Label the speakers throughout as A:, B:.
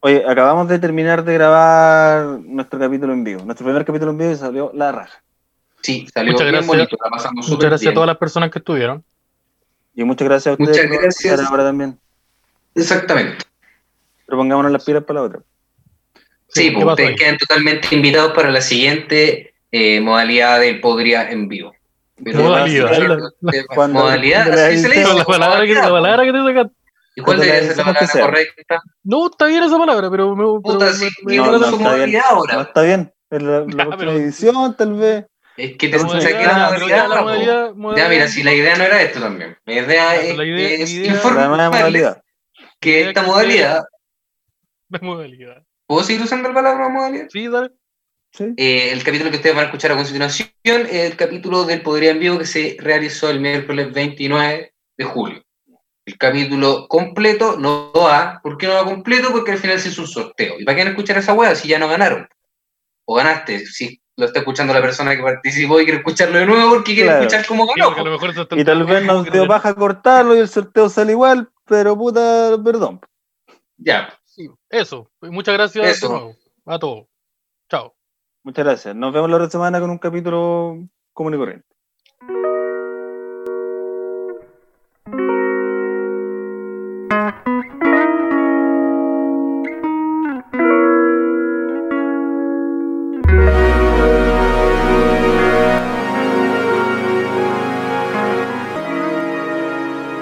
A: Oye, acabamos de terminar de grabar nuestro capítulo en vivo. Nuestro primer capítulo en vivo y salió la raja.
B: Sí, salió
C: Muchas
B: bien
C: gracias.
B: bonito, la pasamos
C: Muchas
B: súper
C: gracias
B: bien.
C: a todas las personas que estuvieron.
A: Y muchas gracias a ustedes
B: Muchas gracias.
A: estar ahora también.
B: Exactamente.
A: Pero pongámonos las pilas para la otra.
B: Sí, pues,
C: ¿qué pasó
B: ustedes
C: ahí?
B: quedan totalmente invitados para la siguiente eh, modalidad del Podría en vivo.
C: Modalidad, la-
A: cuando-
B: modalidad,
A: cuando
B: así
A: le
B: se le
A: Sí,
C: Esa
B: dice.
C: es la palabra que, la palabra que te sacaste.
B: ¿Y cuál
A: cuando le
B: debería ser la
A: decimos que
B: palabra
A: sea.
B: correcta?
C: No, está bien esa palabra, pero me. pero
B: Puta,
C: me-
B: sí,
C: me-
B: yo
C: me-
B: creo que
C: me-
B: somos- modalidad ahora.
A: No está bien. Es la, la
C: Ya,
A: otra
C: pero-
A: edición, tal vez.
B: Es que te
C: me-
B: saqué
C: me-
B: la
C: me-
B: modalidad.
C: la
B: po.
C: modalidad-
B: Ya,
C: modalidad-
B: mira, si la idea no era esto también. La idea
C: Claro,
B: es,
C: la idea-
B: es
C: idea-
A: La
B: informarles
A: nueva modalidad.
B: que esta modalidad,
C: la modalidad.
B: ¿puedo seguir usando la palabra modalidad?
C: Sí, dale.
A: Sí.
B: Eh, el capítulo que ustedes van a escuchar a continuación es el capítulo del Podría en Vivo que se realizó el miércoles 29 de julio. El capítulo completo no va. ¿Por qué no va completo? Porque al final se hizo un sorteo. ¿Y para qué no escuchar esa hueá si ya no ganaron? O ganaste, si lo está escuchando la persona que participó y quiere escucharlo de nuevo porque quiere
A: Claro.
B: escuchar cómo
C: Sí,
B: ganó.
C: porque a lo mejor eso está-
A: Y tal vez nos dio paja cortarlo y el sorteo sale igual, pero puta, perdón.
B: Ya,
C: Sí, Eso. Pues, Muchas gracias
B: Eso.
C: de nuevo a todos. Chao.
A: Muchas gracias. Nos vemos la otra semana con un capítulo común y corriente.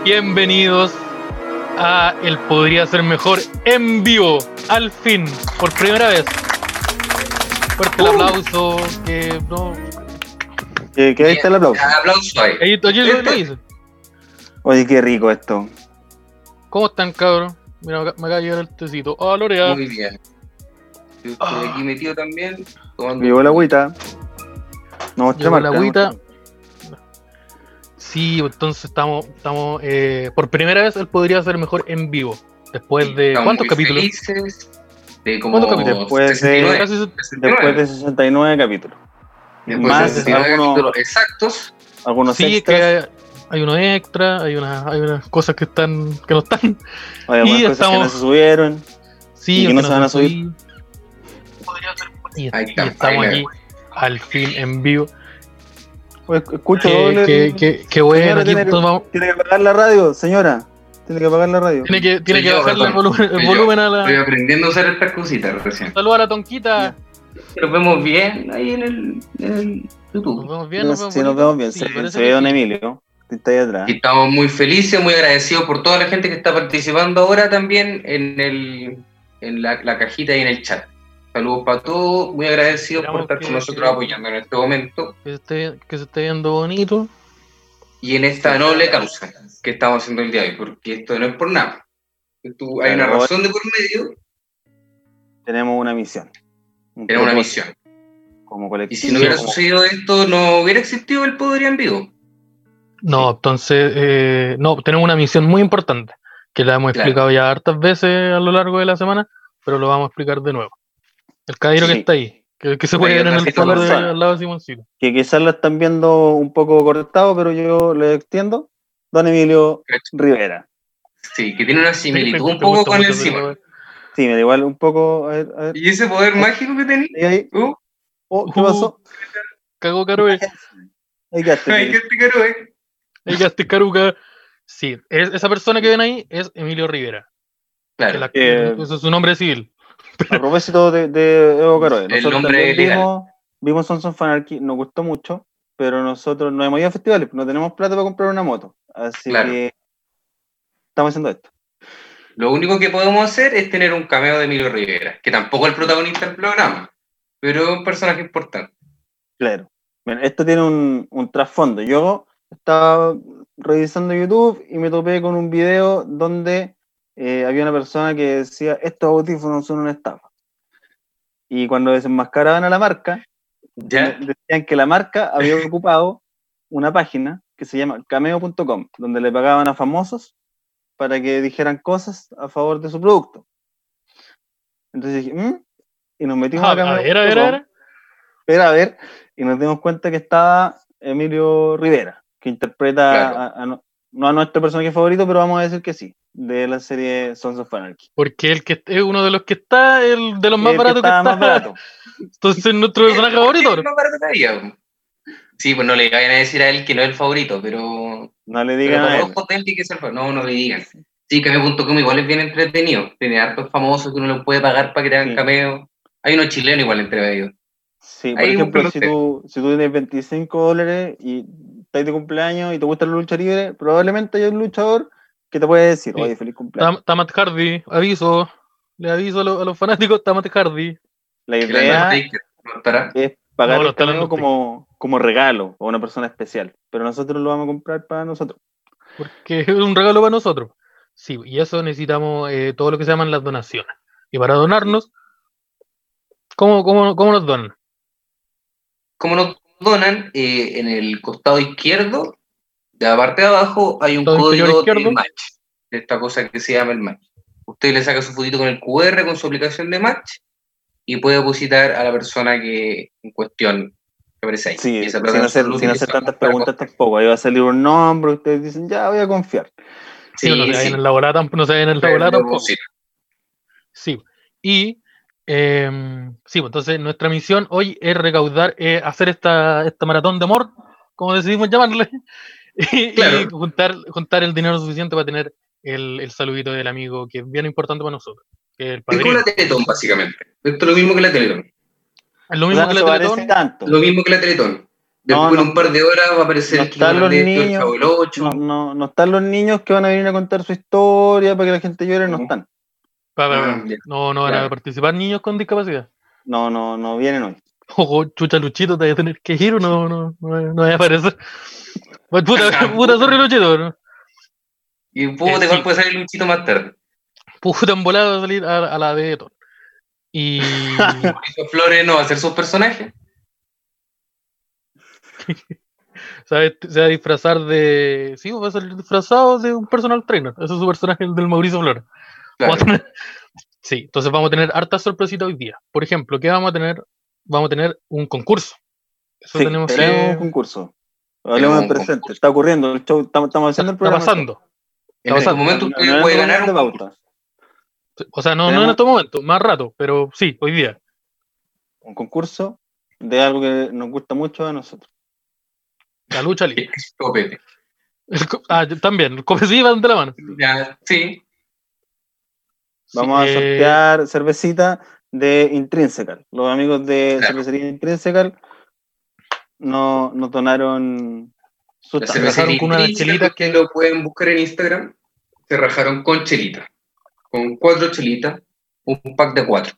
C: Bienvenidos a El Podría Ser Mejor en vivo, al fin, por primera vez. Fuerte
B: Uh.
C: el aplauso, que no...
A: Eh, que ahí está el aplauso.
B: aplauso ahí.
C: Ey, oye, lo que
B: Este
C: te hice.
A: Oye, qué rico esto.
C: ¿Cómo están, cabrón? Mira, me acaba- me acaba de llegar el tecito. ¡Ah, Lorea!
B: Muy bien. Yo estoy
C: Ah.
B: aquí metido también. tomando-
A: Llegó la agüita. No,
C: Llegó la agüita. Sí, pues, entonces estamos, estamos eh, por primera vez él podría ser mejor en vivo. Después de
B: Estamos
C: cuántos
B: muy
C: capítulos?
B: felices de como
C: ¿Cuántos capítulos?
A: Después de-
B: 69.
C: Casi se-
A: Después de 69 capítulos.
B: Después
A: Más
B: de 69
A: algunos-
B: capítulos exactos.
A: Algunos
C: sí, que
A: extras.
C: hay, hay unos extra, hay unas, hay unas cosas que están, que no están.
A: hay algunas
C: y
A: cosas que no
C: estamos-
A: se subieron.
C: Sí,
A: Y que
C: que
A: no se van a
C: subí. Podría ser- Y,
B: Ahí está,
C: y estamos
B: ahí la-
C: aquí al fin en vivo.
A: Oye, Escucho
C: Qué,
A: doble.
C: qué, qué- qué bueno,
A: Señora,
C: aquí
A: tiene-
C: entonces vamos-
A: Tiene que apagar la radio, señora. Tiene que apagar la radio.
C: tiene que, tiene
B: Soy
C: que
B: yo,
C: bajarle el
B: perdón.
C: volumen, el
B: Soy yo.
C: volumen a
B: Estoy
C: la.
B: aprendiendo a usar estas cositas recién.
C: Saludos a la tonquita.
B: Nos vemos bien ahí en el, en el
C: Nos
B: YouTube.
C: vemos bien, nos
A: Nos-
C: vemos
A: Sí, nos
C: bonito.
A: vemos bien.
C: Sí,
A: Se-
C: parece
A: Se
C: que
A: ve don
C: sí.
A: Emilio. que Está ahí atrás.
B: Y estamos muy felices, muy agradecidos por toda la gente que está participando ahora también en, el, en la, la cajita y en el chat. Saludos para todos, muy agradecidos por
C: Esperamos
B: estar
C: que-
B: con nosotros apoyando en este momento.
C: que se, esté, que se esté viendo bonito.
B: y en esta noble causa que estamos haciendo el día de hoy, porque esto no es por nada. Tú- hay una
A: Claro.
B: razón de por medio,
A: Tenemos una misión. Un
B: era una
A: propósito
B: misión.
A: Como
B: Y
A: colectivo.
B: si no hubiera
A: como-
B: sucedido esto, no hubiera existido el Podría en Vivo.
C: No, entonces, eh, no, tenemos una misión muy importante que la hemos
B: Claro.
C: explicado ya hartas veces a lo largo de la semana, pero lo vamos a explicar de nuevo. El cadero
A: Sí.
C: que está ahí, que, que se
B: Ahí
C: puede ver en el
B: atrásito
C: color
A: con
C: de,
A: Sara.
C: al lado de Simoncito.
A: que quizás la están viendo un poco cortado, pero yo le extiendo. Don Emilio Rivera.
B: Sí, que tiene una
C: Sí, me-
B: similitud
C: me
B: un poco
C: gusta
B: con
C: mucho
B: el
C: ese
B: Simón.
C: color.
A: Sí, me da igual un poco. A ver, a ver.
B: Y ese poder mágico que tenía.
A: Ahí, ahí.
B: Uh,
A: Oh, ¿Qué
C: Uh,
A: pasó?
C: Cagó Caro, eh,
A: Ahí quedaste.
B: ay, qué
A: Emilio.
B: pícaro, eh.
C: ahí quedaste, Caruca. Sí, es- esa persona que ven ahí es Emilio Rivera. que
B: Claro,
C: la-
A: Eh,
C: ese es su nombre civil.
A: A propósito de, de Evo Caroe,
B: El
A: nosotros
B: nombre
A: también
B: legal.
A: vimos, vimos Sons of Anarchy, nos gustó mucho, pero nosotros no hemos ido a festivales, no tenemos plata para comprar una moto. Así
B: Claro.
A: que estamos haciendo esto.
B: lo único que podemos hacer es tener un cameo de Emilio Rivera, que tampoco es el protagonista del programa, pero es un personaje importante.
A: Claro. Bueno, esto tiene un, un trasfondo. Yo estaba revisando YouTube y me topé con un video donde eh, había una persona que decía, estos audífonos son una estafa. Y cuando desenmascaraban a la marca,
B: ¿Ya?
A: decían que la marca había ocupado una página que se llama cameo.com, donde le pagaban a famosos para que dijeran cosas a favor de su producto. Entonces dije, "Mm", y nos metimos
C: Ah, a ver, a ver, a ver.
A: ver, a ver, y nos dimos cuenta que estaba Emilio Rivera, que interpreta
B: Claro.
A: a, a no- No a nuestro personaje favorito, pero vamos a decir que sí, de la serie Sons of Anarchy.
C: Porque el que es uno de los que está, el de los más
A: El
C: baratos que
A: estaba
C: está.
A: más barato.
C: Entonces
B: Eh,
C: nuestro personaje favorito.
B: Es
C: bro.
B: más barato todavía, po. Sí, pues no le vayan a decir a él que no es el favorito, pero.
A: No le
B: pero
A: digan a él.
B: conozco gente que es el favorito. No, no le digan. Sí, cameo.com igual es bien entretenido. Tiene hartos famosos que uno los puede pagar para que te hagan
A: Sí.
B: cameo. Hay unos chilenos igual entre ellos.
A: Sí, por
B: Ahí
A: ejemplo,
B: búsquenlo
A: si
B: usted.
A: tú, si tú tienes 25 dólares y estás de cumpleaños y te gusta la lucha libre, probablemente hay un luchador que te puede decir,
C: Sí.
A: oye, feliz cumpleaños.
C: Tam- Tamat Hardy, aviso. Le aviso a, lo- a los fanáticos Tamat Hardy.
A: La
B: Que la andan
A: idea
B: taker, ¿no estará?
A: es pagar
C: No, lo
A: el
C: está
A: cameo
C: dando
A: como, como regalo a una persona especial, pero nosotros lo vamos a comprar para nosotros.
C: Porque es un regalo para nosotros. Sí, y eso necesitamos eh, todo lo que se llaman las donaciones. Y para donarnos, ¿cómo, cómo, cómo nos donan?
B: Como nos donan, eh, en el costado izquierdo, de la parte de abajo, hay un
C: Costado
B: código
C: inferior
B: de
C: izquierdo.
B: match. De esta cosa que se llama el match. Usted le saca su fotito con el QR, con su aplicación de match, y puede depositar a la persona que en cuestión que aparece ahí. Y
A: Sí,
B: esa
A: sin
B: persona
A: hacer,
B: lo
A: sin
B: utiliza
A: hacer tantas
B: para
A: preguntas tampoco. Ahí va a salir un nombre, ustedes dicen, ya voy a confiar.
C: Sí, no se vayan
B: sí.
C: en la volada tampoco. No se vayan en la
B: Pero
C: volada tampoco.
B: sí.
C: Sí. Y em, sí, pues, entonces nuestra misión hoy es recaudar, eh, hacer esta, esta maratón de amor, como decidimos llamarle, y, y
B: Claro.
C: juntar, juntar el dinero suficiente para tener el, el saludito del amigo, que es bien importante para nosotros. que es el
B: Es como
C: padrino.
B: la Teletón, básicamente. Esto es lo mismo que la Teletón.
C: Es lo
A: O
C: mismo
A: sea, no
C: que
A: se
C: la
A: parece
C: Teletón.
A: tanto.
B: Lo mismo que la Teletón. Después
A: No,
B: en
A: no.
B: un par de horas va a aparecer
A: No
B: el Kiko
A: están los
B: Grandeto, el
A: niños.
B: Chavo el Ocho.
A: No, no, no están los niños que van a venir a contar su historia para que la gente llore, no
B: No.
A: están.
C: Pa- pa-
B: Ah, ya.
C: No, no van a
B: Claro.
C: participar niños con discapacidad.
A: No, no, no vienen hoy.
C: Ojo, chucha Luchito, te voy a tener que ir o no, no, no, no voy a aparecer. Pues, Puta, puta, sorry Luchito, ¿no?
B: Y un poco
C: Eh,
B: de
C: sí.
B: igual puede salir Luchito más tarde.
C: puta, en volada va a salir a, a la de Thor. Y.
B: Mauricio Flores no va a ser sus personajes.
C: se va a vest- se va a disfrazar de. Sí, va a salir disfrazado de un personal trainer. Ese es su personaje, el del Mauricio Flores.
B: Claro.
C: Vamos a tener- Sí, entonces vamos a tener hartas sorpresitas hoy día. Por ejemplo, ¿qué vamos a tener? Vamos a tener un concurso. Eso
A: Sí,
C: tenemos que.
A: tenemos un concurso. Hablemos del
B: un
A: presente. Está ocurriendo el show. Estamos, estamos
C: Está,
A: haciendo el
C: está
A: programa.
C: pasando.
B: En
C: O
B: este
C: sea,
B: momento usted
A: No, no
B: puede
A: era
B: ganar
A: de
B: un
A: pauta.
B: concurso.
C: O sea, no, no en
A: Tenemos-
C: este momento, más rato, pero sí, hoy día.
A: Un concurso de algo que nos gusta mucho a nosotros.
C: La lucha libre.
B: copete.
C: El co- ah, yo también, el cope sí van de la mano.
B: Ya, sí.
C: Sí,
A: Vamos a
C: eh,
A: sortear cervecita de Intrinsecal. Los amigos de
B: Claro.
A: cervecería Intrinsecal no- nos donaron su
B: La
A: taza.
C: cerveza-
B: cervecería
C: con una
B: Intrínseca,
C: chelita
B: ustedes lo pueden buscar en Instagram. Se rajaron con chelita. Con cuatro chelitas, un pack de cuatro.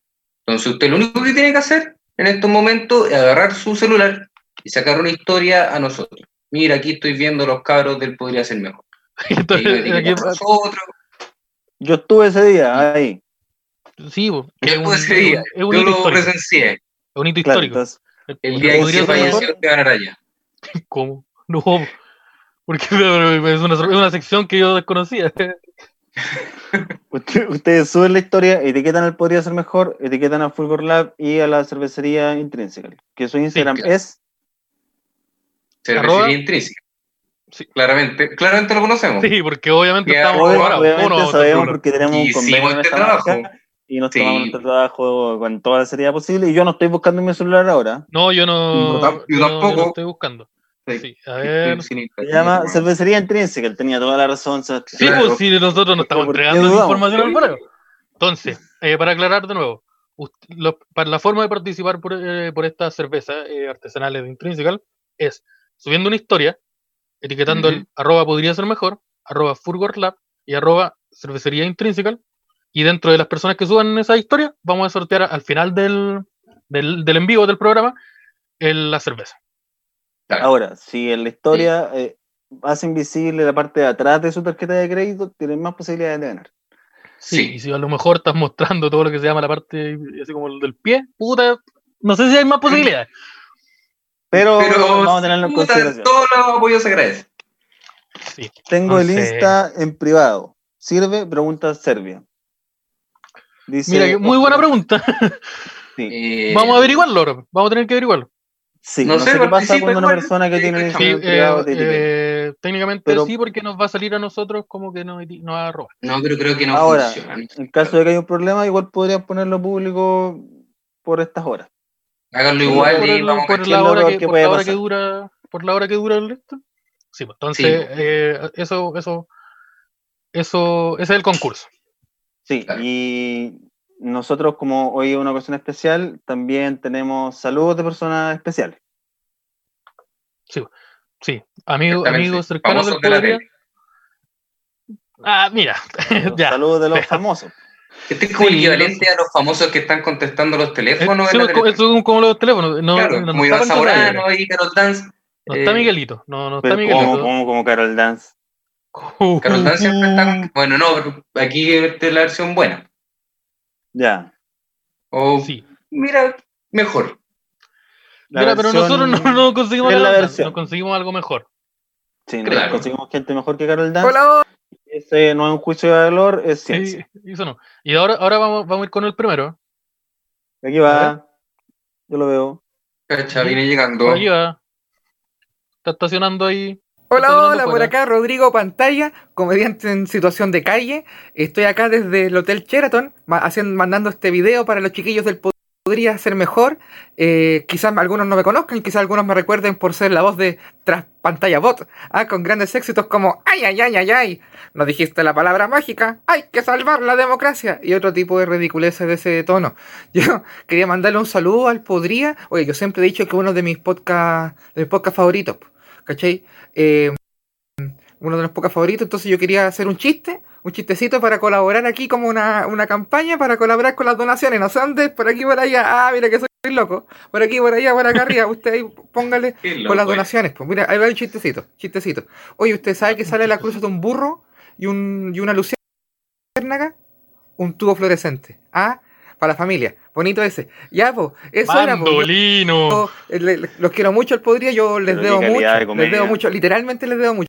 B: Entonces usted lo único que tiene que hacer en estos momentos es agarrar su celular y sacar una historia a nosotros. Mira, aquí estoy viendo los cabros del Podría Ser Mejor. Y
C: entonces,
B: ahí me
C: aquí
B: etiquetan a
C: va-
B: nosotros.
A: Yo estuve ese día ahí.
C: sí, bo, es
B: Yo
C: un-
B: pude ese
C: es un-
B: día,
C: es un
B: Yo lo
C: hito histórico.
B: presencié.
C: Es un hito
A: Claro,
C: histórico.
A: entonces,
B: El
C: Porque
B: día en
C: podría
B: que
A: se
C: ser mejor.
B: falleció Esteban Araya.
C: ¿Cómo? No, porque es una, es una sección que yo desconocía.
A: usted- ustedes suben la historia, etiquetan al Podría Ser Mejor, etiquetan a Fulgor Lab y a la cervecería Intrinsecal. Que su Instagram
B: claro.
A: es
B: Cervecería
C: Arroba.
B: intrínseca.
C: Sí.
B: claramente, claramente lo conocemos.
C: Sí, porque obviamente
B: Ya,
C: estamos
A: Obvio-
C: preparados.
A: obviamente
C: ¿Cómo no?
A: sabemos porque tenemos
B: Y
A: un convenio
B: hicimos
A: con
B: este
A: esta
B: trabajo.
A: marca y nos
B: Sí.
A: tomamos nuestro trabajo con toda la seriedad posible. Y yo no estoy buscando en mi celular ahora.
C: No, yo
B: Yo
C: no,
B: tam- yo
C: yo no- yo
B: tampoco.
C: no estoy buscando.
B: Sí.
C: Sí, a ver.
B: Sin
A: Se
B: internet,
A: llama
B: bueno.
A: Cervecería Intrínseca. Él tenía toda la razón, Sebastián.
C: Sí,
B: Claro.
C: pues si nosotros no estamos
A: ¿por qué
C: entregando
A: dudamos?
C: información al prueba. Entonces, eh, para aclarar de nuevo, ust- lo- para la forma de participar por, eh, por estas cervezas eh, artesanales de Intrinsical es subiendo una historia, etiquetando el
B: Ujú.
C: arroba podría ser mejor, arroba Furgor Lab y arroba cervecería Intrinsical. Y dentro de las personas que suban esa historia, vamos a sortear a- al final del, del, del en vivo del programa el- la cerveza.
A: Ahora, si en la historia eh, hace invisible la parte de atrás de su tarjeta de crédito, tienen más posibilidades de ganar.
C: Sí,
B: Sí.
C: y si a lo mejor estás mostrando todo lo que se llama la parte así como el del pie, puta, no sé si hay más posibilidades.
A: Pero,
B: Pero
A: vamos a tenerlo en
B: puta,
A: consideración.
B: todos los apoyos se agradecen.
C: Sí,
A: Tengo el
C: Entonces-
A: Insta en privado. ¿Sirve? Pregunta Serbia. Dice,
C: mira, que muy buena pregunta.
A: Sí,
B: Eh,
C: Vamos a averiguarlo ahora, vamos a tener que averiguarlo.
A: sí,
B: No
A: no,
B: sé,
A: sé, qué pasa
B: participa
A: cuando una
B: igual.
A: persona que tiene el Insta
C: Sí,
A: en
C: eh,
A: privado te etiqueta.
C: eh, Eh, técnicamente
A: Pero-
C: sí, porque nos va a salir a nosotros como que nos, nos va a robar.
B: No, pero creo que no
A: Ahora,
B: funciona.
A: En caso de que haya un problema, igual podrían ponerlo público por estas horas.
B: Háganlo
A: Sí,
B: igual
C: por,
B: y
C: el-
B: vamos a
C: por
B: ver.
A: ver
C: la
A: qué
C: hora
A: logra-
C: que,
A: qué
C: por
A: puede
C: la hora que
A: pasar.
C: dura por la hora que dura el esto. Sí, pues, entonces
B: Sí.
C: eh, eso eso eso ese es el concurso.
A: Sí,
B: Claro.
A: y nosotros, como hoy es una ocasión especial, también tenemos saludos de personas especiales.
C: Sí, amigos
B: Exactamente.
C: amigos cercanos del
B: Famosos de la
C: Podería. Ah, mira,
A: Los
C: Ya.
A: saludos de los famosos.
B: Este es como
C: Sí,
B: el equivalente a los famosos que están contestando los
C: Eh,
B: teléfonos.
C: sí,
B: en la
C: pues, co-
B: tele.
C: eso es un- como los teléfonos. No,
B: claro,
C: no, no
B: como
C: está
B: Iván
C: Pancho Raya,
B: Zamorano y Carol Dance.
C: no está
B: eh,
C: Miguelito, no, no está
A: Pero como,
C: Miguelito. Uh,
A: como, como Carol Dance.
B: Carol Dance siempre está.
C: Mm.
B: con- Bueno, no, pero aquí esta es la versión buena.
A: Ya.
B: O,
C: Sí.
B: mira, mejor.
A: La
C: Mira, pero
A: versión-
C: nosotros no, no conseguimos
A: es la
C: nada,
A: versión.
C: no conseguimos algo mejor.
A: Sí,
B: Claro.
A: no, conseguimos gente mejor que Carol Dance.
D: Hola,
A: Ese no es un juicio de valor, es ciencia.
C: Y, eso no. Y ahora, ahora vamos, vamos a ir con el primero.
A: Aquí
C: A
A: va. Yo lo veo.
B: Cacha,
C: Sí.
B: viene
C: Por
B: llegando.
C: ahí va. Está estacionando ahí.
D: hola,
C: hablando
D: hola, por
C: fuera.
D: acá Rodrigo Pantalla, comediante en situación de calle. Estoy acá desde el Hotel Sheraton, ma- haciendo, mandando este video para los chiquillos del Pod- Podría Ser Mejor. Eh, quizás algunos no me conozcan, quizás algunos me recuerden por ser la voz de Tras Pantalla Bot, ah, con grandes éxitos como ¡Ay, ay, ay, ay, ay! No dijiste la palabra mágica, ¡Hay que salvar la democracia! Y otro tipo de ridiculeces de ese tono. Yo quería mandarle un saludo al Podría. Oye, yo siempre he dicho que uno de mis podcasts, de mis podcasts favoritos, ¿cachai? Eh, uno de los pocas favoritos, entonces yo quería hacer un chiste, un chistecito para colaborar aquí como una, una campaña para colaborar con las donaciones, no sé dónde, por aquí, por allá, ah, mira que soy loco, por aquí, por allá, por acá arriba, usted ahí póngale
B: Qué loco,
D: con las
B: eh.
D: donaciones, pues mira, ahí va el chistecito, chistecito. Oye, ¿usted sabe que sale la cruz de un burro y, un, y una luciérnaga? Un tubo fluorescente, ah, para la familia, bonito ese. Ya, pues, eso era, po.
C: Mandolino.
D: Eh, le- le- los quiero mucho al Podría, yo les
A: Pero
D: debo
A: qué calidad de
D: mucho, les
A: comedia.
D: debo mucho, literalmente les debo mucho.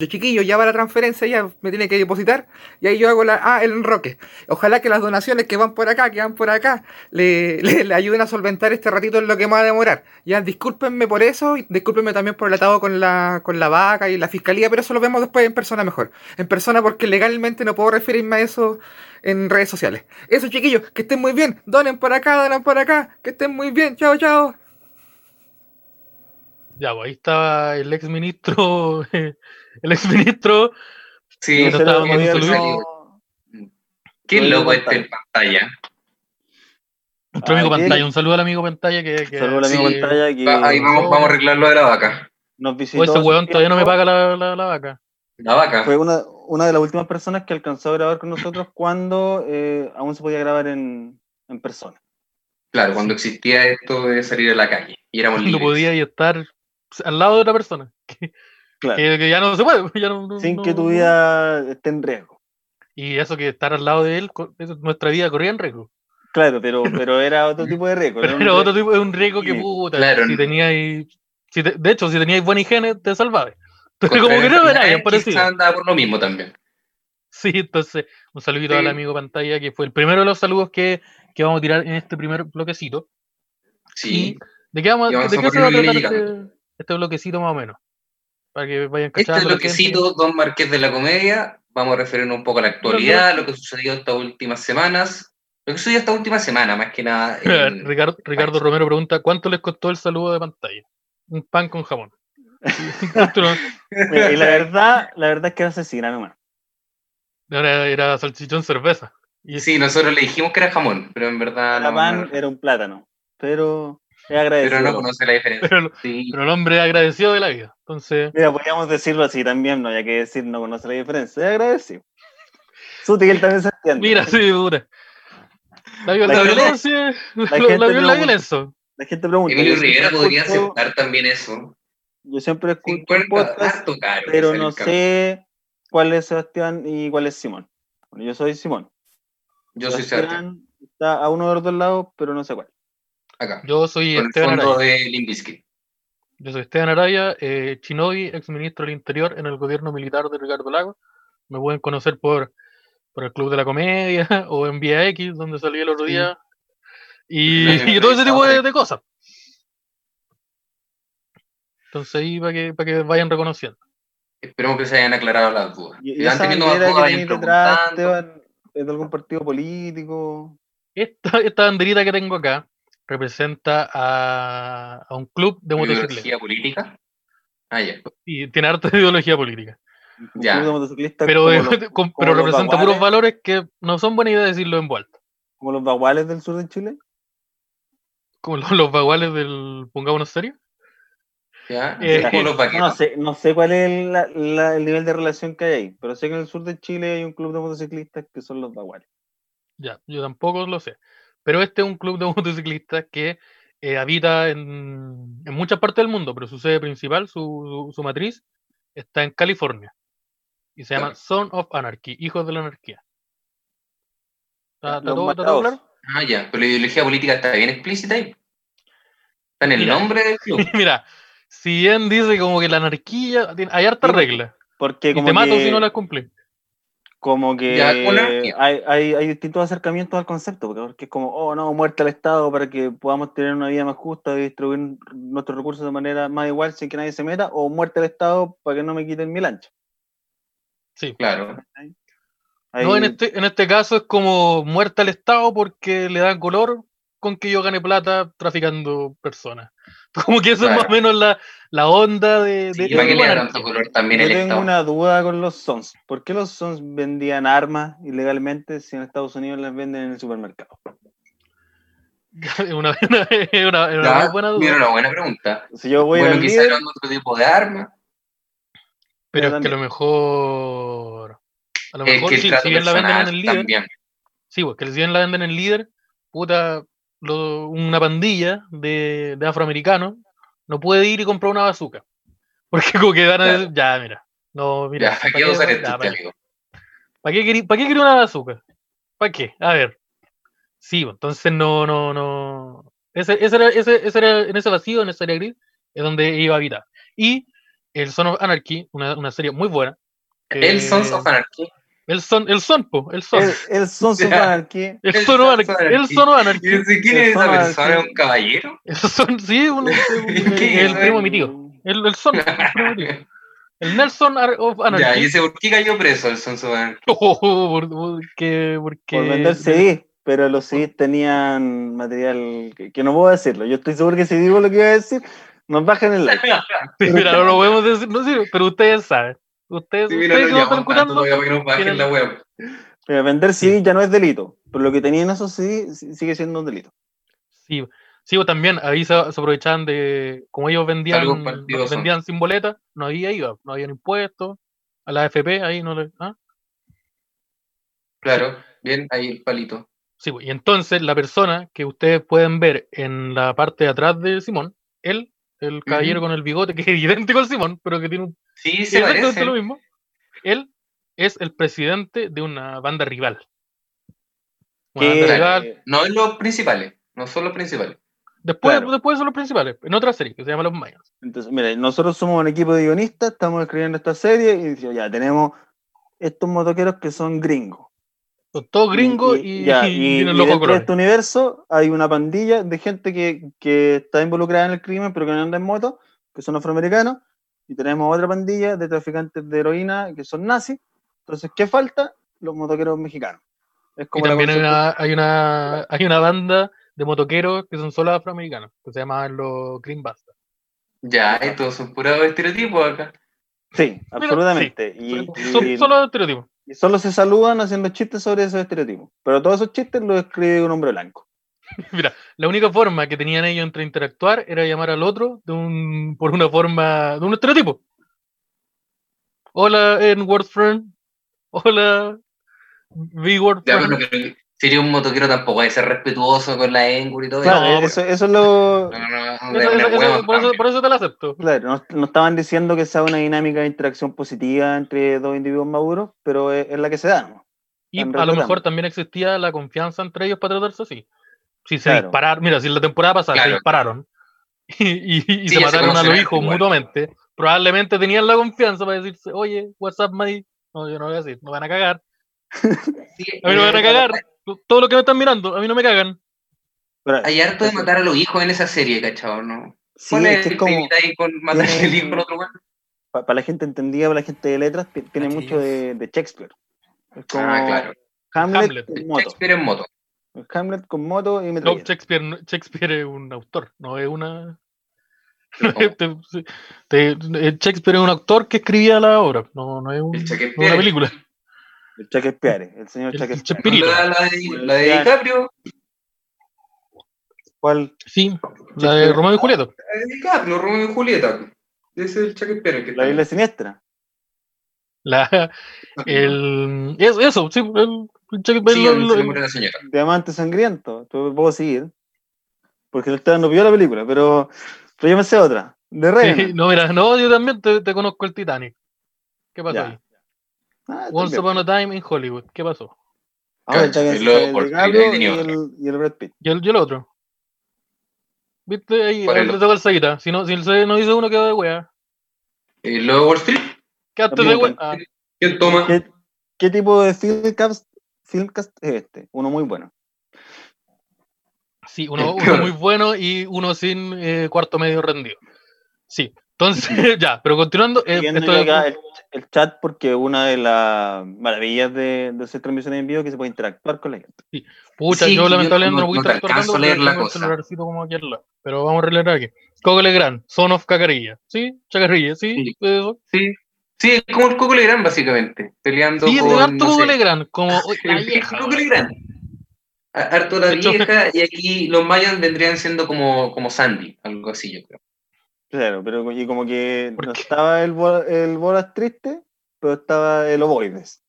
D: Yo chiquillo, ya va la transferencia, ya me tiene que depositar y ahí yo hago la, ah, el enroque. Ojalá que las donaciones que van por acá, que van por acá, le, le- le ayuden a solventar este ratito en lo que me va a demorar. Ya discúlpenme por eso, y discúlpenme también por el atado con la, con la vaca y la fiscalía, pero eso lo vemos después en persona mejor. En persona porque legalmente no puedo referirme a eso en redes sociales. Eso chiquillos, que estén muy bien, donen por acá, donen por acá, que estén muy bien, chao, chao.
C: Ya, pues ahí estaba el ex ministro. El ex ministro.
B: Sí,
C: No
A: se lo
C: estaba
A: voy a-
C: viendo
B: salido.
A: no.
B: Qué
A: Rodrigo
B: loco este
A: Pantalla.
B: en pantalla.
C: Nuestro amigo
A: Ah, ¿qué?
C: Pantalla. Ah, Un saludo al amigo Pantalla. Que, que-
A: Saludos al
B: sí.
A: amigo pantalla que
B: Va- ahí vamos, vamos a arreglar lo de la vaca.
A: nos visitó.
C: Oh, ese
A: hace
C: weón todavía no me
A: tiempo.
C: paga la, la- la vaca.
B: La vaca.
A: Fue una, una de las últimas personas que alcanzó a grabar con nosotros cuando eh, aún se podía grabar en, en persona.
B: Claro, cuando existía esto de salir a la calle y éramos
C: No
B: libres.
C: podía y estar al lado de otra persona.
A: Claro.
C: Que, que ya no se puede. ya no- no-
A: sin que
C: no-
A: tu vida esté en riesgo.
C: Y eso que estar al lado de él, co- eso- nuestra vida corría en riesgo.
A: Claro, pero, pero era otro tipo de riesgo.
C: Pero
A: un
C: era otro
A: riesgo.
C: tipo, es un riesgo que
A: Sí,
C: puta.
B: claro.
C: Si teníais. si te- de hecho, si teníais buena higiene, te salvabas. Pero
B: Contra
C: como que no
B: enfermedades,
C: era
B: quizá
C: parecido.
B: andaba por lo mismo también.
C: Sí, entonces, un saludito
B: Sí.
C: al amigo pantalla, que fue el primero de los saludos que, que vamos a tirar en este primer bloquecito.
B: Sí.
C: ¿De qué, vamos,
B: Y vamos
C: de
B: a
C: qué se va a
B: ponerle
C: tratar
B: llegando.
C: este, este bloquecito más o menos? Para que vayan
B: Este
C: cachando.
B: es
C: la
B: lo que
C: gente.
B: cito Don Marqués de la Comedia. Vamos a referirnos un poco a la actualidad, lo que sucedió estas últimas semanas. Lo que sucedió esta última semana, más que nada. en-
C: Ricardo, Ricardo Romero pregunta, ¿cuánto les costó el saludo de pantalla? Un pan con jamón.
A: Mira, Eh, Y la verdad, la verdad es que era asesina nomás.
C: Era, era salchichón cerveza.
B: Y sí, nosotros le dijimos que era jamón, pero en verdad
A: Era
B: no,
A: pan,
B: no-
A: era un plátano. Pero es agradecido.
B: pero no conoce la diferencia.
C: Pero,
B: Sí.
C: pero el hombre agradecido de la vida. Entonces,
A: Mira, podríamos decirlo así también, no hay que decir no conoce la diferencia. Es agradecido. Sutil él también se entiende.
C: mira, sí, dura. La violencia.
A: gente-
C: La,
A: gente
C: la- la
A: pregunta-
C: violencia.
A: La gente pregunta.
B: Emilio
A: yo siempre
B: Rivera podría
A: escucho-
B: aceptar también eso.
A: Yo siempre escucho un
B: 50,
A: podcast
B: harto caro.
A: pero
B: sale
A: no
B: el cambio.
A: sé cuál es Sebastián y cuál es Simón. Bueno, yo soy Simón.
B: Yo soy Sebastián,
A: Está a uno de los dos lados, pero no sé cuál.
B: acá.
C: Yo soy
B: con el
C: Esteban Araya.
B: fondo de Limbiskit.
C: Yo soy Esteban Araya, eh, Chinobi, exministro del Interior en el gobierno militar de Ricardo Lago. Me pueden conocer por, por el Club de la Comedia o en Vía X, donde salí el otro
B: Sí.
C: día. Y,
B: Sí,
C: y todo ese tipo de,
B: ok.
C: de cosas. Entonces ahí para que, para que vayan reconociendo.
B: Esperemos que se hayan aclarado las dudas.
A: Y,
B: Si
A: y
B: van
A: esa
B: teniendo más
A: bandera
B: dudas,
A: que
B: vayan
A: tenéis detrás,
B: preguntando.
A: Esteban, es de algún partido político.
C: Esta, esta banderita que tengo acá representa a, a un club de motociclistas.
B: Ideología política. Ah, ya.
C: Y tiene harta ideología política.
A: un
B: Ya.
A: club de motociclistas
C: Pero,
A: como,
C: de-
A: los,
C: con-
A: como
C: pero
A: los
C: representa
A: baguales.
C: puros valores que no son buena idea decirlo en vuelta.
A: como los baguales del sur de Chile.
C: Como los, los baguales del Pongámonos Serio.
B: ya.
C: Eh,
B: Es como los vaqueros.
A: No sé, no sé cuál es el- la- la- el nivel de relación que hay ahí, pero sé que en el sur de Chile hay un club de motociclistas que son los baguales.
C: Ya, yo tampoco lo sé. Pero este es un club de motociclistas que eh, habita en, en muchas partes del mundo, pero su sede principal, su, su- su matriz, está en California. Y se llama
B: Claro.
C: Son of Anarchy, Hijos de la Anarquía. ¿Está, está
A: Los
C: todo, está todo
A: matados.
C: claro?
B: Ah, ya. Pero la ideología política está bien explícita ahí. Está en el
C: Mira.
B: nombre del club.
C: Mira, si bien dice como que la anarquía, tiene- hay hartas
A: Sí, porque-
C: reglas.
A: Porque
C: Y
A: como
C: te mato
A: que,
C: si no las cumplís.
A: como que
B: Ya, con anarquía.
A: hay, hay, hay distintos acercamientos al concepto, porque- porque es como, oh no, muerte al Estado para que podamos tener una vida más justa y distribuir nuestros recursos de manera más igual sin que nadie se meta, o muerte al Estado para que no me quiten mi lancha.
C: Sí.
B: Claro.
A: Ahí-
C: No, en este, en este caso es como muerta al Estado porque le dan color con que yo gane plata traficando personas. Como que eso es más o
B: Claro.
C: menos la, la onda de... de-
B: Y para
C: de
B: que le da
C: monarquía.
B: tanto color también
A: Yo
B: el
A: tengo
B: Estado.
A: una duda con los Sons. ¿Por qué los Sons vendían armas ilegalmente si en Estados Unidos las venden en el supermercado?
C: Es una, una- es una- es una
B: Ya,
C: muy buena duda.
B: Mira, una buena pregunta.
A: Si yo voy a
B: Bueno,
A: ir al
B: quizás
A: líder,
B: eran otro tipo de arma.
C: pero es que a
A: también.
C: lo mejor... A lo
B: Es
C: mejor
B: que el
C: si,
B: trato
C: si bien la venden en el
B: personal
C: líder...
B: también.
C: Sí, pues, que si bien la venden en el líder, puta, lo- una pandilla de, de afroamericanos no puede ir y comprar una bazooka. Porque como que van a
B: Claro.
C: decir, ya, mira, no, mira.
B: Ya,
C: ¿pa'
B: ¿para qué usar este
C: ya,
B: esto,
C: pa'
B: te digo?
C: ¿Para qué querí, para qué querí una bazooka? ¿Para qué? A ver. Sí, pues, entonces no, no, no. Ese, ese era, ese, ese era- en ese vacío, en esa área gris, es donde iba a habitar. Y el Son of Anarchy, una, una serie muy buena. que-
B: El Sons
C: Eh,
B: of Anarchy.
C: El Son, el Son, po, el Son.
A: el, el Sons of
B: Ya.
A: Anarchy,
C: El
B: el
C: Son
B: Sons
C: of
B: of
C: Anarchy. El
B: Anarchy.
C: Son of Anarchy.
B: ¿Y ese- quién
A: El
B: es esa
A: Sons of
B: persona?
A: Anarchy.
B: ¿Un caballero?
C: El son, sí, un- un- un-
B: ¿Qué?
C: el primo de mi tío. El, el son, el primo de mi tío. El Nelson Ar- of
B: Ya, y
C: Anarchy.
B: ese, ¿por qué cayó preso el Sons of Anarchy?
C: Oh, por- porque, porque...
A: por vender CD, pero los CD tenían material que, que no puedo decirlo. Yo estoy seguro que si digo lo que iba a decir, nos bajan el like.
C: Sí, mira, no lo podemos decir, no sé, pero ustedes saben. Ustedes,
B: Sí, mira,
C: ustedes
B: lo
C: que nos están
B: llamamos tanto
C: escuchando,
B: todavía para que nos bajen la web.
A: Pero vender CD ya no es delito, pero lo que tenían esos CD si- sigue siendo un delito.
C: sí, sí, o también ahí se, se aprovechaban de, como ellos vendían,
B: Algún partido son.
C: vendían sin boleta, no había IVA, no habían impuestos, a la AFP ahí no le... ¿ah?
B: Claro, bien, ahí el palito.
C: Sí, pues, y entonces la persona que ustedes pueden ver en la parte de atrás de Simón, él, el caballero con el bigote, que es idéntico al Simón, pero que tiene un
B: Sí, se
C: exactamente
B: parece.
C: lo mismo, él es el presidente de una banda rival. Una
A: Que,
C: banda rival.
A: eh,
B: No es los principales, no son los principales.
C: Después,
A: claro.
C: después son los principales, en otra serie que se llama Los Mayans.
A: Entonces, mira, nosotros somos un equipo de guionistas, estamos escribiendo esta serie y decimos, ya tenemos estos motoqueros que son gringos.
C: Son todos gringos y,
A: ya,
C: y
A: y-
C: tienen
A: y
C: los ojos
A: dentro de
C: colores.
A: este universo hay una pandilla de gente que, que está involucrada en el crimen pero que no anda en moto, que son afroamericanos, y tenemos otra pandilla de traficantes de heroína que son nazis. Entonces, ¿qué falta? Los motoqueros mexicanos. Es
C: Y
A: como la
C: también hay
A: consulta-
C: una, hay, una, hay una banda de motoqueros que son solo afroamericanos, que se llama los Green Busters.
B: Ya, estos son puros estereotipos acá.
A: Sí, absolutamente. y,
C: Son
A: y-
C: solo estereotipos.
A: y solo se saludan haciendo chistes sobre esos estereotipos. Pero todos esos chistes los escribe un hombre blanco.
C: Mira, la única forma que tenían ellos entre interactuar era llamar al otro de un, por una forma, de un estereotipo. Hola, N-Word Friend. Hola, B-Word
B: Ya,
C: Friend.
B: pero que sería un motoquero tampoco, hay que ser respetuoso con la Engur y todo
A: Claro,
C: no,
A: eso, eso es lo.
B: No, no, no,
C: Eso-
B: de una
C: eso- eso-
B: hueva
C: por, eso,
B: también.
C: por eso te la acepto.
A: Claro, no, no estaban diciendo que sea una dinámica de interacción positiva entre dos individuos maduros, pero es, es la que se da. ¿no?
C: Y
A: Tan
C: a lo mejor
A: recordando.
C: también existía la confianza entre ellos para tratarse así. Si se
A: Claro.
C: dispararon, mira, si en la temporada pasada se
B: Claro.
C: dispararon y, y- y
B: Sí, ya
C: se
B: se
C: mataron a los
B: conocen,
C: hijos
B: igual.
C: mutuamente, probablemente tenían la confianza para decirse, oye, WhatsApp, Madi. No, yo no voy a decir, no van a cagar.
B: Sí,
C: A mí no me van a cagar. Todos los que me están mirando, a mí no me cagan.
A: Pero,
B: Hay harto de matar a los hijos en esa serie, cachao, ¿no?
A: Sí,
B: ¿Cuál
A: es
B: es
A: que es
B: el
A: como,
B: temita ahí con matarle el hijo al otro güey?
A: pa- para la gente entendida, para la gente de letras, ti- tiene
E: Así
A: mucho
E: es.
A: de, de Shakespeare. Es como
B: Ah, claro.
A: Hamlet,
C: Hamlet,
A: con moto.
B: Shakespeare en moto.
A: Hamlet con moto y
C: No,
A: metralleta.
C: Shakespeare, no- Shakespeare es un autor, no es una.
B: No.
C: Te- te- eh, Shakespeare es un autor que escribía la obra, no, no es un-
B: El Shakespeare.
C: no es una película.
A: El Shakespeare, el señor
C: El- el
A: Shakespeare.
C: Shakespeare.
B: La, la de, la de DiCaprio.
A: ¿Cuál?
C: Sí, la de Romeo y Julieta.
B: La de DiCaprio, Romeo y Julieta. Ese es el Shakespeare el que
A: La isla siniestra.
C: La, el, es- eso, sí, el, el Shakespeare.
B: Sí,
C: Eh, pues, lo-
B: donde
C: lo-
B: se le muere la señora.
A: Diamante sangriento. Tú puedo seguir. Porque usted no vio la película, pero, pero yo me sé otra. De
C: sí,
A: Revenant.
C: no, mira, no, yo también te, te conozco el Titanic. ¿Qué pasó
A: Ya,
C: ahí?
A: Ah,
C: Once
A: también.
C: Upon a Time in Hollywood, ¿qué pasó?
A: Ahora
B: Cacho,
A: está
B: y
A: el,
B: luego
A: el
B: por-
A: DiCaprio
B: ahí tenía
A: y el, y el Brad Pitt.
C: Y el, y el otro. ¿Viste? Ahí
B: ¿Cuál es el
C: le tocó el Saguita. Si no, si el Saguita no dice uno, quedó de wea.
B: Eh, Lo de Wall Street.
C: Quedaste de
A: También
C: wea. Ah,
B: ¿Quién toma?
A: ¿Qué, qué tipo de filmcast, filmcast es este? Uno muy bueno.
C: ah, sí, uno,
B: El
C: uno
B: peor.
C: muy bueno y uno sin eh, cuarto medio rendido. Sí. Entonces, ya, pero continuando. eh,
A: Siguiendo
C: esto
A: yo
C: es-
A: acá el, el chat porque una de las maravillas de, de hacer transmisiones en vivo es que se puede interactuar con la gente.
C: Pucha,
B: Sí,
C: yo
B: yo
C: lamentablemente
B: no-
C: no, voy
B: no te alcanzo a leer la cosa.
C: como aquí al lado, pero vamos a releer aquí. Coco Legrand, Son of Cacarilla. ¿Sí? Chacarilla, ¿sí? pues,
B: Sí.
C: Eso.
B: Sí. Sí, es como el Coco Legrand, básicamente. Peleando
C: Sí, es de
B: con.
C: harto
B: no
C: Coco
B: sé, Ah,
C: Legrand, como uy, la
B: el
C: vieja.
B: Coco Legrand. A- Harto la
C: De hecho-
B: vieja, y aquí los mayas vendrían siendo como, como Sandy, algo así, yo creo.
A: Claro, pero y como que
C: ¿Por
A: no
C: qué?
A: estaba el, Bo- el Bolas triste, pero estaba el Ovoides.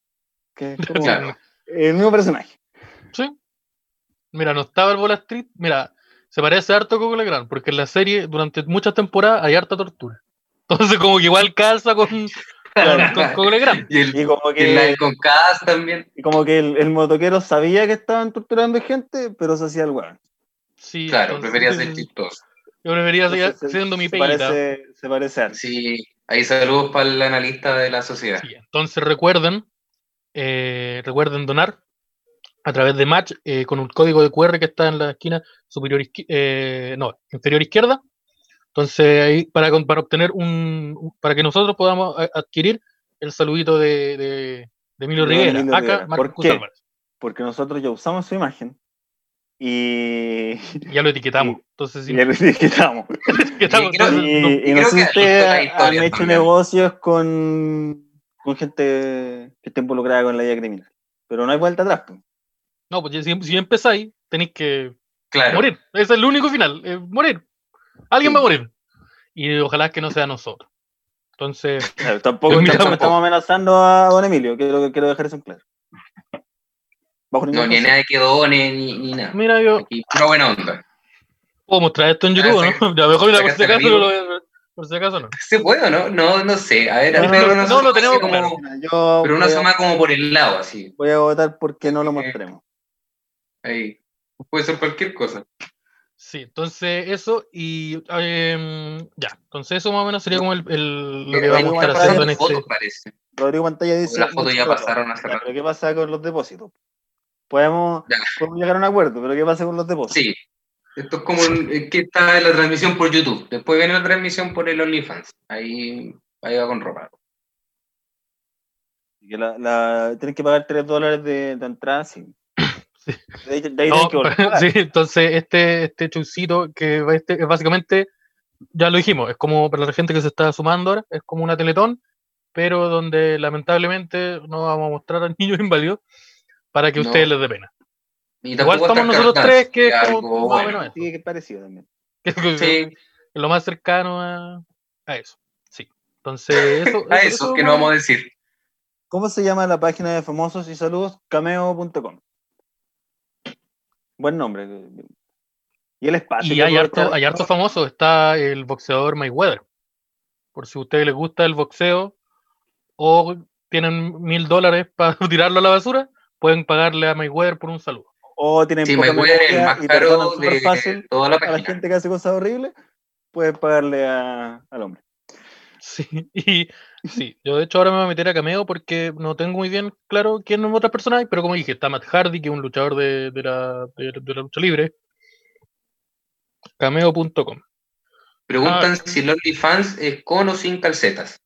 A: Que es como
B: Claro.
A: el mismo personaje.
C: Sí. Mira, no estaba el Bola Street. Mira, se parece harto a Coco Legrand, porque en la serie, durante muchas temporadas, hay harta tortura. Entonces, como que igual calza con, con, con Coco Legrand.
B: Y el,
A: Y como
B: y la
A: que,
B: de con Cas también.
A: y como que el, el motoquero sabía que estaban torturando gente, pero se hacía el weón.
C: Sí,
B: Claro,
C: entonces, eh,
B: prefería ser chistoso.
C: Yo prefería seguir
A: Entonces, se-
C: siendo mi
A: se
C: peita.
A: parece, se parece a
B: Sí, ahí saludos para el analista de la sociedad.
C: Sí, entonces recuerden, eh, recuerden donar a través de Match eh, con un código de QR que está en la esquina superior izqui- eh, no, inferior izquierda. Entonces ahí para, con- para obtener un, un- para que nosotros podamos eh, adquirir el saludito de, de, de Emilio
A: De
C: Rivera,
A: Emilio
C: acá
A: Rivera. ¿Por
C: Marcos
A: qué?
C: Álvarez.
A: porque nosotros ya usamos su imagen y,
C: Ya lo etiquetamos. Entonces, si
A: y ya lo etiquetamos.
C: etiquetamos,
B: creo-
C: entonces, no-
A: Y, y
B: creo
A: no sé
B: que
A: si ustedes
B: hay
A: han
B: historias
A: hecho
B: también.
A: negocios con, con gente que está involucrada con la vida criminal, pero no hay vuelta atrás. pues.
C: no, pues si, si empezáis, tenéis que
B: Claro.
C: morir. Ese es el único final, eh, morir. Alguien
B: Sí.
C: va a morir. Y ojalá que no sea nosotros. Entonces,
A: Claro, tampoco,
C: Mira,
A: tampoco
B: tampoco.
A: estamos amenazando a don Emilio, quiero, quiero dejar eso en claro. Bajo ningún
B: No, ni a
A: concepto.
B: nadie que done, ni, ni nada.
C: mira, yo
B: Aquí, pura buena onda.
C: puedo mostrar esto en
B: Ya,
C: YouTube,
B: saca-
C: ¿no? Ya mejor mira, por si
B: sacaste
C: acaso
B: vivo.
C: no lo voy a ver, Por si acaso no.
B: ¿Se puede o no? No, no sé. A ver,
A: No, no,
B: pero
A: no,
B: una
A: no,
B: suma
C: lo
B: así
C: tenemos
B: como-
C: claro.
A: Yo
B: Pero una
A: voy,
B: Eh,
A: a,
B: suma como por el lado, así.
A: voy a votar porque no lo mostremos.
B: Ahí. Puede ser cualquier cosa.
C: Sí, entonces eso y em, ya. Entonces eso más o menos sería como el, el- lo que
A: vamos
B: Pero Eh, hay
C: vamos a estar
A: que
B: una
C: haciendo en
B: foto,
C: este.
B: parece.
A: Rodrigo Pantalla dice...
B: Las fotos ya
A: "Mucho
B: pasaron hace
A: Ya,
B: rato.
A: pero ¿qué pasa con los depósitos? Podemos,
B: Ya.
A: podemos llegar a un acuerdo, pero ¿qué pasa con los depósitos?
B: Sí. Esto es como un- eh, que está la transmisión por YouTube. Después viene la transmisión por el OnlyFans. Ahí, ahí va con ropa.
A: Que la, la- tienes que pagar 3 dólares de, de entrada, sí.
C: Sí.
A: De ahí, de ahí
C: No,
A: tienes que volver. Ah, a pagar.
C: sí, entonces este, este showcito que va este, es básicamente, ya lo dijimos, es como para la gente que se está sumando ahora, es como una teletón, pero donde lamentablemente no vamos a mostrar a niños inválidos para que a
B: No.
C: ustedes les dé pena.
B: Y
C: Igual
B: tampoco
C: estamos
B: está
C: nosotros
B: Cartaz,
C: tres que
B: es
C: es como
B: algo
C: más o
B: Oh, bueno.
C: menos eh,
A: Sí, que es parecido también.
C: eso, que-
B: Sí.
C: que es lo más cercano a, a eso. Sí. Entonces, eso,
B: A eso que no vamos a decir.
A: ¿Cómo se llama la página de famosos y saludos? Cameo.com. Buen nombre. Y el espacio.
C: Y
A: que
C: hay harto,
A: aprovechar-
C: hay harto famoso, está el boxeador Mayweather. Por si a ustedes les gusta el boxeo o tienen mil dólares para tirarlo a la basura, pueden pagarle a Mayweather por un saludo.
A: O tienen
B: Sí,
A: poca
B: Mayweather es el
A: memoria
B: más
A: y perdonan
B: caro de
A: súper fácil
B: toda la
A: a la
B: página.
A: gente que hace cosas horribles, pueden pagarle a- al hombre.
C: Sí, y sí, yo de hecho ahora me voy a meter a Cameo porque no tengo muy bien claro quién es otra persona hay, pero como dije, está Matt Hardy, que es un luchador de, de la, de- de la lucha libre. Cameo.com. Ah.
B: Preguntan si el OnlyFans es con o sin calcetas.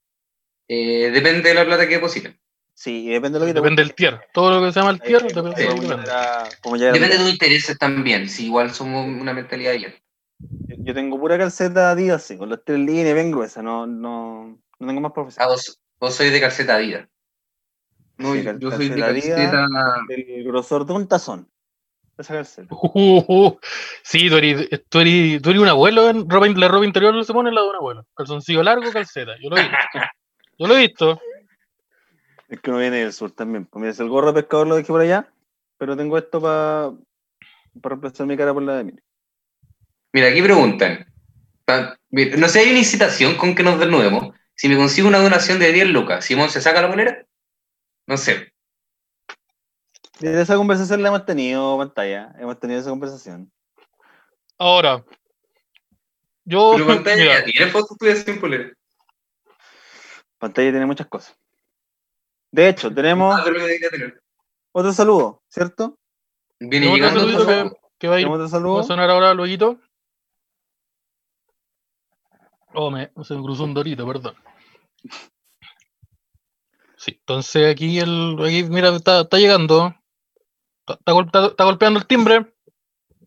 B: Eh, depende de la plata que depositen.
A: Sí, y depende de lo que te
C: Depende del tier. Todo lo que se llama el tier
A: Eh,
C: depende
A: eh,
C: de lo
B: sí.
C: que vende.
A: era- como ya era-
B: Depende de tus intereses también, si igual somos una mentalidad abierta.
A: Yo tengo pura calceta Adidas, sí, con las tres líneas bien gruesas, no, no, no tengo más
B: Ah,
A: profesional.
B: vos, vos sois de calceta Adidas. No,
A: Sí,
B: yo,
A: cal-
B: yo soy de
A: calceta Adidas.
B: calceta.
A: El grosor de un tazón. Esa calceta.
C: Oh. Ujujujú. Uh, Sí, tú eres, tú, eres- tú eres un abuelo. En ropa, la ropa interior se pone la de un abuelo. Calzoncillo largo, calceta. Yo lo he visto. Yo lo he visto.
A: Es que no viene del sur también. Pues mira, si el gorro de pescador lo dejé por allá, pero tengo esto para para reemplazar mi cara por la de Miri.
B: Mira, aquí preguntan. pa- mira, No sé, hay una incitación con que nos desnudemos. Si me consigo una donación de 10 lucas, ¿Simón se saca la moneda? No sé.
A: Desde esa conversación la hemos tenido, pantalla. Hemos tenido esa conversación.
C: Ahora, yo.
B: Pero pantalla,
C: Oh, mira,
B: ya tiene fotos tuyas sin polera.
A: Pantalla tiene muchas cosas. De hecho, tenemos
B: Ah, pero me debería tener.
A: otro saludo, ¿cierto?
B: Viene
C: tengo otro
B: llegando.
C: saludito que, que va a ir.
A: Tenemos otro
C: Va a
A: saludo.
C: sonar ahora luego. Oh, me, se me cruzó un dorito, perdón. Sí, entonces aquí el. Aquí, mira, está, está llegando. Está, está gol- está- está golpeando el timbre.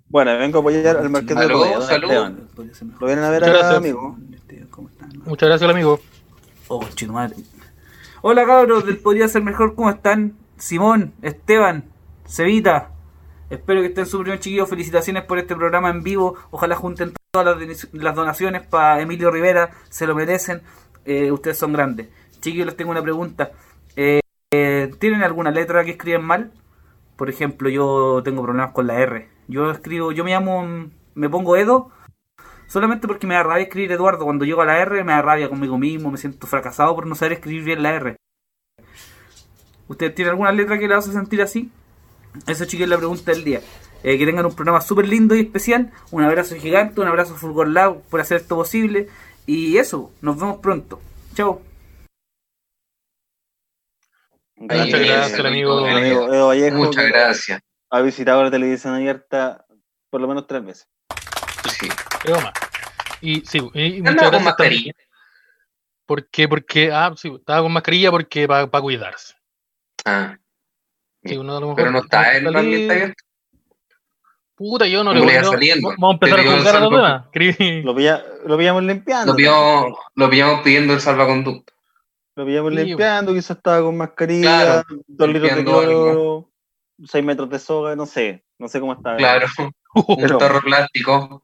A: Bueno, vengo a apoyar al marqués de
B: Aló,
A: Coya, don
B: salud.
A: Esteban. Lo vienen a ver
C: Muchas
A: acá,
C: gracias.
A: amigo.
E: ¿Cómo están?
C: Muchas gracias al amigo.
E: Oh, chino madre. Hola cabros, del Podría Ser Mejor, ¿cómo están? Simón, Esteban, Cevita. Espero que estén súper bien, chiquillos. Felicitaciones por este programa en vivo. Ojalá junten todas las, deni- las donaciones para Emilio Rivera. Se lo merecen. Eh, ustedes son grandes. Chiquillos, les tengo una pregunta. Eh, eh, ¿Tienen alguna letra que escriben mal? Por ejemplo, yo tengo problemas con la R. Yo escribo, yo me llamo, mm, me pongo Edo, Solamente porque me da rabia escribir Eduardo. Cuando llego a la R me da rabia conmigo mismo, me siento fracasado por no saber escribir bien la R. ¿Usted tiene alguna letra que la hace sentir así? Eso chicos es la pregunta del día. Eh, que tengan un programa súper lindo y especial. Un abrazo gigante, un abrazo Fulgor Lab por hacer esto posible. Y eso, nos vemos pronto. Chao.
C: Muchas
B: viene
C: gracias,
B: el
C: amigo.
B: saludito,
A: Don
B: viene.
A: amigo Edo Vallejo,
B: Muchas
A: que
B: gracias.
A: Ha visitado la televisión abierta por lo menos tres veces.
B: Pues Sí.
C: Creo más. Y sí, y muchas
B: Andaba con
C: gracias también.
B: mascarilla.
C: ¿Por qué? Porque, ah, sí, estaba con mascarilla porque para cuidarse.
B: Ah,
C: Sí, uno a lo mejor
B: pero no está en el
C: salir-
B: ambiente abierto.
C: Puta, yo no le
B: No
C: voy a.
B: vaya saliendo.
C: Vamos a empezar
B: Te
C: a
B: digo,
C: juzgar a los
B: salvo-
C: demás. Cri-
A: Lo, pilla- lo pillamos limpiando. pues.
B: Lo pillamos, lo pillamos pidiendo el salvaconducto.
A: Lo pillamos
C: Sí, pues.
A: limpiando, quizás estaba con mascarilla,
B: Claro,
A: dos litros de
B: limpiando
A: cloro, seis metros de soga, no sé, no sé cómo
C: Ah.
A: estaba.
B: Claro, un
A: Pero-
B: tarro plástico,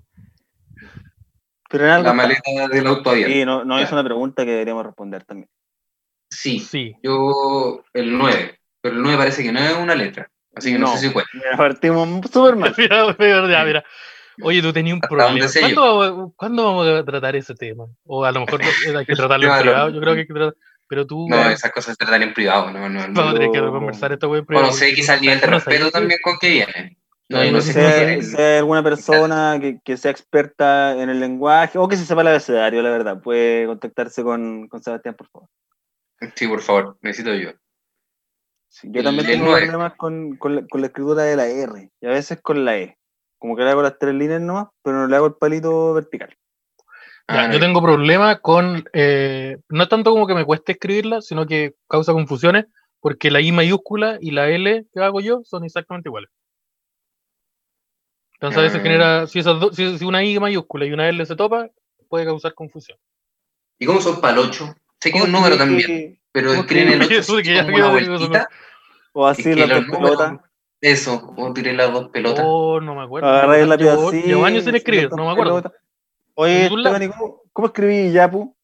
A: Pero en algo
B: la
A: está.
B: maleta del auto abierto.
A: Sí, no, no es
B: Claro.
A: una pregunta que deberíamos responder también.
B: Sí,
C: Sí.
B: yo el 9, pero el 9 parece que no es una letra, así que no,
A: No.
B: sé si cuenta.
A: Mira, partimos súper mal.
C: Mira, mira, ya, mira. Oye, tú tenías un
B: Hasta
C: problema.
B: donde sé
C: ¿Cuándo, vamos- cuándo vamos a tratar ese tema? O a lo mejor hay que tratarlo en
B: Claro.
C: privado. Yo creo que hay que tratar. Pero tú
B: No,
C: vamos
B: esas cosas se tratan en privado, no, no,
C: a
B: no.
C: tener que
A: yo-
C: conversar esta web en privado.
B: Bueno, sé
C: porque
B: quizás el nivel de
C: tú no sabes
B: respeto
C: qué-
B: también con que viene. No, yo
A: No
B: no
A: sé
B: sé
A: si
B: con qué
A: hay-
B: viene.
A: si hay alguna persona que, que sea experta en el lenguaje o que se sepa el abecedario, la verdad. Puede contactarse con, con Sebastián, por favor.
B: Sí, por favor, necesito yo.
A: Sí, yo
B: El-
A: también
B: el
A: tengo
B: nueve.
A: problemas con, con la, con la escritura de la R y a veces con la E. Como que le hago las tres líneas nomás, pero no le hago el palito vertical.
C: Ya,
B: Ah, no,
C: yo tengo problema con. eh, no es tanto como que me cueste escribirla, sino que causa confusiones. Porque la I mayúscula y la L que hago yo son exactamente iguales. Entonces a veces
B: Ah.
C: genera. Si, esas dos- si- si una I mayúscula y una L se topa, puede causar confusión.
B: ¿Y cómo son para el 8? Sé que es un
A: ¿Cómo
B: número
A: escribir
B: también,
A: que-
B: pero
A: ¿cómo
B: escriben el
C: escribir
B: 8
C: eso de que ya
B: como una
C: quedó eso,
B: vueltita.
A: O
B: Es
A: así
B: que
A: las
B: los
A: dos
B: números-
A: pelotas.
B: Eso, o tiré las dos pelotas.
C: Oh, no me acuerdo.
A: Agarrar el lápiz
C: Llevo-
A: así.
C: llevo años sin
A: las
C: escribir,
A: dos
C: no me acuerdo.
A: pelotas. Oye,
C: Ningún lado.
A: Esteban, ¿y ¿cómo, cómo escribí Yapu?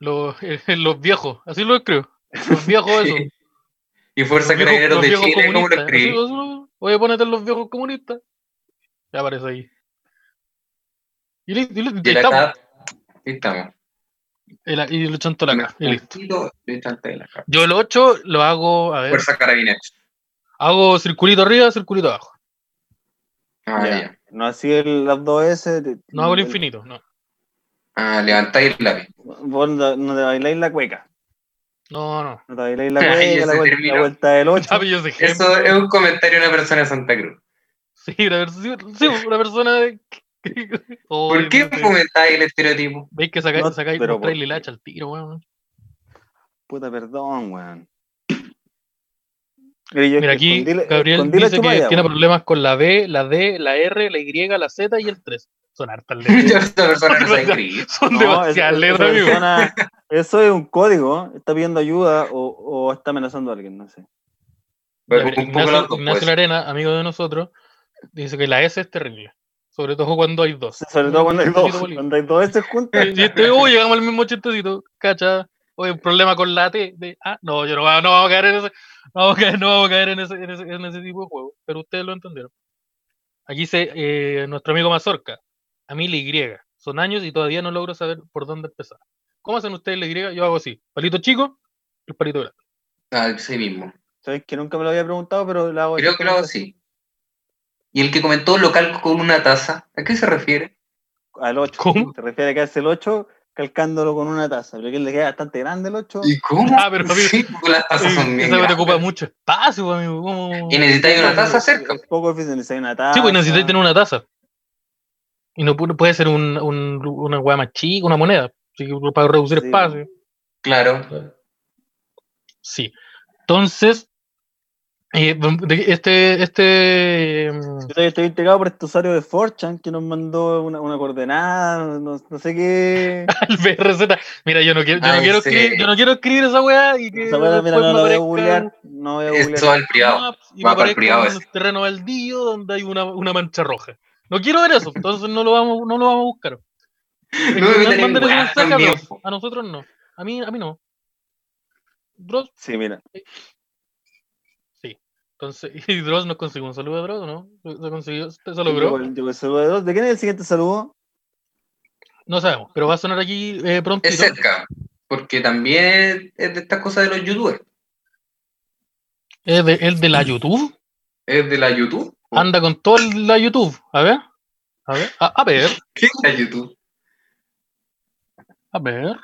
C: Los, los viejos, así lo escribo. Los viejos, eso.
B: Sí, Y Fuerza
C: los viejos-
B: Carabineros
C: los
B: de
C: viejos
B: Chile, ¿cómo lo
C: comunistas. Así,
B: escribí?
C: eso lo- Oye, ponete los viejos comunistas. Ya aparece ahí. Y listo, y listo.
B: Y
C: Y,
B: la
C: estamos.
B: acá- Ahí estamos.
C: Y la- y le chanto la cara. Y listo.
B: Y tanto de la acá.
C: Yo el 8 lo hago, a ver,
B: Fuerza Carabineros.
C: hago circulito arriba, circulito abajo.
B: Ah,
A: Ya.
B: ya.
A: No así el, las dos S. te-
C: No hago el
A: el-
C: infinito, no.
B: Ah, levantáis el lápiz.
A: Vos no, no te bailáis la cueca.
C: No, no.
A: No te bailáis la
B: Ahí
A: cueca,
B: se
A: la, vuel-
B: terminó.
A: la vuelta del 8.
C: Ya, pero yo ese ejemplo.
B: Eso es un comentario de una persona de Santa Cruz.
C: Sí, una, pers- sí, una persona de- Oh,
B: ¿Por qué
C: puta,
B: fomentáis el estereotipo?
C: Veis que sacáis,
A: No,
C: sacáis
A: pero
C: mostráis
A: por-
C: la hacha al tiro, weón.
A: Puta, perdón, weón. Mira, yo
C: Mira, aquí
A: escondí la-
C: Gabriel
A: escondí la
C: dice que
A: chupalla,
C: tiene
A: weón.
C: problemas con la B, la D, la R, la Y, la Z y el 3. Son hartas
B: Yo
C: letras.
B: esta persona no sabe escribir.
C: Son
A: No,
C: demasiadas
A: esa-
C: letras,
A: esa
C: amigo.
A: persona- Eso es un código, está pidiendo ayuda o, o está amenazando a alguien, no sé.
B: Pero
C: Gabriel
B: un poco las
C: Ignacio,
B: dos,
C: Ignacio
B: pues.
C: Larena, amigo de nosotros, dice que la S es terrible. Sobre todo cuando hay dos.
A: Sobre todo cuando hay dos,
C: Chistecito
A: cuando hay dos veces juntas.
C: boliviano. Y este, uy, llegamos al mismo chistecito, cacha. Oye, un problema con la T. de- ah, no, yo no, va- no vamos a caer en ese, no vamos a caer, no vamos a caer en ese, en ese- en ese tipo de juego. Pero ustedes lo entendieron. Aquí dice eh, nuestro amigo Mazorca. A mí la Y. Son años y todavía no logro saber por dónde empezar. ¿Cómo hacen ustedes la Y? Yo hago así. Palito chico, el palito grande.
B: Ah, sí mismo.
A: Sabes que nunca me lo había preguntado, pero la hago
B: Creo que lo hago así. Y el que comentó local con una taza, ¿a qué se refiere?
A: Al 8.
C: ¿Cómo?
A: Se refiere a que hace el 8 calcándolo con una taza, pero que le queda bastante grande el 8.
B: ¿Y cómo?
C: Ah, pero, amigo,
B: sí, porque las tazas son
C: Esa
B: bien
C: weá te
B: grandes.
C: ocupa mucho espacio, pues, amigo. ¿cómo?
B: Y necesitáis una taza cerca.
A: Es poco eficiente, necesitáis una taza.
C: Sí, pues necesitáis tener una taza. Y no pu- puede ser un, un- una hueá más chica, una moneda. Así que para reducir
A: Sí.
C: espacio.
B: Claro.
C: Sí. Entonces, eh, de- este, este em,
A: Yo todavía estoy integrado por este usuario de 4chan que nos mandó una, una coordenada, no, no sé qué.
C: el BRZ. Mira, yo no quiero, yo no
B: Ay,
C: quiero
B: sí.
C: escribir, yo no quiero escribir esa weá y que
A: Esa weá, mira,
C: después
A: no
C: me
A: la voy a
C: aparezcan
A: googlear. No voy a
B: Esto
A: googlear.
B: al privado.
C: maps y
B: Va
C: me
B: para el privado
C: aparezca un terreno baldío donde hay una, una mancha roja. No quiero ver eso, entonces no lo vamos, no lo vamos a buscar.
B: No
C: Nos
B: me meteré en
C: mandan ese
B: weá
C: mensaje a
B: también,
C: Dross,
B: po.
C: A nosotros no. A mí, a mí no. Dross,
A: Sí, mira.
C: entonces, y Dross nos consiguió un saludo de Dross, ¿no? Se- Se consiguió, se se
A: Yo,
C: logró.
A: con- yo con el saludo de dos. ¿De quién es el siguiente saludo?
C: No sabemos, pero va a sonar aquí eh, pronto.
B: Es cerca. Porque también es de estas cosas de los youtubers.
C: ¿Es de, el de la YouTube?
B: Es de la YouTube.
C: Anda con toda la YouTube. A ver. A ver. A, a ver.
B: ¿Qué es la YouTube?
C: A ver.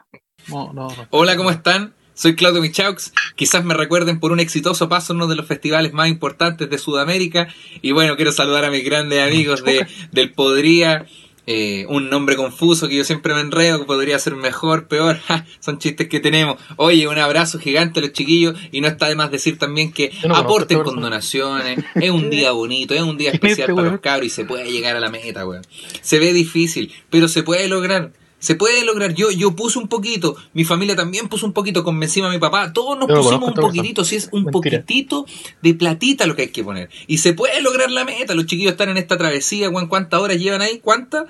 C: No, no, no.
F: Hola, ¿cómo están? Soy Claudio Michaux. Quizás me recuerden por un exitoso paso en uno de los festivales más importantes de Sudamérica. Y bueno, quiero saludar a mis grandes amigos de, del Podría. eh, un nombre confuso que yo siempre me enredo, que podría ser mejor, peor. ja, son chistes que tenemos. Oye, un abrazo gigante a los chiquillos. Y no está de más decir también que
C: Yo no conozco
F: aporten
C: esta
F: con
C: persona.
F: donaciones. Es un día bonito, es un día
C: ¿Quién es
F: especial
C: este
F: para
C: weón?
F: los cabros y se puede llegar a la meta, weón. Se ve difícil, pero se puede lograr. Se puede lograr. Yo, yo puse un poquito, mi familia también puso un poquito, convencí a mi papá. Todos nos
C: Yo lo
F: pusimos
C: conozco,
F: un
C: esta persona.
F: poquitito, si es un
C: Mentira.
F: poquitito de platita lo que hay que poner. Y se puede lograr la meta. Los chiquillos están en esta travesía, weón. ¿Cuántas horas llevan ahí? ¿Cuántas?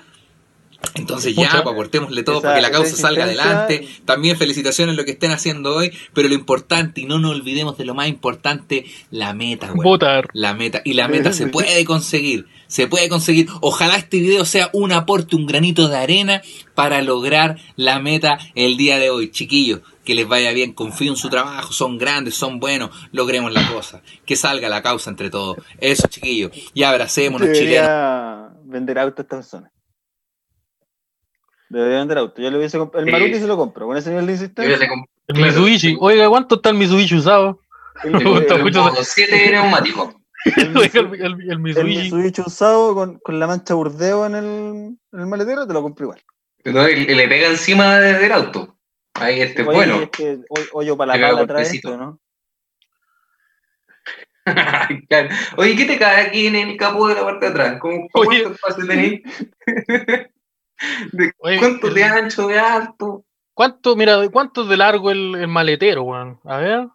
F: Entonces ya,
C: Muchas.
F: pues, aportémosle todo
A: Esa-
F: para que la
A: esa
F: causa salga
A: insistencia-
F: adelante. También felicitaciones en lo que estén haciendo hoy, pero lo importante, y no nos olvidemos de lo más importante, la meta, weón.
C: Votar.
F: La meta. Y la meta se puede conseguir. Se puede conseguir. Ojalá este video sea un aporte, un granito de arena para lograr la meta el día de hoy. Chiquillos, que les vaya bien. Confío en su trabajo. Son grandes, son buenos. Logremos la cosa. Que salga la causa entre todos. Eso, chiquillos. Y abracémonos, chilenos.
A: Debería vender auto a esta persona. Debería vender auto. Yo le hubiese comp- El
B: Sí.
A: Maruti se lo compro. Con ese nivel de
B: Yo ya
A: insistencia.
B: le compré
C: El
B: Claro.
C: Mitsubishi. Oiga, ¿cuánto está el Mitsubishi usado?
A: el-
C: Me gusta
A: el-
C: mucho.
B: como siete neumáticos.
A: el-
C: Oiga, el, el- el
A: El
C: Mitsubishi.
A: Mitsubishi usado con, con la mancha burdeo en el, en el maletero, te lo compro igual.
B: No, y- y le pega encima de- del auto. Ahí este,
A: Oye,
B: bueno.
A: este hoy- hoyo para
B: Te
A: la
B: pega
A: pala trae
B: golpecito.
A: esto, ¿no?
B: Claro. Oye, ¿qué te cae aquí en el capó de la parte de atrás? ¿Cómo, cómo
C: Oye.
B: es fácil tenéis? ¿De
C: Oye,
B: ¿Cuánto
C: el-
B: de ancho, de alto?
C: ¿Cuánto, mira, cuánto es de largo el, el maletero, weón? A ver.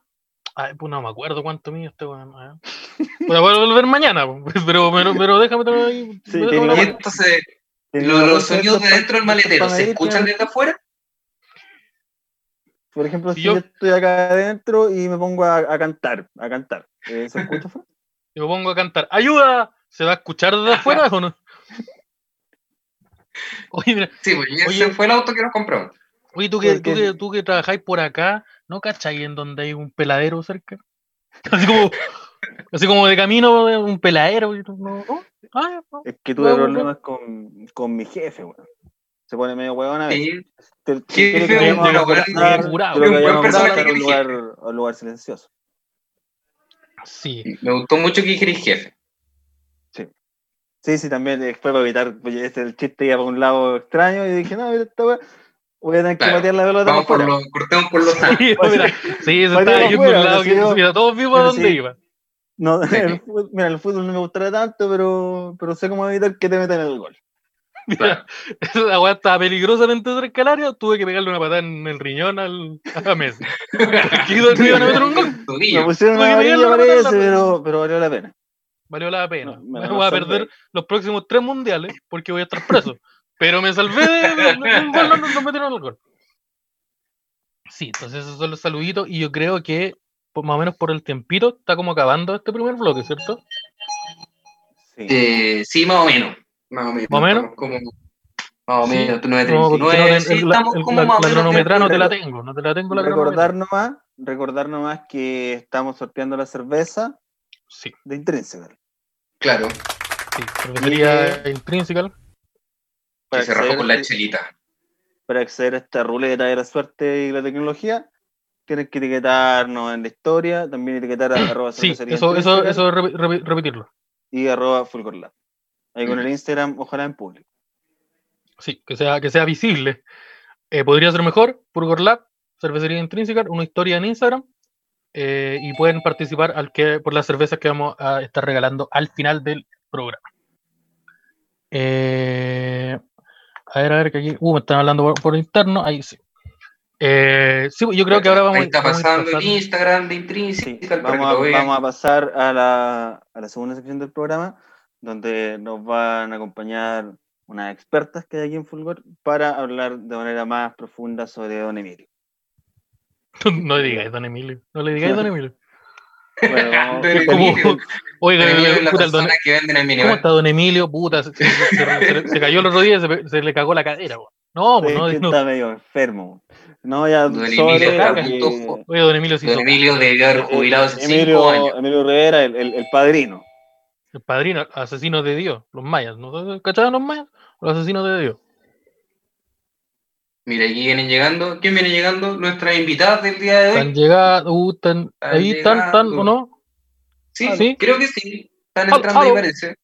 C: Ay, pues no me acuerdo cuánto mide este weón. A ver. Bueno, voy a volver mañana, pues, pero, pero, pero déjame tener ahí.
A: Sí, tiene
C: déjame la
B: Y
A: una-
C: mano.
B: entonces,
C: eh,
B: lo- los, sonidos de dentro del maletero, ¿se escuchan desde afuera?
A: Por ejemplo,
C: Si
A: si
C: yo-
A: yo... estoy acá adentro y me pongo a, a cantar, a cantar. eh, ¿Se escucha? Fran?
C: Y me pongo a cantar. ¡Ayuda! ¿Se va a escuchar desde afuera o no? Oye, mira,
B: Sí, pues y ese
C: Oye.
B: fue el auto que nos compramos.
C: oye, tú que, tú
A: Porque-
C: que, tú que trabajáis por acá, ¿no cacháis en donde hay un peladero cerca? Así como, así como de camino, eh, un peladero. y tú, No, no, ah, no.
A: Es que tuve
C: No, no, no.
A: problemas con, con mi jefe, weón. Se pone medio huevón
C: Ah.
A: a veces.
B: Sí.
A: Te- te quiere
B: Jefe,
A: que
B: un
A: vayamos a
B: buen
A: conversar,
C: curado.
A: te lo
B: Un
A: que
B: buen
A: vayamos a conversar
B: personaje
A: a un
B: que elige.
A: lugar, a un lugar silencioso.
C: Sí.
B: Me gustó mucho que dijeras jefe.
A: Sí, sí, también eh, fue para evitar, pues, este, el chiste iba para un lado extraño y dije, no, mira, esta wea, voy a tener que
B: Claro,
A: patear la pelota
B: Vamos
A: para
B: por
A: afuera.
B: lo, cortemos por los sano.
C: Sí,
A: Pues,
C: mira, sí, se
A: pues,
C: estaba
A: digo,
C: yendo por
A: bueno,
C: un lado
A: si
C: que
A: yo-
C: mira, todos vimos a
A: pero
C: dónde
A: sí.
C: iba.
A: No, el fútbol- mira, el fútbol no me gustará tanto, pero, pero sé cómo evitar que te metan el gol.
C: Mira, La weá estaba peligrosamente cerca del área, tuve que pegarle una patada en el riñón al, a la mesa. Aquí donde iban a meter un gol,
A: Me
B: Tobillo.
A: pusieron
C: Tuve que
A: una amarilla,
C: pegarle una
A: parece,
C: patada en la-
A: pero, pero valió la pena.
C: valió la pena.
A: No, me
C: Me
A: la
C: voy a
A: salvé.
C: perder los próximos tres mundiales porque voy a estar preso. Pero me salvé de de un gol, no no- no metieron el gol. Sí, entonces esos son los saluditos y yo creo que por- más o menos por el tiempito está como acabando este primer bloque, ¿cierto?
A: Sí.
B: Eh, sí, más o menos. Más o menos.
C: ¿Más o menos?
B: Estamos Como, más o
C: Sí.
B: menos,
C: No, porque no,
B: 9.39.
C: te-
B: Pues sí,
C: el- la,
B: estamos
C: el-
B: como
C: la-
B: más o
C: la
B: menos
C: cronometrada no te la
B: dentro.
C: tengo, no te la tengo la
A: recordar
C: cronometrada.
A: nomás, recordar nomás que estamos sorteando la cerveza
C: Sí,
A: de Intrínseca.
B: Claro,
C: sí, porque sería intrínseca.
B: que
A: Para
B: se rajó
A: acceder,
B: con la chelita.
A: para acceder a esta ruleta de la suerte y la tecnología, tienes que etiquetarnos en la historia, también etiquetar a arroba
C: Sí,
A: cervecería
C: eso, eso,
A: Intrínseca
C: eso repi- repi- repetirlo.
A: y arroba fulgorlab. Ahí
B: Mm.
A: con el Instagram, ojalá en público.
C: Sí, que sea, que sea visible. Eh, podría ser mejor, Burger Lab, cervecería intrínseca, una historia en Instagram. eh, y pueden participar al que, por las cervezas que vamos a estar regalando al final del programa. Eh, a ver, a ver, que aquí. Uh, me están hablando por, por interno. Ahí sí. Eh, sí, yo creo que ahora vamos
B: Ahí está
C: vamos a ir
B: pasando el
C: pasando-
B: Instagram de
A: Sí,
B: Intrínseca para que
A: vamos, a,
B: lo vean.
A: vamos a pasar a la, a la segunda sección del programa, donde nos van a acompañar unas expertas que hay aquí en Fulgor para hablar de manera más profunda sobre Don Emilio.
C: No le digáis, don Emilio. No le digáis, don Emilio.
A: Bueno, vamos-
B: Don
C: Es como,
B: Emilio.
C: oiga,
B: Pero yo la
C: puta, el don-
B: persona que vende en el
C: ¿cómo
B: minibar.
C: está don Emilio? Puta, se, se- se- se cayó el otro día y se, pe- se le cagó la cadera. po. No, po,
A: Sí,
C: no,
A: que
C: no.
A: está medio enfermo. No, ya
B: Don
A: sobre
B: Emilio
C: carga,
A: que-
B: Pitufo.
C: Oiga, don Emilio se hizo
B: Don Emilio debió haber jubilado hace cinco años.
A: Eh, Emilio, Emilio Rivera, el, el- el padrino.
C: el padrino, asesino de Dios, los mayas. ¿no? ¿Cachaban los mayas? Los asesinos de Dios.
B: Mira, aquí vienen llegando. ¿Quién viene llegando? Nuestras invitadas del día de
C: Están
B: hoy.
C: llegadas, uh, están
B: Están
C: ahí, están, están, ¿o
B: llegando.
C: no?
B: Sí,
C: ¿Ah, Sí.
B: creo que sí. Están
C: Aló,
B: entrando ahí,
C: aló.
B: parece.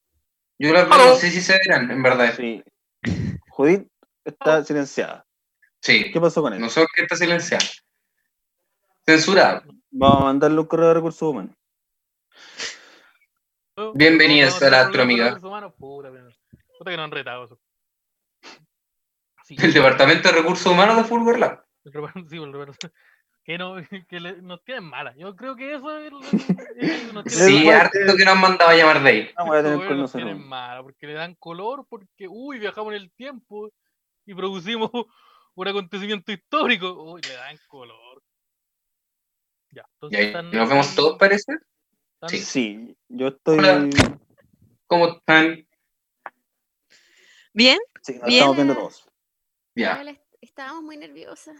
B: Yo las
C: Aló.
B: veo, no sé si se verán, en verdad. Sí.
A: Sí. Judith está silenciada. ¿Qué pasó con él?
B: Nosotros que está silenciado. Censurado.
A: Vamos a mandarle un correo de recursos humanos.
B: Bienvenidas a la astrómiga.
C: Puta que no han retado eso. Sí.
B: El Departamento de Recursos Humanos de Fulgor Lab.
C: El Roberto- sí, el Roberto. Que, no, que le- nos tienen mala. Yo creo que eso es lo es que
A: Sí,
C: nos tienen
B: Sí,
A: bueno,
C: mala.
B: harto que nos han mandado a llamar de ahí.
A: Vamos a
C: Estos
A: tener
C: güeyes
A: con
C: nos tienen
A: nosotros.
C: mala, porque le dan color, porque, uy, viajamos en el tiempo y producimos un acontecimiento histórico. Uy, le dan color. Ya,
B: Y
C: entonces
B: ahí
C: están-
B: nos vemos todos, parece.
C: están-
B: sí.
A: Sí, yo estoy.
B: Hola. ¿Cómo están?
G: ¿Bien?
A: Sí, nos
G: Bien.
A: estamos viendo todos.
B: Ya.
H: Hola, est- Estábamos muy nerviosas.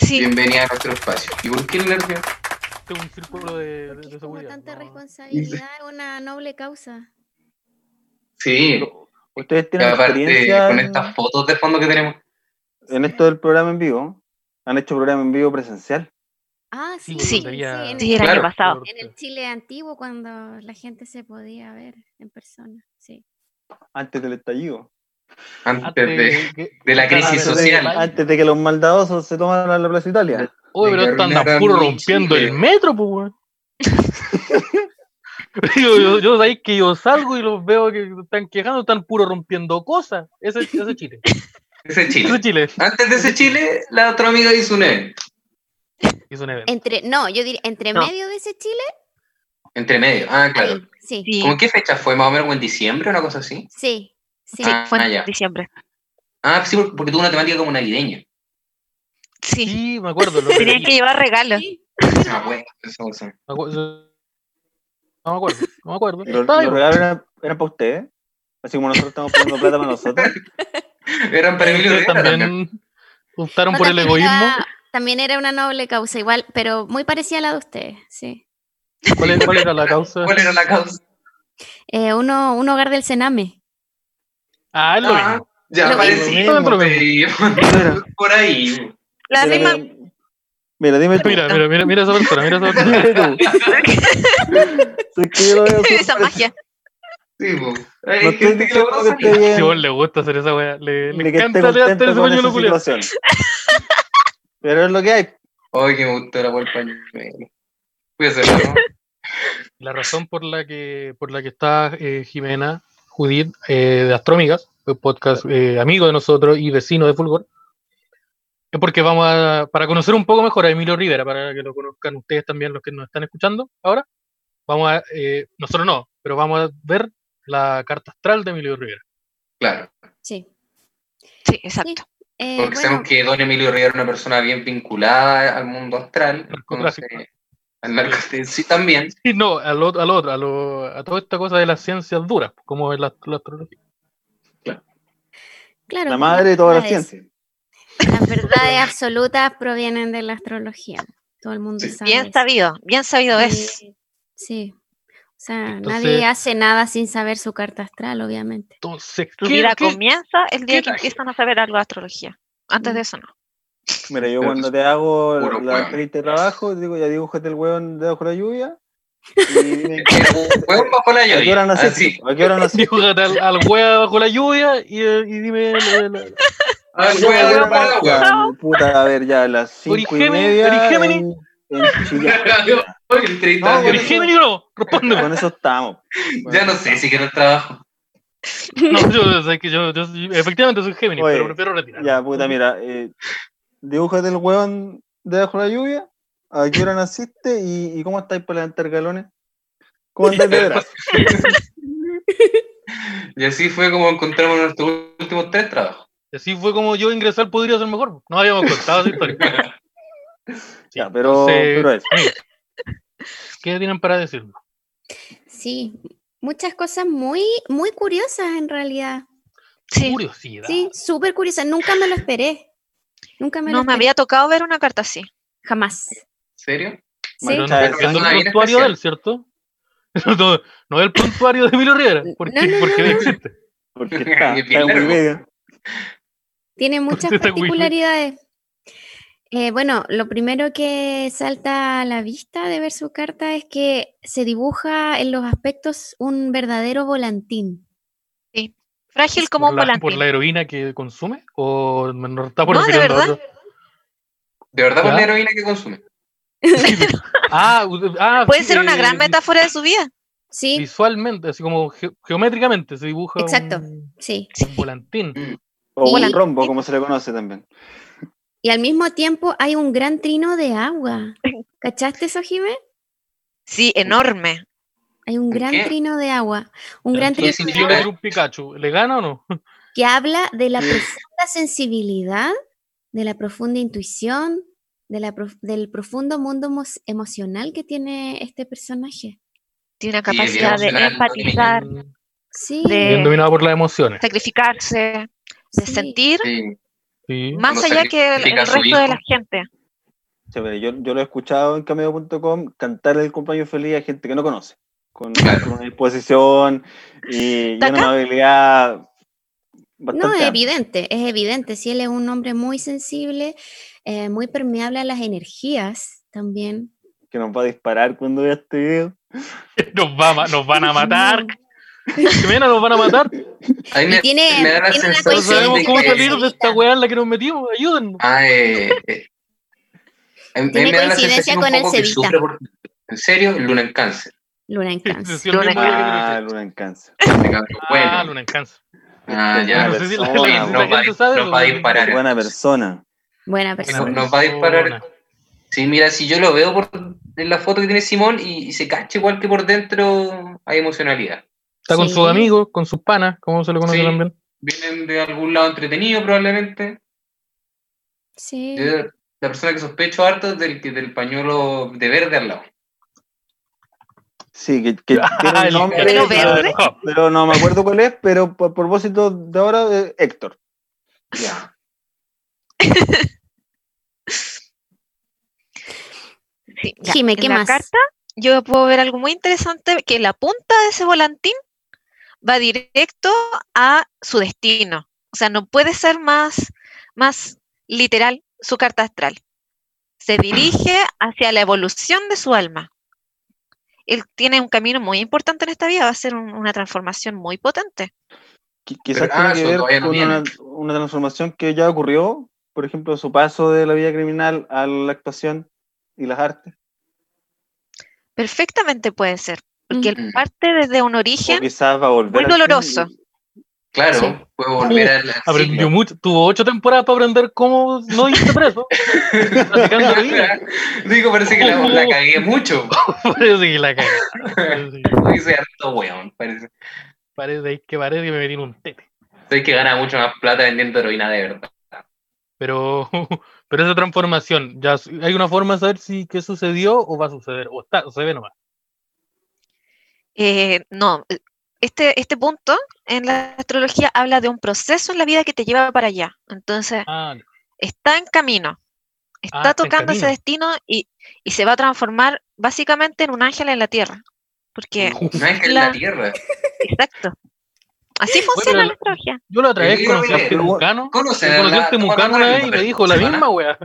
G: Sí.
B: Bienvenida a nuestro espacio. ¿Y por qué el nervio? pues.
C: este es un círculo de, de-
H: Porque
C: de
H: es como
C: seguridad.
H: tanta
C: no-
H: responsabilidad, es una noble causa.
B: Sí.
A: ¿Ustedes
B: Y
A: tienen
B: aparte,
A: experiencia
B: con
A: en,
B: estas fotos de fondo que tenemos.
A: en esto del programa en vivo? ¿Han hecho programa en vivo presencial?
H: Ah, sí,
C: pues,
G: Sí.
C: donde había-
H: en,
G: Sí, era el
H: el,
G: año
B: Claro.
G: pasado.
H: en el Chile antiguo cuando la gente se podía ver en persona. Sí.
A: Antes del estallido.
B: Antes de.
C: que-
B: de la
C: antes
B: crisis
C: de-
A: antes, de,
B: social.
A: antes de que los maldadosos se tomaran la Plaza Italia.
C: Oye,
B: de
C: pero
B: que
C: están
B: arruinaran
C: puro
B: mi
C: rompiendo
B: Chile.
C: el metro, pues, weón. yo, yo, yo, sabéis que yo salgo y los veo que están quejando, están puro rompiendo cosas. Ese, ese chile.
B: Ese
C: Ese
B: Chile.
C: chile.
B: Antes de ese Chile, la otra amiga hizo un evento.
C: Hizo un evento.
H: Entre, no, yo diría, entre
G: No.
H: medio de ese Chile.
B: Entre medio. Ah, claro.
H: ahí, Sí, sí,
G: Sí,
B: ¿Cómo en qué fecha fue? ¿Más o menos como en diciembre una cosa así?
H: sí.
G: sí,
B: Ah,
G: fue en
B: ya.
G: diciembre.
B: Ah, sí, porque tuvo una temática como navideña.
G: Sí.
C: Sí, me acuerdo. Lo
G: Tenían
C: leí.
G: que llevar regalos.
B: Ah, bueno, esa cosa.
C: Me acu- No me acuerdo. No me acuerdo.
A: Los,
C: Estaba ahí,
A: los
C: weón.
A: regalos eran, eran para ustedes. Así como nosotros estamos poniendo plata para nosotros.
B: Eran para Emilio
C: Ustedes
B: Rivera también.
C: también optaron
H: No,
C: por el
H: también
C: egoísmo.
H: era- también era una noble causa, igual, pero muy parecida a la de ustedes, sí.
C: ¿Cuál era, cuál era la causa?
B: ¿Cuál era la causa?
H: Eh, uno, un hogar del Sename.
C: Ah, es lo
B: Ah,
C: mismo.
B: Ya
H: Lo
B: parecía.
C: mismo. Lo
A: Mira,
B: Por ahí.
G: La
A: mira,
G: misma.
A: mira, mira, dime tú.
C: Mira, mira, mira, mira esa persona, mira esa persona.
A: Dime tú. Si es que yo lo veo
G: Esa
A: súper-
G: magia.
B: Sí, po. Hay
A: No estoy
B: gente que lo
A: diciendo
B: conoce.
A: que esté bien.
C: Si vos le gusta hacer esa weá, le, le
A: de que esté
C: encanta leer
A: contento
C: el
A: con
C: pañuelo
A: esa
C: culiado.
A: situación. Pero es lo que hay.
B: Ay, que me gustó la por el pañuelo. Cuídese, ¿no?
C: La razón por la que, por la que está eh, Jimena Judith eh, de Astrómigas, un podcast eh, amigo de nosotros y vecino de Fulgor, es porque vamos a, para conocer un poco mejor a Emilio Rivera, para que lo conozcan ustedes también los que nos están escuchando ahora, vamos a, eh, nosotros no, pero vamos a ver la carta astral de Emilio Rivera.
B: Claro.
H: Sí.
G: Sí, exacto.
H: Eh,
B: Porque
H: bueno,
B: sabemos que Don Emilio Rivera era una persona bien vinculada al mundo astral.
C: Narcotráfico.
B: entonces, Al narcotráfico. Sí, también.
C: Y no, al, ot- al otro, a, lo- a toda esta cosa de las ciencias duras, como es la, la astrología.
H: claro,
A: La
H: pues,
A: madre de todas las
H: verdades-
A: ciencias.
H: Las verdades absolutas provienen de la astrología. Todo el mundo
B: Sí.
H: sabe.
G: Bien
H: eso.
G: sabido, bien sabido es.
H: Eh, Sí. O sea,
C: Entonces-
H: nadie hace nada sin saber su carta astral, obviamente.
C: Entonces,
G: Tu
C: ¿qué-
G: vida
C: qué-
G: comienza el día
C: qué
G: que
C: traje?
G: empiezan a saber algo de astrología. Antes de eso no.
A: Mira, yo
B: Pero
A: cuando
B: es
A: te hago
B: puro
A: la
B: hueón.
A: actriz de trabajo, digo, ya dibújate el hueón debajo de la lluvia. Y dime,
B: Era un hueón bajo la
A: ¿A qué hora
B: lluvia.
A: naciste?
B: Así.
A: ¿A qué hora naciste?
C: Dibújate al, al wea bajo la lluvia y, eh, y dime el- el-
B: Ah,
A: Ya,
B: hueón
A: ya,
B: bajo la
A: ya,
B: hueá.
A: Puta, a ver, ya a las cinco y
C: Origémini,
A: media.
C: origémini.
A: En, en Chile. No,
B: El 30 de
A: bueno,
C: ¿El
B: abril.
C: Géminis o no? Respóndeme.
A: Con eso estamos. Con
B: Ya
A: eso
B: no sé
A: estamos.
B: si quiero el trabajo.
C: No, yo, sé que yo, yo soy- efectivamente soy Géminis,
A: Oye,
C: pero prefiero retirar.
A: Ya, puta, mira, eh, dibújate el hueón debajo de la lluvia, a qué hora naciste y, y cómo estáis para levantar galones. ¿Cómo andáis de veras?
B: Y así fue como encontramos nuestros últimos tres trabajos.
C: Y así fue como yo ingresar podría ser mejor. No habíamos contado esa historia. Sí,
A: Ya, pero,
C: entonces,
A: pero eso.
C: ¿Qué tienen para decirnos?
H: Sí. Muchas cosas muy, muy curiosas en realidad.
G: Sí,
C: Curiosidad.
H: Sí, súper curiosas. Nunca me lo esperé. Nunca me
G: no
H: lo
G: me
H: esperé.
G: había tocado ver una carta así.
H: Jamás.
B: ¿En serio?
H: Sí.
A: Bueno,
C: Pero no es
A: Muchas
C: el
B: gracias.
C: prontuario de él, ¿cierto? No, no es el prontuario de Emilio Rivera. ¿Por
H: No,
C: qué?
H: no,
C: porque
H: no, no.
C: existe.
A: Porque está,
B: Es bien
A: está en
B: largo.
A: Wikipedia.
H: Tiene muchas
C: está Wi-Fi?
H: particularidades. Eh, bueno, lo primero que salta a la vista de ver su carta es que se dibuja en los aspectos un verdadero volantín.
G: Frágil como
C: por
G: un
C: la,
G: volante.
C: ¿Por la heroína que consume? ¿O me- no está por
G: No, de
C: refiriendo a
G: verdad.
C: otro?
B: ¿De verdad por
C: Ya.
B: la heroína que consume?
C: Ah, u- ah,
G: Puede
C: sí,
G: ser una
C: eh,
G: gran
C: vi-
G: metáfora de su vida.
H: Sí,
C: Visualmente, así como ge- geométricamente se dibuja
H: Exacto. Mm.
C: un,
H: sí.
G: Sí.
C: un volantín.
A: O
H: Y-
A: un rombo, como se le conoce también.
H: Y al mismo tiempo hay un gran trino de agua. ¿Cachaste eso, Jimé?
G: Sí, enorme.
H: Hay un
B: ¿Un
H: gran
B: qué?
H: trino de agua. Un gran
B: trino
H: trino
B: sin
H: de
C: Si yo
B: Ajá.
C: le tiro un Pikachu, ¿le gana o no?
H: que habla de la
B: Mm.
H: profunda sensibilidad, de la profunda intuición, de la prof- del profundo mundo mos- emocional que tiene este personaje.
G: Tiene una
B: Sí, es bien
G: capacidad de
B: emocional, no tiene
G: empatizar,
H: Sí,
G: De-
C: Bien dominado por las emociones.
G: sacrificarse, de
H: sí.
G: sentir
B: Sí.
C: Sí.
G: más
B: Cuando
G: allá que el,
B: sacrifica a
G: el
B: su
G: resto de
B: hijo.
G: la gente.
A: Sí, pero yo, yo lo he escuchado en cameo.com cantar el cumpleaños feliz a gente que no conoce, con,
B: Claro.
A: con una disposición y, y
G: ¿Taca?
A: una amabilidad
H: no,
A: bastante
H: es
A: amplia.
H: evidente, es evidente. Sí, él es un hombre muy sensible, eh, muy permeable a las energías también.
A: que nos va a disparar cuando vea este video.
C: Nos, va a ma- nos van a
H: Mm.
C: matar. Jimena, nos van a
B: A
C: matar.
B: mí
H: Y tiene-
B: me da la
H: tiene una
B: sensación
C: No
H: Pues sí,
C: sabemos
B: de
C: cómo
B: que-
C: salir de esta weá en la que nos metimos. Ayúdennos.
B: Ah, eh, eh. A mí- a mí
H: Tiene
B: me da la
H: coincidencia
B: sensación un
H: con el
B: poco que
H: Cevita.
B: sufre por- En serio, Luna en cáncer.
H: Luna en Cáncer.
C: Sí, el mismo día que
A: Ah,
C: creo
A: Luna en cáncer.
B: Este cabrón,
C: que- Ah,
B: Bueno,
C: Luna en cáncer.
B: ah,
A: Buena
B: ya.
C: No sé si
A: persona,
C: la- la-
B: no
C: si la
A: buena-
B: va,
C: gente sabe
B: no va a
C: eso.
B: disparar.
A: buena persona.
H: Buena
B: Eso
H: persona.
B: nos va a disparar. Sí, mira, si yo lo veo por en la foto que tiene Simón y, y se cacha igual que por dentro hay emocionalidad.
C: Está con
H: Sí.
C: sus amigos, con sus panas, como se lo conoce
B: Sí.
C: también.
B: Vienen de algún lado entretenido probablemente.
H: Sí.
B: Yo, la persona que sospecho harto es del, que- del pañuelo de verde al lado.
A: Sí, que, que tiene
C: Ah,
A: un
C: el-
A: nombre,
G: Pero
A: pero,
G: verde.
A: pero no me acuerdo cuál es, pero por propósito de ahora, eh, Héctor.
B: Ya.
G: Sí, ya.
H: Jime,
G: En
H: ¿qué
G: la
H: más?
G: carta yo puedo ver algo muy interesante, que la punta de ese volantín va directo a su destino. O sea, no puede ser más, más literal su
H: Ah.
G: carta astral. Se dirige hacia la evolución de su alma. él tiene un camino muy importante en esta vida, va a ser un- una transformación muy potente.
A: Qui- Quizás
B: Pero,
A: tiene
B: ah, eso
A: que ver
B: todavía no
A: con
B: viene.
A: una, una transformación que ya ocurrió, por ejemplo, su paso de la vida criminal a la actuación y las artes.
G: Perfectamente puede ser, porque él
B: Ujú.
G: parte desde un
A: O
G: origen
A: quizás va a volver.
G: muy
A: al cine.
G: doloroso.
B: Claro,
G: Sí.
B: puede volver al, al
C: Aprendió
B: ciclo.
C: mucho, tuvo ocho temporadas para aprender cómo no irse preso. Practicando heroína.
B: Digo, parece que
C: Oh.
B: la, la cagué mucho.
C: Parece que la cagué. Parece,
B: Dice harto weón. Parece,
C: parece que parece que me metí en un tete.
B: Soy que gana mucho más plata vendiendo heroína de verdad.
C: Pero, pero esa transformación, ya s- hay una forma de saber si qué sucedió o va a suceder, o está, se ve nomás.
G: Eh, no, eh, este, este punto en la astrología habla de un proceso en la vida que te lleva para allá. Entonces,
C: Ah,
G: está en camino,
C: Ah,
G: está
C: está en
G: tocando ese
C: camino.
G: destino y, y se va a transformar básicamente en un ángel en la tierra. Porque,
B: No es que en la
G: La-
B: tierra.
G: exacto. Así funciona la astrología.
C: yo la otra vez
B: Dígame,
C: conocí a un
B: pero-
C: temucano. Yo
B: Conocen a
C: conocí a
B: la-
C: un temucano
B: ¿cómo
C: este una
B: la
C: vez y me
B: llaman?
C: dijo la
B: Persona.
C: misma wea.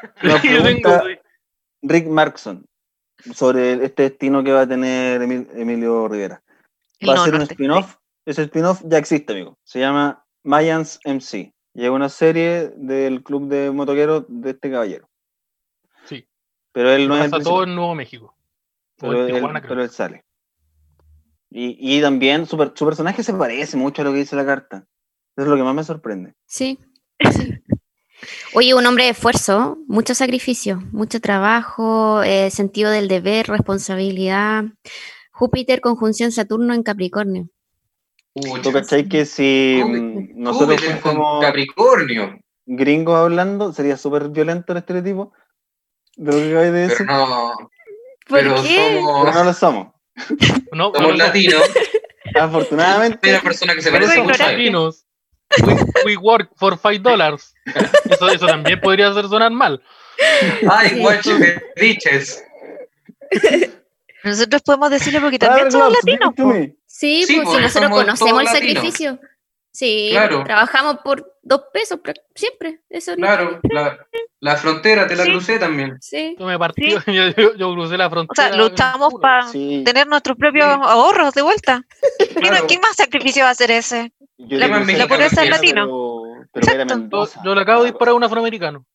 A: La
C: Yo
A: pregunta-
C: tengo-
A: Rick Markson, sobre este destino que va a tener Emil- Emilio Rivera.
G: El
A: Va a
G: Nodo
A: ser un
G: Norte.
A: spin-off. Ese spin-off ya existe, amigo. Se llama Mayans MC. Y es una serie del club de motoqueros de este caballero.
C: Sí.
A: Pero él no es el
C: Pasa todo
A: principal,
C: en Nuevo México. este O
A: pero,
C: en
A: él,
C: Tijuana, creo.
A: pero él sale. Y, y también su, per- su personaje se parece mucho a lo que dice la carta. Eso es lo que más me sorprende.
H: Sí. sí. Oye, un hombre de esfuerzo, mucho sacrificio, mucho trabajo, eh, sentido del deber, responsabilidad. Júpiter conjunción Saturno en Capricornio.
A: ¿Tú
B: Pucha,
A: cachai que si mm, nosotros
B: Júpiter con
A: fuésemos
B: Capricornio.
A: gringos hablando, sería súper violento el estereotipo de lo que acabáis de
B: Pero
A: decir.
B: no.
H: ¿Por
B: pero
H: qué?
A: Pero no
B: somos,
A: lo somos.
C: No,
B: somos
C: no, no,
B: latinos. Hay
A: Afortunadamente,
B: una persona que se
G: Pero
B: parece
G: soy
B: mucho a él.
C: latinos. We, we work for five dollars. Eso, eso también podría hacer sonar mal.
B: Ay, guacho, diches.
G: Nosotros podemos decirlo porque también
A: Power
G: somos
A: Gloves,
G: latinos.
A: give it to
G: po.
A: me.
H: Sí,
B: Sí,
H: pues,
B: pues,
H: si nosotros
B: somos
H: conocemos
B: todos
H: el
B: latinos.
H: sacrificio. Sí,
B: Claro.
H: trabajamos por dos pesos prac- siempre. Eso es lo-
B: Claro, la, la frontera te la
G: Sí.
B: crucé también.
H: Sí.
C: Yo me partí, yo, yo- yo crucé la
G: O
C: frontera.
G: sea, luchamos
C: puro.
B: Ah,
G: para
A: Sí,
G: tener nuestros propios ahorros de vuelta. ¿Qué,
B: Claro.
G: qué más sacrificio va a ser ese?
A: yo
B: la-
A: digo
B: la
A: que
B: pureza
A: era
B: es
A: mentira,
G: latino.
A: Pero, pero era
G: Exacto.
C: Yo,
A: Mendoza.
C: yo le acabo de disparar a un afroamericano.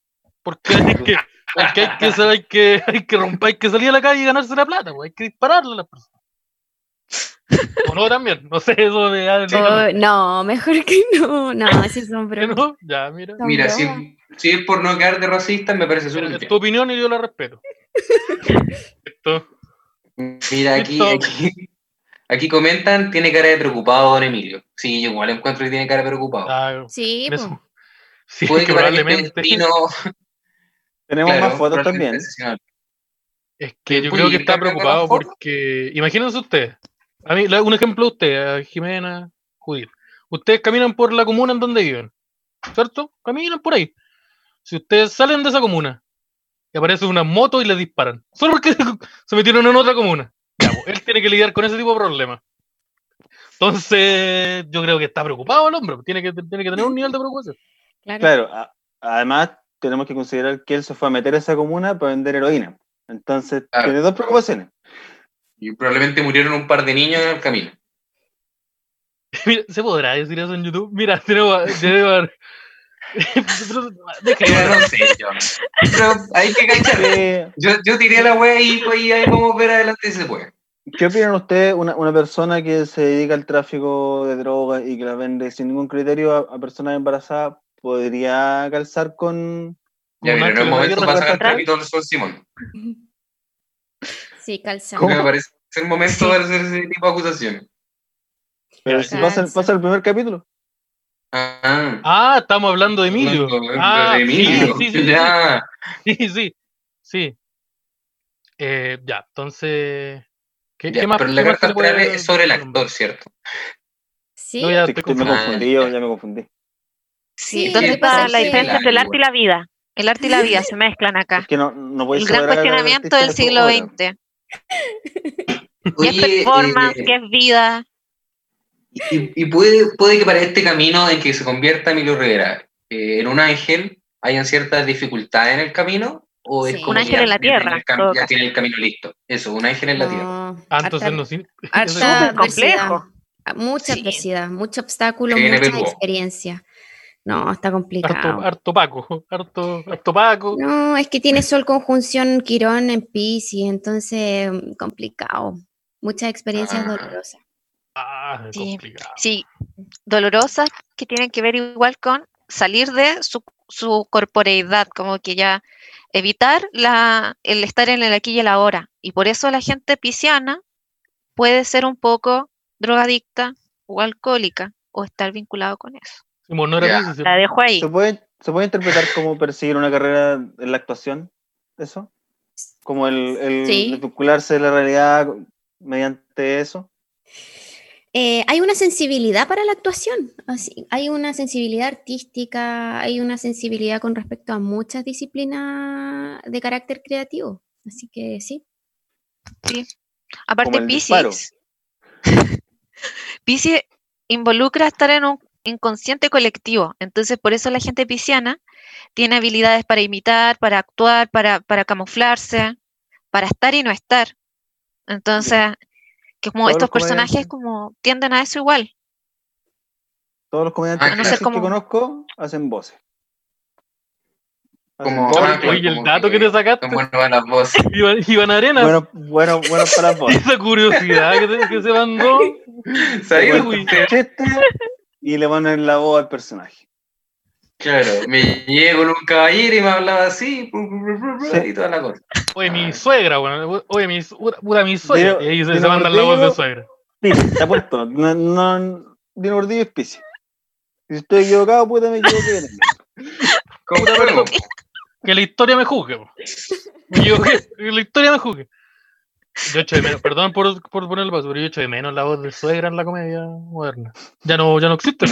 C: Porque hay que, porque hay que, saber que, hay que romper, hay que salir a la calle y ganarse la plata, pues, hay que dispararle a las personas. O no también, no sé, eso de ah,
H: Oh, no, mejor que no. No, sí son
C: ¿Por qué
H: bromas.
C: no? Ya, mira.
H: son
B: Mira, si,
H: bromas.
B: si es por no quedar de racista, me parece súper
C: Es
B: bien.
C: tu opinión y yo la respeto. Esto,
B: Mira, aquí,
C: Esto-
B: aquí, aquí comentan, tiene cara de preocupado don Emilio. Sí, yo igual encuentro que tiene cara de preocupado.
C: ah,
H: Sí,
C: en
H: pues.
C: eso- sí,
B: Puede
C: que
B: que para que este
C: probablemente.
B: destino...
A: Tenemos
B: Claro,
A: más fotos también.
B: excepcional.
C: Es que yo
B: Uy,
C: creo que
B: ¿y
C: está
B: cambia de
C: preocupado
B: plataforma?
C: porque, imagínense ustedes, a mí, la- un ejemplo de ustedes, a Jimena, Judith, ustedes caminan por la comuna en donde viven, ¿cierto? Caminan por ahí. Si ustedes salen de esa comuna y aparece una moto y les disparan, solo porque se metieron en otra comuna, Ya, pues, él tiene que lidiar con ese tipo de problemas. Entonces, yo creo que está preocupado el hombre, tiene que, tiene que tener un nivel de preocupación.
H: Claro.
A: Claro, a- además tenemos que considerar que él se fue a meter a esa comuna para vender heroína. Entonces,
B: Claro.
A: tiene dos preocupaciones.
B: Y probablemente murieron un par de niños en el camino.
C: Mira, ¿Se podrá decir eso en YouTube? Mira, tenemos a- tenemos a-
B: Yo no sé, yo. Pero hay que cachar. eh.
A: ¿Qué,
B: Yo, yo tiré la wea y, pues, y ahí vamos a ver adelante si se puede.
A: qué opinan ustedes, una, una persona que se dedica al tráfico de drogas y que las vende sin ningún criterio a, a personas embarazadas, podría calzar con...
B: Ya,
C: Como
B: mira, no
C: Nacho
B: es
C: de
B: momento
C: Mayor
B: para sacar
C: Recuerdo
B: el trapito del sol, Simón.
H: Sí, calza.
A: ¿Cómo?
B: Me parece el momento
H: Sí.
B: de hacer ese tipo de acusaciones.
A: Pero si pasa, el- pasa el primer capítulo.
B: Ah,
C: Ah, estamos hablando de Emilio.
B: Hablando de
C: Ah,
B: Emilio.
C: Sí, sí, sí,
B: ya.
C: sí, sí, sí, sí. Eh, ya, entonces. ¿Qué,
B: Ya,
C: qué más?
B: Pero la
C: qué más
B: carta
C: se le puede-
B: astral es sobre el actor, ¿cierto?
H: Sí.
C: No, ya
A: Sí,
C: estoy
A: que me
C: confundido.
A: confundí, yo ya me confundí.
G: Sí,
H: Sí,
G: ¿dónde
H: ¿qué pasa
G: está la
H: que-
G: diferencia entre el arte y la vida? El arte y la vida se mezclan
A: Es
G: acá.
A: que no, no voy a
G: El
A: saber
G: gran
A: a cada
G: cuestionamiento
A: artista
G: del
A: de su
G: siglo
A: obra.
G: XX. ¿Qué es
B: Oye,
G: performance?
B: eh,
G: ¿Qué es vida?
B: y, y puede, puede que para este camino en que se convierta Emilio Rivera eh, en un ángel hayan ciertas dificultades en el camino o es
H: Sí.
B: como
H: Un
B: que
G: ángel
B: ya
G: en la
B: tiene el
G: tierra, en
B: cam-
G: todo
B: ya
G: caso.
B: tiene el camino listo. Eso, un ángel en la tierra.
H: No,
C: Ah, entonces
H: harta-
C: no sirve.
H: harta
G: Súper complejo.
H: adversidad, ah, Mucha
G: Sí.
H: adversidad, mucho obstáculo,
B: Se viene
H: mucha
B: peludo.
H: experiencia. No, está complicado.
C: Harto, harto Paco, harto, harto Paco.
H: No, es que tiene sol conjunción Quirón en Piscis, entonces mm, complicado. Muchas experiencias
B: Ah.
H: dolorosas.
C: Ah,
G: Sí.
C: complicado.
G: Sí, dolorosas que tienen que ver igual con salir de su, su corporeidad, como que ya evitar la, el estar en el aquí y el ahora. Y por eso la gente pisciana puede ser un poco drogadicta o alcohólica o estar vinculado con eso.
C: Simón, pues, no era
B: Ya.
C: Piscis,
G: La dejo ahí.
A: ¿Se puede, ¿Se puede interpretar como perseguir una carrera en la actuación? ¿Eso? Como el, el
H: Sí.
A: desvincularse de la realidad mediante eso.
H: Eh, hay una sensibilidad para la actuación, así- hay una sensibilidad artística, hay una sensibilidad con respecto a muchas disciplinas de carácter creativo. Así que sí.
G: Aparte,
A: el disparo.
G: Pisces. Pisces involucra estar en un inconsciente colectivo. Entonces, por eso la gente pisciana tiene habilidades para imitar, para actuar, para, para camuflarse, para estar y no estar. Entonces, que como
A: Todos
G: estos
A: los comediantes.
G: personajes como tienden a eso igual.
A: Todos los comediantes
B: Ah,
A: que
B: no sé
A: hacen-
G: cómo-
A: que conozco hacen voces. Hacen
B: Como-
A: voces.
B: Ah, claro.
C: Oye, el
B: como
C: dato que
B: que
C: te
G: Ah.
C: sacaste,
B: Son buenas van las voces.
C: Iván, Iván Arenas,
A: bueno, bueno, bueno para las voces.
C: esa curiosidad que, te- que se mandó.
B: ¿Sabes?
A: Bueno,
C: Uy.
A: chiste y le ponen la voz al personaje.
B: Claro, me llegué con un caballero y me hablaba así, bru, bru, bru, bru, bru,
A: Sí.
B: y toda la cosa.
C: Oye, mi suegra, bueno, oye, mi, su- puta, mi
A: Dino-
C: suegra. Y ahí se, se
A: Dino
C: mandan la voz de
A: Gordillo.
C: suegra.
A: Pisi, te apuesto. No, no, Dino Gordillo es Pisi. Si estoy equivocado, puta, me equivoqué.
B: Como juego.
C: Que la historia me juzgue. po. Me equivoqué, que la historia me juzgue. Yo echo de menos, perdón por, por ponerlo paso, pero yo echo de menos la voz de suegra en la comedia moderna. Ya no, ya no existe.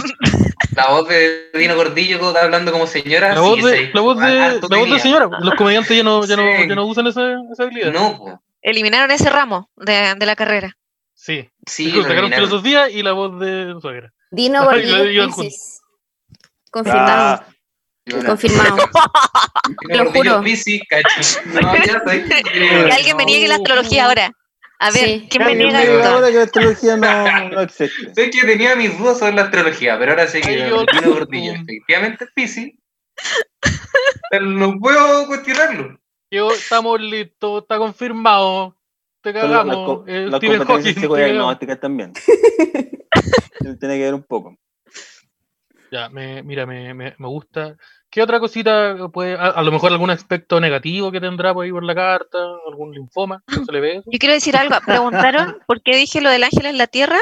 B: La voz de Dino Gordillo está hablando como señora.
C: La
B: Ah, sí,
C: voz de,
B: sí,
C: la voz de,
B: harto
C: la voz de
B: tenía.
C: señora. Los comediantes ya no, ya no,
B: Sí.
C: ya no usan esa, esa habilidad.
B: No, po.
G: Eliminaron ese ramo de, de la carrera.
C: Sí.
B: sí,
C: Dijo, sacaron
B: terminaron.
C: filosofía y la voz de suegra.
H: Dino
C: Ay,
H: Gordillo
C: lo digo junto.
H: Piscis.
I: Ah,
A: Ah,
H: Confirmado. Confirmado.
B: Dino
H: lo
B: Gordillo,
H: juro.
B: Pisi, cacho. No, ya sabes que-
G: Que alguien me niegue la
A: Uh.
G: astrología ahora. A ver,
H: Sí.
G: ¿quién me
B: Alguien
G: niega
B: me
A: Pero
B: diga
G: esto?
A: ahora que la astrología no, no existe.
B: Sé que tenía mis dudas sobre la astrología, pero ahora sé que
C: Ay,
B: era
C: yo-
B: Dino Gordillo efectivamente es Pisi. Pero no puedo cuestionarlo.
C: Yo, estamos listos, está confirmado. Te
A: Son las- las, co-
C: cagamos. eh,
A: las
C: Stephen Hawking.
A: competencias
C: te cagamos.
A: psicodiagnósticas también. Tiene que ver un poco.
C: Ya, me, mira, me, me, me gusta. ¿Qué otra cosita puede, a, a lo mejor algún aspecto negativo que tendrá por ahí por la carta, algún linfoma, no se le ve eso?
G: Yo quiero decir algo. Preguntaron por qué dije lo del ángel en la tierra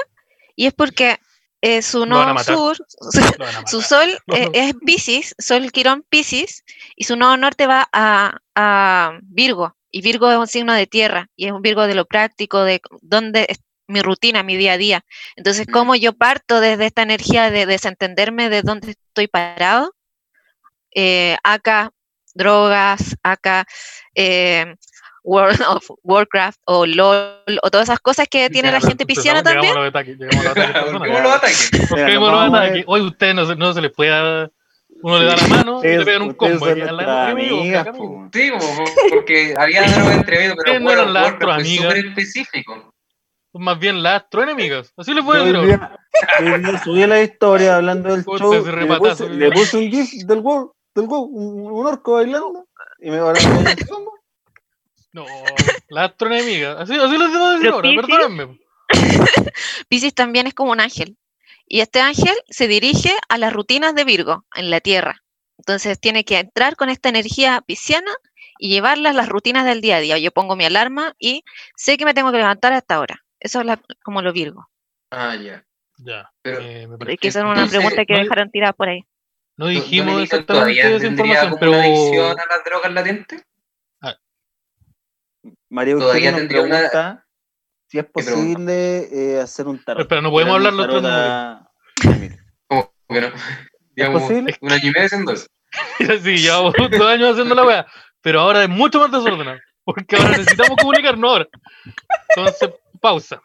G: y es porque eh, su
C: Lo van a
G: nodo
C: matar.
G: sur, su,
C: Lo van a
G: su
C: matar.
G: sol
C: No,
G: eh,
C: no.
G: es Pisces, sol Quirón Pisces y su nodo norte va a, a Virgo y Virgo es un signo de tierra y es un Virgo de lo práctico, de dónde es mi rutina, mi día a día. Entonces,
B: Mm.
G: cómo yo parto desde esta energía de desentenderme de dónde estoy parado, eh, acá drogas, acá eh, World of Warcraft o LOL o todas esas cosas que tiene
C: Ya,
G: la gente
C: empezamos,
G: pisciana
C: llegamos
G: también.
C: a los ataques, llegamos a los
B: ¿Cómo lo
C: ataques personales.
B: ataques?
A: Mira,
C: Porque
A: nos
C: uno
A: vamos
C: anda
A: a
C: aquí,
A: ver-
C: Hoy ustedes no, se- no se les puede dar. Uno le da la mano y le
A: ustedes-
C: pegan un
A: ustedes
C: combo.
A: son
C: y a la-
A: nuestras
C: amigo,
A: amigas,
C: cagamos.
A: po.
B: Sí, po, po, porque había droga entre medio, pero
C: Sí, no
B: World
C: eran
B: of
C: las
B: Warcraft fue
C: astroamigas.
B: súper específico.
C: Son más bien las troenemigas. Así les
A: Yo
C: puedo
A: hoy
C: decir. ahora.
A: día- hoy día subí la historia hablando del
C: Puta,
A: show.
C: ese
A: y Le
C: rematazo,
A: puse, le
C: mira.
A: puse un gif del wow, del wow, un, un orco bailando. Y me van a
C: No, las troenemigas. Así, así les debo decir
G: Pero
C: ahora,
G: Piscis-
C: perdónenme.
G: Piscis también es como un ángel. Y este ángel se dirige a las rutinas de Virgo en la Tierra. Entonces tiene que entrar con esta energía pisciana y llevarla a las rutinas del día a día. Yo pongo mi alarma y sé que me tengo que levantar hasta ahora. Eso es la- como lo Virgo.
B: Ah, ya.
C: Ya.
B: Pero-
C: eh, me
G: Es
C: parece.
G: que esa era una
B: Entonces,
G: pregunta que
C: no-
G: dejaron tirada por ahí.
C: No
B: ¿Don-
C: dijimos
B: Dominica
C: exactamente
B: todavía
C: esa
B: tendría
C: información,
B: como
C: pero.
B: una adicción a las drogas latentes?
A: María
B: Todavía
A: Eugenia nos
B: tendría una-
A: pregunta si es
B: pregunta?
A: posible eh, hacer un tarot.
C: Espera, no podemos
A: Tirar un
C: hablarlo
A: tarot a-
B: ¿Cómo que no? Digamos,
A: posible?
B: un año y medio en dos.
C: sí, llevamos dos años haciendo la weá. Pero ahora es mucho más desordenado. Porque ahora necesitamos comunicarnos ahora. Entonces, pausa.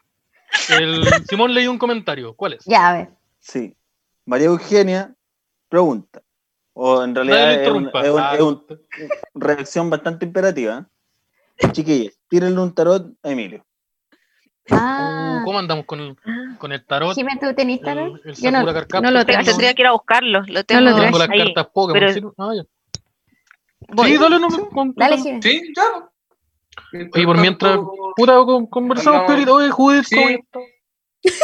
C: El, Simón leyó un comentario. ¿Cuál es?
H: Ya, a ver.
A: Sí. María Eugenia pregunta: O en realidad
C: Nadie lo
A: es, un-
C: interrumpa.
A: es un- es un-
C: Ah,
A: reacción bastante imperativa. Chiquillos, tírenle un tarot a Emilio.
C: uh,
I: Ah,
C: ¿Cómo andamos con el,
G: Ah.
C: con el tarot?
I: Jimé, ¿tú tenés tarot?
C: El, el
I: Yo no-
C: Sakura Card Captor,
I: no lo
C: ¿cómo
I: tengo.
C: se llama?
G: Tendría que ir a buscarlo. Lo tengo,
I: lo
C: Tengo las
G: ahí.
C: cartas Pokémon.
G: pero-
C: ¿sí? Ah, ya.
G: Voy.
C: Sí, dale, no, con-
I: Dale,
C: con-
I: Jimé.
B: Sí, ya. pues.
C: Oye, por mientras- Puta, con- conversamos,
B: Hagamos-
C: Pedrito. Oye, Judith,
B: Sí.
C: ¿cómo está?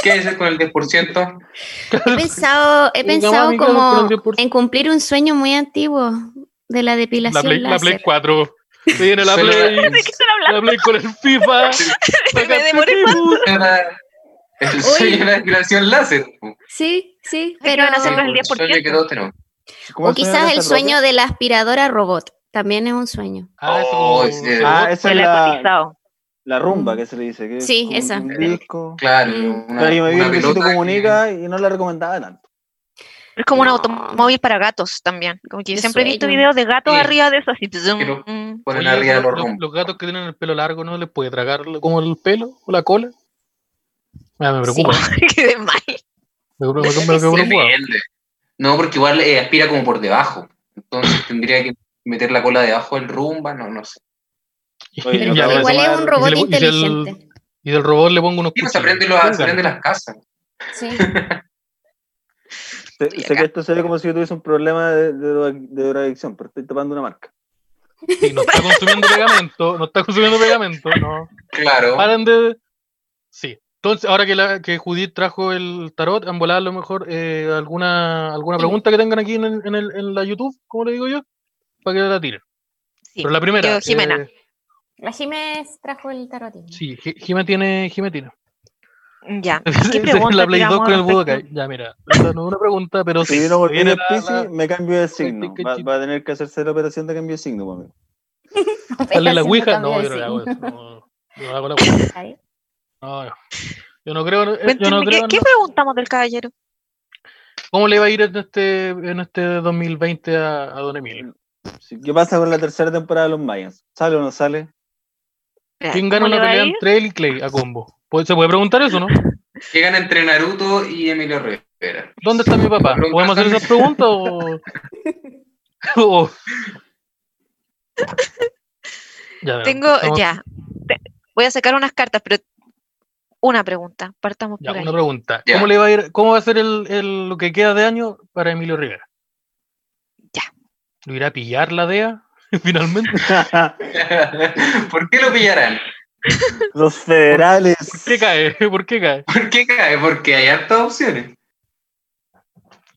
B: ¿Qué haces con el 10%?
H: He pensado, he
C: Una mami
H: pensado
C: que
H: como
C: respondió por-
H: en cumplir un sueño muy antiguo de la
C: La
H: depilación
C: Play, la Play
H: láser.
C: 4. Se viene la
B: Suena-
C: Play.
G: ¿De qué están hablando?
C: La Play con el FIFA.
G: Me demoré
C: Sacaste
B: Era- El
H: Oye.
B: sueño de la depilación láser.
H: sí, sí,
G: que
H: pero
G: van a hacer los-
B: El
G: el 10%.
B: sueño que todos tenemos.
A: ¿Cómo
H: o
A: se llama
H: quizás
A: esa
H: el
A: propia?
H: sueño de la aspiradora robot también es un sueño.
C: Ah, eso
B: Oh,
C: como-
B: sí.
A: Ah, esa
G: Se
A: es
G: la he
A: la,
G: cotizado.
A: la rumba que se le dice. Que es
H: Sí,
A: como
H: esa.
A: Un disco.
B: Claro,
H: Mm.
B: una,
A: Claro, yo me vi
B: una
A: el Luisito
B: pelota
A: Comunica y no la recomendaba tanto.
G: Es como un
H: No.
G: automóvil para gatos también. Como que
H: Qué
G: siempre he visto
H: sueño.
G: videos de gatos
B: Sí.
G: arriba de eso, así. zoom,
B: Pero-
G: mm.
B: que ponen
C: Oye,
B: arriba de
C: los,
B: los
C: los-
B: rumbos.
C: los gatos que tienen el pelo largo no les puede tragar como el pelo o la cola. Ah, me
H: Sí.
C: preocupa.
G: Quedé mal.
C: Me preocupa, me preocupa, me preocupa.
B: Depende. No, porque igual eh, aspira como por debajo. Entonces tendría que meter la cola debajo del rumba, no, no sé.
A: Oye,
H: Pero
A: no,
C: ya,
A: pero
C: pues,
H: igual
A: tomar-
H: es un robot
C: y si le- y si el-
H: inteligente.
C: Y del robot le pongo unos
B: Sí, pues, se
C: cuchillos.
B: aprende, los, se
C: Venga.
B: aprende las casas.
H: Sí.
A: Sé,
G: Estoy
A: sé
G: acá.
A: que esto sería como si yo tuviese un problema de, de, droga- de drogadicción, pero estoy tapando una marca.
C: Sí, no está consumiendo pegamento, no está consumiendo pegamento, no.
B: Claro.
C: Paren de. Sí. Entonces, ahora que, la, que Judith trajo el tarot, han volado a lo mejor eh, alguna, alguna pregunta que tengan aquí en, el- en el- en la YouTube, como le digo yo, para que la tiren.
G: Sí.
C: Pero la primera.
G: Yo, Jimena.
C: eh,
I: La Jimé trajo el tarot.
C: sí, Ji- Jimena tiene. Jimena tiene.
G: Ya. ¿Qué pregunta
C: la Play 2
G: tiramos
C: con el
G: respecto?
C: Budokai. Ya, mira, esa no es una pregunta, pero sí.
A: Si yo no volví
C: viene
A: de
C: la-
A: PC,
C: la-
A: me cambio de signo.
C: que
A: Va,
C: chiste.
A: va a tener que hacerse la operación de cambio de signo, pues, amigo.
C: ¿Darle la Ouija? No, yo no le hago eso. No, yo no hago la Ouija. No, no. Yo no creo. en- Yo no
G: Cuéntenme, ¿qué,
C: creo en-
G: qué preguntamos del caballero?
C: ¿Cómo le va a ir en este, en este 2020 a, a Don Emilio?
A: Sí, ¿Qué pasa con la tercera temporada de los Mayans? ¿Sale o no sale?
C: ¿Quién gana una
G: ¿Cómo le va a
C: pelea
G: ir?
C: entre él y Clay a combo? Pues, ¿Se puede preguntar eso, no?
B: Llegan entre Naruto y Emilio Rivera.
C: ¿Dónde está mi papá? ¿Podemos hacer esas preguntas o.? o- Ya, mira,
G: Tengo,
C: estamos-
G: ya. Te- voy a sacar unas cartas, pero una pregunta. Partamos
C: Ya,
G: por ahí.
C: una pregunta.
B: Ya.
C: ¿Cómo le va a ir, cómo va a ser el, el- lo que queda de año para Emilio Rivera?
G: Ya.
C: ¿Lo irá a pillar la DEA? Finalmente.
B: ¿Por qué lo pillarán?
A: los federales.
C: ¿Por qué cae? ¿Por qué cae?
B: ¿Por qué cae? Porque hay hartas opciones.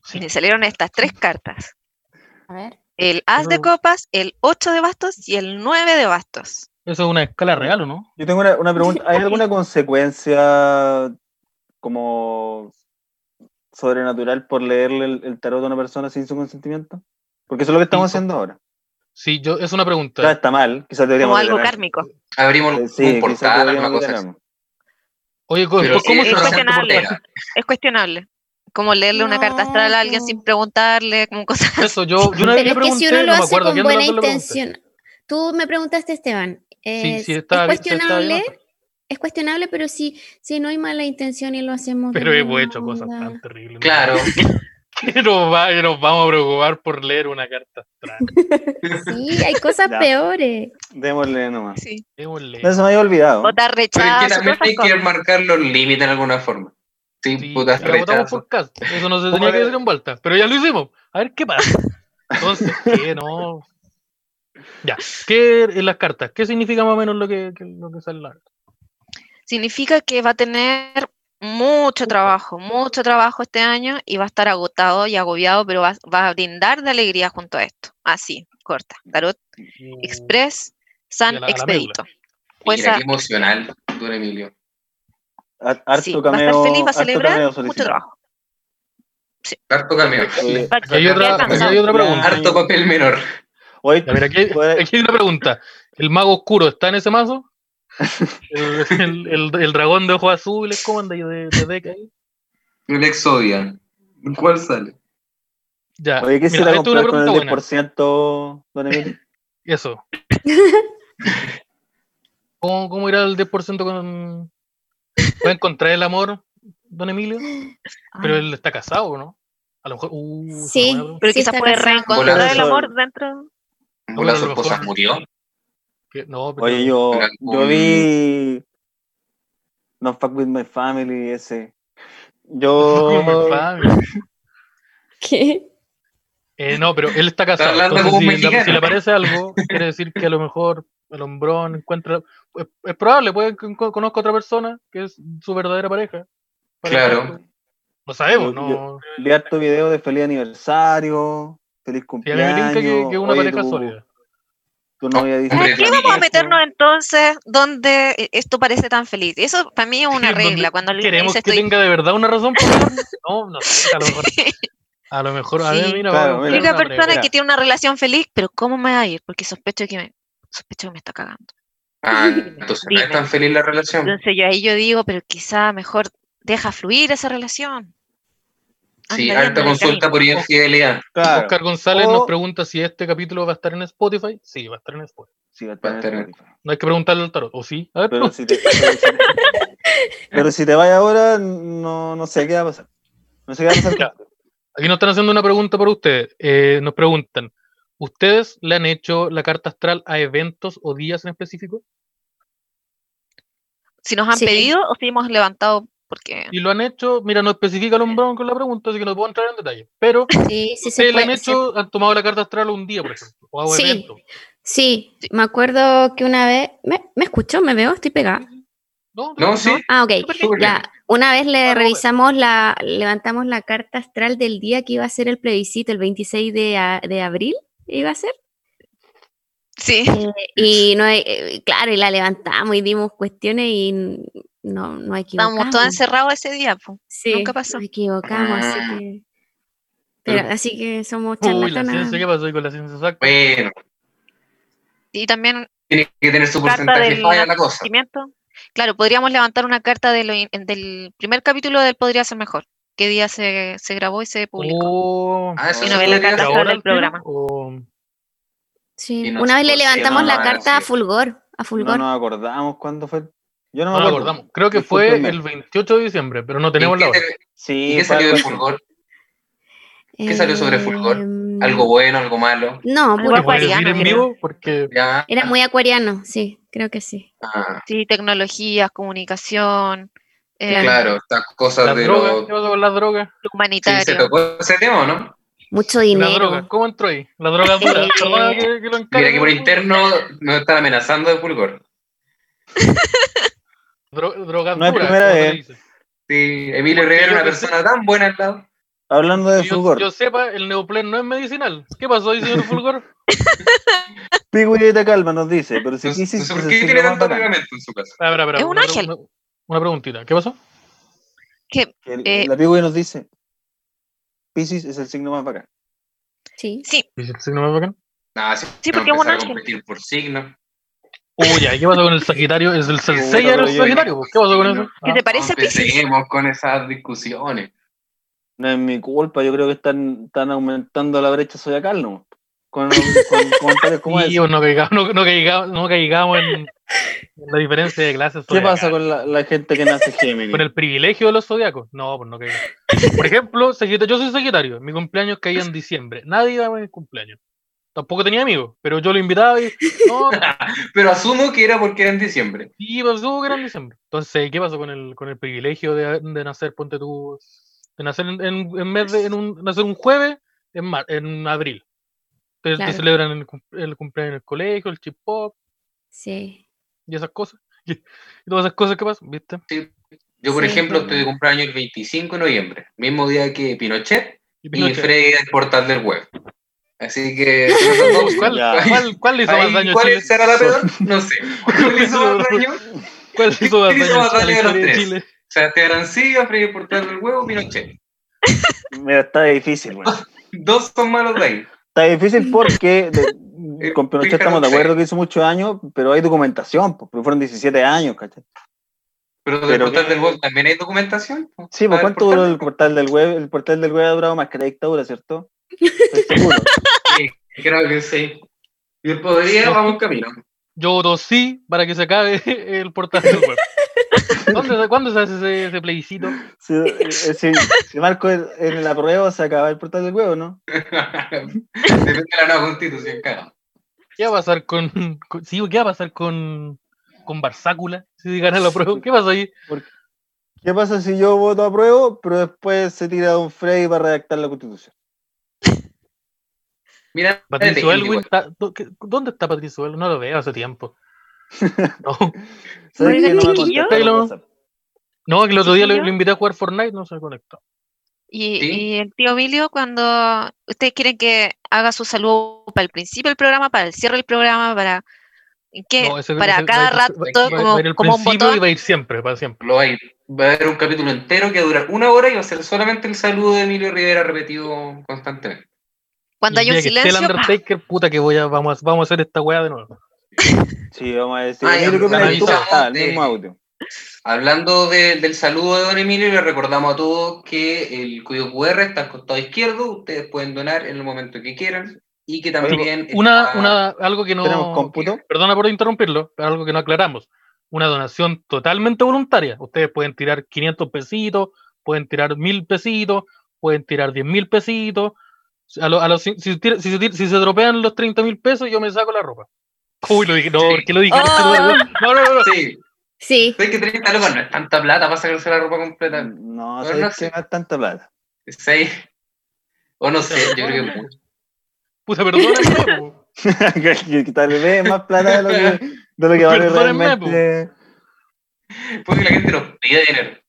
C: Sí.
G: Me salieron estas tres cartas.
I: A ver.
G: El as de
C: Pero-
G: copas, el 8 de bastos y el 9 de bastos.
C: Eso es una escala real, ¿o no?
A: Yo tengo una, una pregunta. ¿Hay alguna consecuencia como sobrenatural por leerle el, el tarot a una persona sin su consentimiento? Porque eso es lo que estamos
C: Sí.
A: haciendo ahora.
C: Sí, yo, es una pregunta.
A: Claro, está mal. Quizás
G: Como
A: deberíamos.
G: algo
A: detener.
G: kármico.
B: Abrimos un,
A: Eh, Sí, quizás
B: portal,
A: deberíamos
B: una cosa así.
A: detenernos.
C: Oye, ¿cómo,
B: Pero
C: Pues, cómo
G: sí,
C: se
G: es
C: resuelve por
G: cuestionable.
C: fuera?
G: Es cuestionable. Como leerle una
I: No,
G: carta astral a alguien
I: no.
G: sin preguntarle, como cosas.
C: Eso, yo, yo una vez le
H: Pero es que si
C: pregunté,
H: uno
C: no
H: lo
C: me
H: hace
C: acuerdo
H: con
C: quién de los
H: buena
C: dos le pregunté.
H: intención. Tú me preguntaste, Esteban.
C: Sí,
H: eh,
C: sí,
H: es
C: está bien, sí, está bien,
H: cuestionable. Es cuestionable, pero si, si no hay mala intención y lo hacemos. de
C: Pero hemos
H: buena
C: hecho cosas
H: onda.
C: tan terribles. ¿no?
B: Claro.
C: Que nos, va- que nos vamos a preocupar por leer una carta astral.
H: Sí, hay cosas
A: Ya.
H: peores.
A: Démosle nomás.
G: Sí.
C: Démosle.
A: Eso me había olvidado.
G: Votar
B: Pero es
G: rechazo.
B: que también
G: todas esas
B: hay que
G: Ah, cosas.
B: marcar los límites en alguna forma. Sí,
C: Sí,
B: putas
C: la votamos
B: rechazo.
C: por cast. Eso no se tenía que
B: Ojalá.
C: decir en vuelta. Pero ya lo hicimos. A ver qué pasa. Entonces, ¿qué no? Ya. ¿Qué en las cartas? ¿Qué significa más o menos lo que, que- lo que sale en la carta?
G: Significa que va a tener mucho trabajo, mucho trabajo este año y va a estar agotado y agobiado, pero va, va a brindar de alegría junto a esto. Así, corta. Tarot
A: Mm.
G: Express
C: Y a
G: San
C: la- a la
G: Expedito.
B: Mira,
G: Jueza,
B: qué emocional, don Emilio.
A: Har- Harto
G: sí, va a
A: cameo.
G: estar feliz,
A: harto
G: va a
A: cameo
G: celebrar, mucho
A: solicitado.
G: trabajo.
B: Harto cameo.
A: Oye,
G: Va a
C: Aquí hay otra,
G: estar
C: aquí
G: cansado.
C: hay otra pregunta.
B: Harto papel menor.
A: Hoy,
C: Ya, mira, aquí,
A: Puede-
C: aquí hay una pregunta. ¿El mago oscuro está en ese mazo? ¿El, el- el- el dragón de ojos azules? ¿Cómo anda ahí de, de deck ahí?
B: El Exodia. ¿Cuál sale?
C: Ya.
A: oye, ¿qué
C: mira,
A: será
C: esta es una
A: comprar con el
C: pregunta buena.
A: 10%, don Emilio?
C: Eso. ¿Cómo, cómo irá el 10% con...
G: Ah.
C: ¿Va a encontrar el amor, don Emilio? Pero él está casado, ¿no? A lo mejor. uh, esa
H: Sí.
C: buena pregunta.
G: Pero
H: Sí,
G: quizás
H: está
G: puede
H: cansado.
G: reencontrar el
A: Volando.
G: amor dentro.
B: Hola, su
C: Bueno, a lo
B: esposa
C: mejor-
B: murió.
C: Que- No, pero.
A: Oye, yo,
B: Venga,
A: yo vi No Fuck With My Family ese. Yo...
C: Como fan.
H: ¿Qué?
C: Eh, no, pero él está casado.
B: hablando como
C: entonces,
B: un
C: si, le-
B: mexicano.
C: si le parece algo, quiere decir que a lo mejor el hombrón encuentra. Es, es probable, puede que enco- conozca a otra persona que es su verdadera pareja. Pareja.
B: Claro.
C: Lo sabemos,
A: Yo-
C: no.
A: yo- Vi harto video de feliz aniversario, feliz
C: Si a mí me
A: cumpleaños.
C: tinca que, que es una
A: oye,
C: pareja
A: tu-
C: sólida.
A: Tu novia dice...
B: Hombre,
A: que
B: ¿qué
A: te
B: vamos
A: ama
G: Vamos a
A: mucho.
G: meternos entonces donde eh, esto parece tan feliz. Eso para mí es una
C: Sí, donde
G: regla. Cuando alguien me
C: Queremos
G: dice
C: que
G: estoy.
C: tenga de verdad una razón por qué No, no sé, a lo mejor. A lo mejor, a
G: Sí.
C: ver, mira,
A: Claro,
C: vamos a
A: mira.
G: La única
C: buscar una
G: persona
C: regla.
G: que tiene una relación feliz, pero ¿cómo me va a ir? Porque sospecho que me, sospecho que me está cagando.
B: Ah, entonces no es
G: Dime.
B: tan feliz la relación.
G: Entonces yo ahí yo digo, pero quizá mejor deja fluir esa relación.
B: Sí,
G: Anda
B: alta
G: viendo el
B: consulta
G: camino.
B: por infidelidad.
A: Claro.
C: Oscar González
A: O-
C: nos pregunta si este capítulo va a estar en Spotify. Sí, va a estar en Spotify.
A: Sí, va a
B: Va a
A: tener
B: estar-
A: Spotify.
C: No hay que preguntarle al tarot. O sí, a ver,
A: Pero si te, pero si te, pero si te vas ahora, no, no sé qué va a pasar. No sé qué va a pasar.
C: Ya. Aquí nos están haciendo una pregunta para ustedes. Eh, nos preguntan, ¿ustedes le han hecho la carta astral a eventos o días en específico?
G: Si nos han
H: Sí.
G: pedido o si hemos levantado porque
C: Y lo han hecho, mira, no especifica Lombrón con la pregunta, así que no puedo entrar en detalle. Pero
H: Sí, sí, se
C: ustedes le han
H: puede- se-
C: hecho, han tomado la carta astral un día, por ejemplo, o a un
H: Sí.
C: evento.
H: Sí, me acuerdo que una vez. ¿Me, me escuchó? ¿Me veo? Estoy pegada.
C: No,
B: No, sí.
H: Ah, ok.
B: Súper bien.
H: Ya, una vez le
C: Vamos a ver.
H: revisamos la, levantamos la carta astral del día que iba a ser el plebiscito, el 26 de, a- de abril iba a ser.
G: sí,
H: Eh, y no, hay- eh, claro, y la levantamos y dimos cuestiones y n- no, no equivocamos.
G: estábamos todos encerrados ese día. po.
H: Sí,
G: nunca pasó.
H: Nos equivocamos,
B: Ah.
H: así que. Pero, así que somos
C: Uy, la
H: charlatanas.
C: ciencia, ¿qué pasó ahí con la ciencia exacta?
B: Bueno,
G: Y también
B: tiene que tener su
G: Carta
B: porcentaje
G: del
B: falla la cosa.
G: nacimiento. Claro, podríamos levantar una carta de lo in- del primer capítulo del Podría ser mejor. ¿Qué día se, se grabó y se publicó?
C: Oh,
B: Ah, eso
G: Y
B: se
G: no ve la
B: podría-
G: carta
C: ahora Oh.
G: astral del
C: al tiro,
G: programa.
C: o-
H: Sí,
B: Y
H: una vez le
B: nosotros
H: levantamos la
B: llamamos a
H: carta a
B: decir-
H: Fulgor, a
A: No
H: Fulgor.
A: nos acordamos cuándo fue. Yo no me
C: No nos
A: acuerdo.
C: acordamos. Ah, Creo que fue
A: Discúlpenme.
C: el 28 de diciembre, pero no
B: ¿Y
C: tenemos la
B: qué
C: hora.
B: te-
A: Sí,
B: ¿Y
A: fue
B: qué salió de
A: algo así.
B: Fulgor? ¿Qué salió sobre Fulgor?
H: Em,
B: ¿Algo bueno, algo malo?
H: eh, No,
G: Algo
H: puro
C: ¿Se puede decir
G: acuariano,
C: en
G: creo.
C: vivo? Porque
B: Ya.
H: Era muy acuariano, sí, creo que sí.
B: Ah,
G: Sí, tecnologías, comunicación, eh,
B: claro, estas cosas
C: las
B: de
C: drogas,
B: los.
C: ¿qué pasó con las drogas?
G: lo
B: Sí, se
G: humanitario.
B: tocó ese tema, ¿o ¿no?
H: Mucho
C: La
H: dinero.
C: droga, ¿cómo entró ahí? La droga dura,
H: Eh.
C: ¿verdad? Que, que lo
B: Mira,
C: encarga.
B: aquí por interno nos están amenazando de Fulgor.
C: Dro- droga
A: No es
C: dura,
A: primera
C: como se
A: vez.
C: le dice.
B: Sí, Emilio Rivera era una persona tan buena al lado.
A: Hablando de
C: Que Yo,
A: fulgor,
C: yo sepa, el neoplen no es medicinal. ¿Qué pasó ahí, señor Fulgor?
A: Pigurita Calma nos dice, pero si
B: No, no
A: quisiste
B: sé Pues, por
A: se
B: qué tiene
A: sigue más
B: tanto
A: bacán.
B: pegamento en su casa.
C: A ver, a ver,
G: Es
C: una
G: un
C: pre-
G: ángel.
C: Una, una preguntita, ¿qué pasó?
G: Que,
A: El-
G: Eh.
A: La Pigui nos dice, Pisces es el signo más bacán.
H: Sí.
G: sí,
C: ¿Y si el signo más bacán?
B: Nah, si
G: Sí,
B: no
G: porque es un
B: empezar a
G: ángel.
B: competir por signo.
C: Uy, ya, ¿y ¿qué pasó con el Sagitario? ¿Es el Cersei
A: pero
C: era el
A: yo-
C: Sagitario? ¿Qué pasó con eso?
G: ¿Qué
C: Ah,
G: te parece, Pisces?
B: Empecemos con esas discusiones.
A: No es mi culpa, yo creo que están, están aumentando la brecha zodiacal, ¿no? Con, con comentarios como
C: sí,
A: ese.
C: o no caigamos, no, no caigamos, no caigamos en, en la diferencia de clases. pues.
A: ¿Qué
C: zodiacales.
A: pasa con la, la gente que nace Géminis?
C: Con el privilegio de los zodiacos. No, pues no caí. Por ejemplo, sagita- yo soy Sagitario. Mi cumpleaños caía en diciembre. Nadie daba mi cumpleaños. Tampoco tenía amigos, pero yo lo invitaba y. No, pues,
B: Pero asumo que era porque era en diciembre.
C: sí, pasó que era en diciembre. Entonces, ¿qué pasó con el, con el privilegio de, de nacer, ponte tú. De nacer en, en- en mes de- en un, nacer un jueves en, mar- en abril. Te, te
H: Claro.
C: celebran el, cum- el cumpleaños en el colegio, el chip pop
H: Sí.
C: y esas cosas. Y, todas esas cosas que pasan, ¿viste?
B: Yo, por
H: Sí,
B: ejemplo,
H: claro.
B: estoy de cumpleaños el 25 de noviembre, mismo día que Pinochet
C: Y
B: y
C: Pinochet.
B: Freddy del portal del web. Así que.
C: ¿Cuál,
A: Ya.
C: cuál- cuál le hizo más
B: Ahí,
C: daño a
B: ¿Cuál
C: Chile?
B: será la peor? No sé. ¿Cuál le hizo más daño?
C: ¿Cuál le hizo más
B: ¿Qué hizo
C: daño
B: más
C: a la
B: daño de los
C: historia de
B: tres?
C: Chile?
B: Sebastián Arancibia, Freddy del portal del huevo, Pinochet.
A: Mira, está difícil, güey.
B: Dos son malos de ahí.
A: Está difícil porque de- con Pinochet estamos de acuerdo que hizo muchos años, pero hay documentación, pues, porque fueron 17 años, ¿cachai?
B: Pero del
A: Pero
B: portal
A: que-
B: del web también hay documentación. po?
A: Sí,
B: Ah,
A: pues
B: el
A: ¿cuánto
B: portal
A: duró
B: del
A: el portal del web? El portal del web ha durado más que la dictadura, ¿cierto? Estoy seguro.
B: Creo que sí. Y el podría,
C: No.
B: vamos camino.
C: Yo voto sí para que se acabe el portal del web. ¿Cuándo, ¿cuándo se hace ese, ese plebiscito?
A: Si, eh, si- si marco el- en el apruebo, se acaba el portal del huevo, ¿no?
B: Depende de la nueva constitución, claro.
C: ¿Qué va a pasar con. con- sí, ¿Qué va a pasar con. con Barzácula? Si gana la prueba, ¿qué pasa ahí?
A: ¿Qué pasa si yo voto apruebo, pero después se tira un Frey para redactar la constitución?
B: Mira,
C: Patricio
B: depende,
C: Elwin.
B: igual.
C: está- ¿dó- qué- ¿Dónde está Patricio Elwin? No lo veo hace tiempo. No,
A: ¿Sabes
G: Oigan,
A: qué? No me
G: chiquillo.
A: contestaron en WhatsApp.
C: no que el otro día lo,
G: Chiquillo.
C: lo invité a jugar Fortnite, no se conectó.
G: Y,
B: Sí.
G: y el tío Emilio, cuando ustedes quieren que haga su saludo para el principio del programa, para el cierre del programa, para que
C: No, ese-
G: Eh, para
C: ese-
G: cada
C: va a ir-
G: rato,
B: va a ir-
C: Va a ir
G: como,
C: el
G: como un
C: principio y
G: botón,
C: va a ir siempre, para siempre.
B: Lo va a ir. Va a haber un capítulo entero que va a durar una hora y va a ser solamente el saludo de Emilio Rivera repetido constantemente.
G: cuando
C: Y el
G: hay un
C: día que esté
G: silencio,
C: el Undertaker, puta que voy a, vamos, a, vamos a hacer esta weá de nuevo.
A: Sí, vamos a decir.
B: Ay,
A: yo creo que
C: organizamos
A: la YouTube está, ah, el
B: de-
A: mismo audio.
B: Hablando de- del saludo de Don Emilio, le recordamos a todos que el cuyo QR está al costado izquierdo, ustedes pueden donar en el momento que quieran y que también...
C: Una,
B: está-
C: una, algo que
A: ¿Tenemos
C: no.
A: cómputo?
C: Perdona por interrumpirlo, pero algo que no aclaramos. Una donación totalmente voluntaria. Ustedes pueden tirar 500 pesitos, pueden tirar 1000 pesitos, pueden tirar 10.000 pesitos. A lo- a los- si, si tira- si se tira- si se tropean los 30 mil pesos, yo me saco la ropa. Uy, lo dije, no,
B: Sí. Ah.
C: ¿por qué lo dije?
H: Oh.
C: No, no, no, no.
B: Sí,
H: Sí.
B: sé que 30 lucas no es tanta plata para sacarse la ropa
A: Mm.
B: completa.
A: No,
B: Pero
A: sabes
B: no
A: que
B: sé.
A: no es tanta plata.
B: Seis. O no sé, yo creo que...
C: Puta, perdónenme. po.
A: que que tal vez es más plata de lo que, de lo que vale
C: Perdónenme,
A: realmente.
B: Porque la gente nos pide dinero.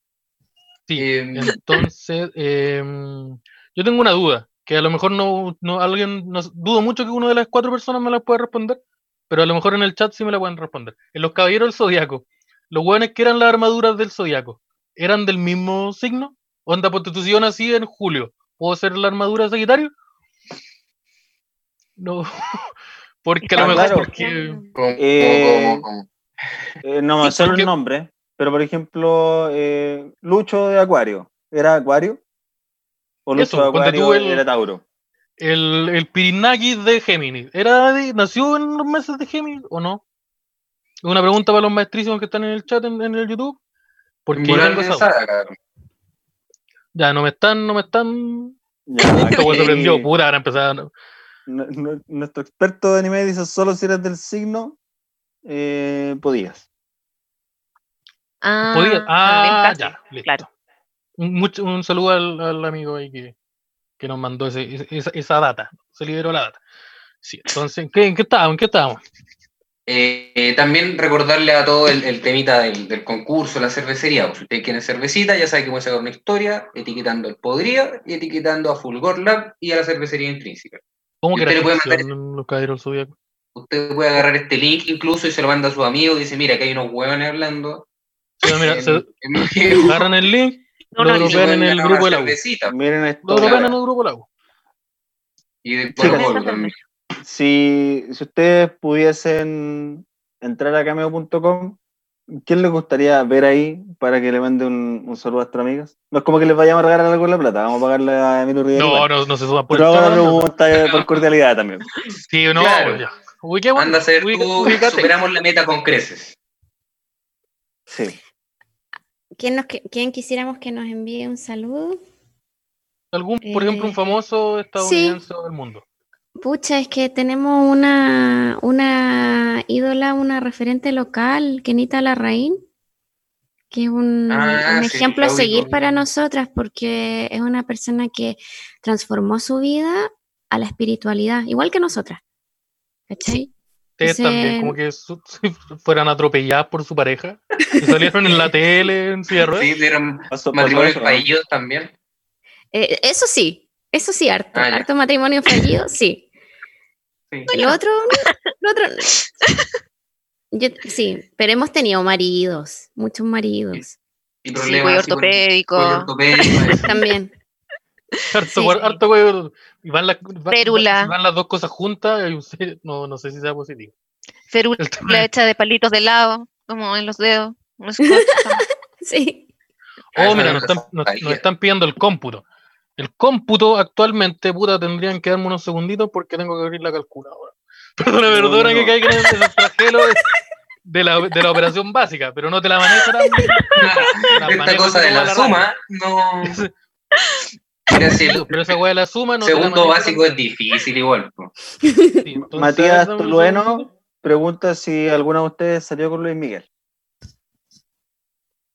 C: Sí,
B: Em,
C: Entonces, em, yo tengo una duda, que a lo mejor no, no alguien, no, s- dudo mucho que una de las cuatro personas me la pueda responder, pero a lo mejor en el chat sí me la pueden responder. En los caballeros del zodiaco, los hueones que eran las armaduras del zodiaco, ¿eran del mismo signo? Onda, porque tú si yo nací en julio, ¿puedo ser la armadura de Sagitario? No, porque a lo
A: Ah,
C: mejor,
A: claro.
C: porque
B: como-
A: Eh,
B: como- como- como-
A: Eh, no me
C: Sí,
A: solo
C: porque-
A: el nombre, pero por ejemplo, eh, Lucho de Acuario. ¿Era Acuario? ¿O Lucho
C: Eso,
A: de
C: ponte
A: Acuario
C: tú el-
A: era Tauro?
C: el, el Pirinaki de Géminis, ¿era de- ¿nació en los meses de Géminis o no? Una pregunta para los maestrísimos que están en el chat, en, en el YouTube. Porque yo
B: moral
C: tengo esa
B: pensada,
C: duda.
B: cabrón.
C: ya no me están, no me están.
A: Ya,
C: Esta weá se
A: aquí-
C: prendió, puta, ahora empezado.
A: n- n- eh, Nuestro experto de anime dice: solo si eres del signo, eh, podías.
G: ah,
C: Podía- Ah,
G: ventaja.
C: ya, listo.
G: claro.
C: Un, mucho- un saludo al, al amigo ahí que, que nos mandó ese- ese- esa, esa data. Se liberó la data. Sí, entonces, ¿qué- ¿en qué estábamos? ¿En qué estábamos?
B: Eh, eh, también recordarle a todo el, el temita del, del concurso, la cervecería. pues, Si ustedes quieren cervecita, ya saben que pueden sacar una historia etiquetando el Podría y etiquetando a Fulgor Lab y a la cervecería intrínseca.
C: ¿Cómo que
B: Usted le
C: era
B: puede
C: ficción
B: mandar
C: en los caballeros del Zodiaco?
B: Usted puede agarrar este link incluso y se lo manda a su amigo y dice, mira, que hay unos hueones hablando.
C: Sí, mira,
B: en-
C: se Ah,
B: en un juego".
C: agarran el link,
G: No,
C: lo
G: no,
B: Y se
C: dropean
B: pueden
C: en el
B: ganar
C: grupo de
B: una
C: la U.
B: cervecita,
A: Miren esto.
C: Lo dropean
B: Claro.
C: en el grupo de la U.
B: Y de
A: Chicas.
B: Colo Colo también.
A: Si, si ustedes pudiesen entrar a cameo.com, ¿quién les gustaría ver ahí para que le mande un, un saludo a nuestras amigas? No es como que les vayamos a regalar algo en la plata, vamos a pagarle a Emilio Rivera.
C: No,
A: igual.
C: no, no se suban por
A: Pero hago la
C: chat, no.
A: pregunta eh, por cordialidad también.
C: Sí, no,
B: Claro.
C: pues ya. Ubiquemos-
B: Anda a saber
C: ubica-
B: tú,
C: ubícate.
B: superamos la meta con creces.
A: Sí.
H: ¿Quién, nos, que- quién quisiéramos que nos envíe un saludo?
C: Algún, por ejemplo, un
H: Eh,
C: famoso estadounidense del mundo.
H: Pucha, es que tenemos una, una ídola, una referente local, Kenita Larraín, que es un,
B: Ah,
H: un
B: sí,
H: ejemplo a
B: la ubico.
H: seguir para nosotras porque es una persona que transformó su vida a la espiritualidad, igual que nosotras. ¿Cachai?
C: Ustedes
H: Dicen-
C: también, como que su- si fueran atropelladas por su pareja. y salieron en la tele, en silla de ruedas.
B: Sí, dieron
A: Pasó- pasó
B: matrimonios
A: eso, ¿no?
B: fallidos también.
H: Eh, eso sí, eso sí, harto.
B: Ah, ya.
H: harto matrimonio fallido, sí.
B: Sí.
H: Lo otro, no, lo otro. no. Yo- sí, pero hemos tenido maridos, muchos maridos
B: Y
G: Sí,
B: problemas
G: cuello
B: así con- cuello
G: ortopédico,
B: ortopédico, eso.
H: también.
C: Harto,
H: Sí.
C: güey, harto güey. Y van las, va-
G: Férula.
C: si van las dos cosas juntas. hay un ser- No, no sé si sea positivo. El
G: férula
C: tamaño.
G: hecha de palitos de lado, como en los dedos. no sé cómo se llama.
H: Sí.
C: Oh,
B: Ah,
C: mira,
B: no,
C: nos están,
B: esa
C: nos-
B: sabía.
C: nos están pidiendo el cómputo. El cómputo actualmente, puta, tendrían que darme unos segunditos porque tengo que abrir la calculadora. Perdona,
A: No,
C: perdona
A: no,
C: que
A: no.
C: caiga en el flagelo de, de la, de la operación básica, pero no te la manejo tan- la
B: Esta
C: manejo
B: cosa de
C: como
B: la
C: a radio.
B: suma, no. Mira, si el
C: Pero esa weá de la suma no te la
B: segundo
C: manejo tan
B: básico es
C: bien.
B: difícil igual. po.
C: Sí, entonces,
A: Matías
C: dame un
A: Tolueno.
C: segundo.
A: Pregunta si alguna de ustedes salió con Luis Miguel.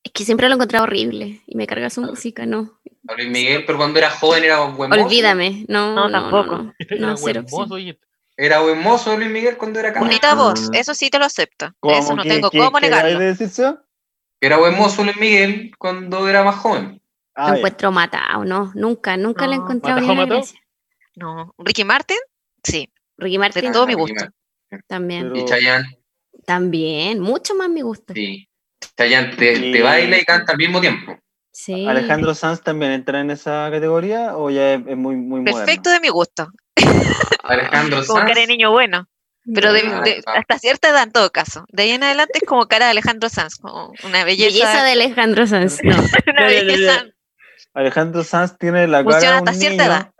H: Es que siempre lo he encontrado horrible y me carga su
I: Ah.
H: música, no.
B: A Luis Miguel, pero cuando era joven era buen mozo.
H: Olvídame, no,
I: No,
H: no, no,
I: tampoco.
H: no,
C: Era
H: no, cero
C: buen
H: opción.
C: mozo, oye.
B: Era buen mozo Luis Miguel cuando era cabro.
G: Bonita voz, eso sí te lo acepto. Eso no
A: ¿Qué-
G: tengo
A: qué-
G: cómo
A: qué acabáis
G: negarlo.
A: de decir, Seba?
B: Era buen mozo Luis Miguel cuando era más joven.
A: Ah,
H: lo
A: ya.
H: encuentro matado, no, nunca, nunca le he
I: No,
H: encontrado
C: ¿matajó,
H: bien la
C: mató?
H: gracia.
G: No. Ricky Martin, sí,
H: Ricky
G: de
H: Martin
G: todo mi
B: Ricky
G: gusto.
B: Martin.
H: también,
C: Oh.
A: Pero-
B: Y Chayanne,
H: también, mucho más me gusta.
B: sí. Chayanne te,
A: Sí.
B: te baila y canta al mismo tiempo.
H: Sí.
A: ¿Alejandro Sanz también entra en esa categoría o ya es, es muy, muy moderno?
G: Perfecto de mi gusto.
B: Alejandro
G: Como
B: Sanz.
G: cara de niño bueno. Pero de-
B: Ah,
G: de-
B: claro.
G: hasta cierta edad en todo caso. De ahí en adelante es como cara de Alejandro Sanz, como una belleza.
H: Belleza de Alejandro Sanz, no.
G: una
A: No, no, no,
G: belleza.
A: no. Alejandro Sanz tiene la
G: Funciona
A: cara de
G: hasta
A: un
G: cierta
A: niño
G: edad.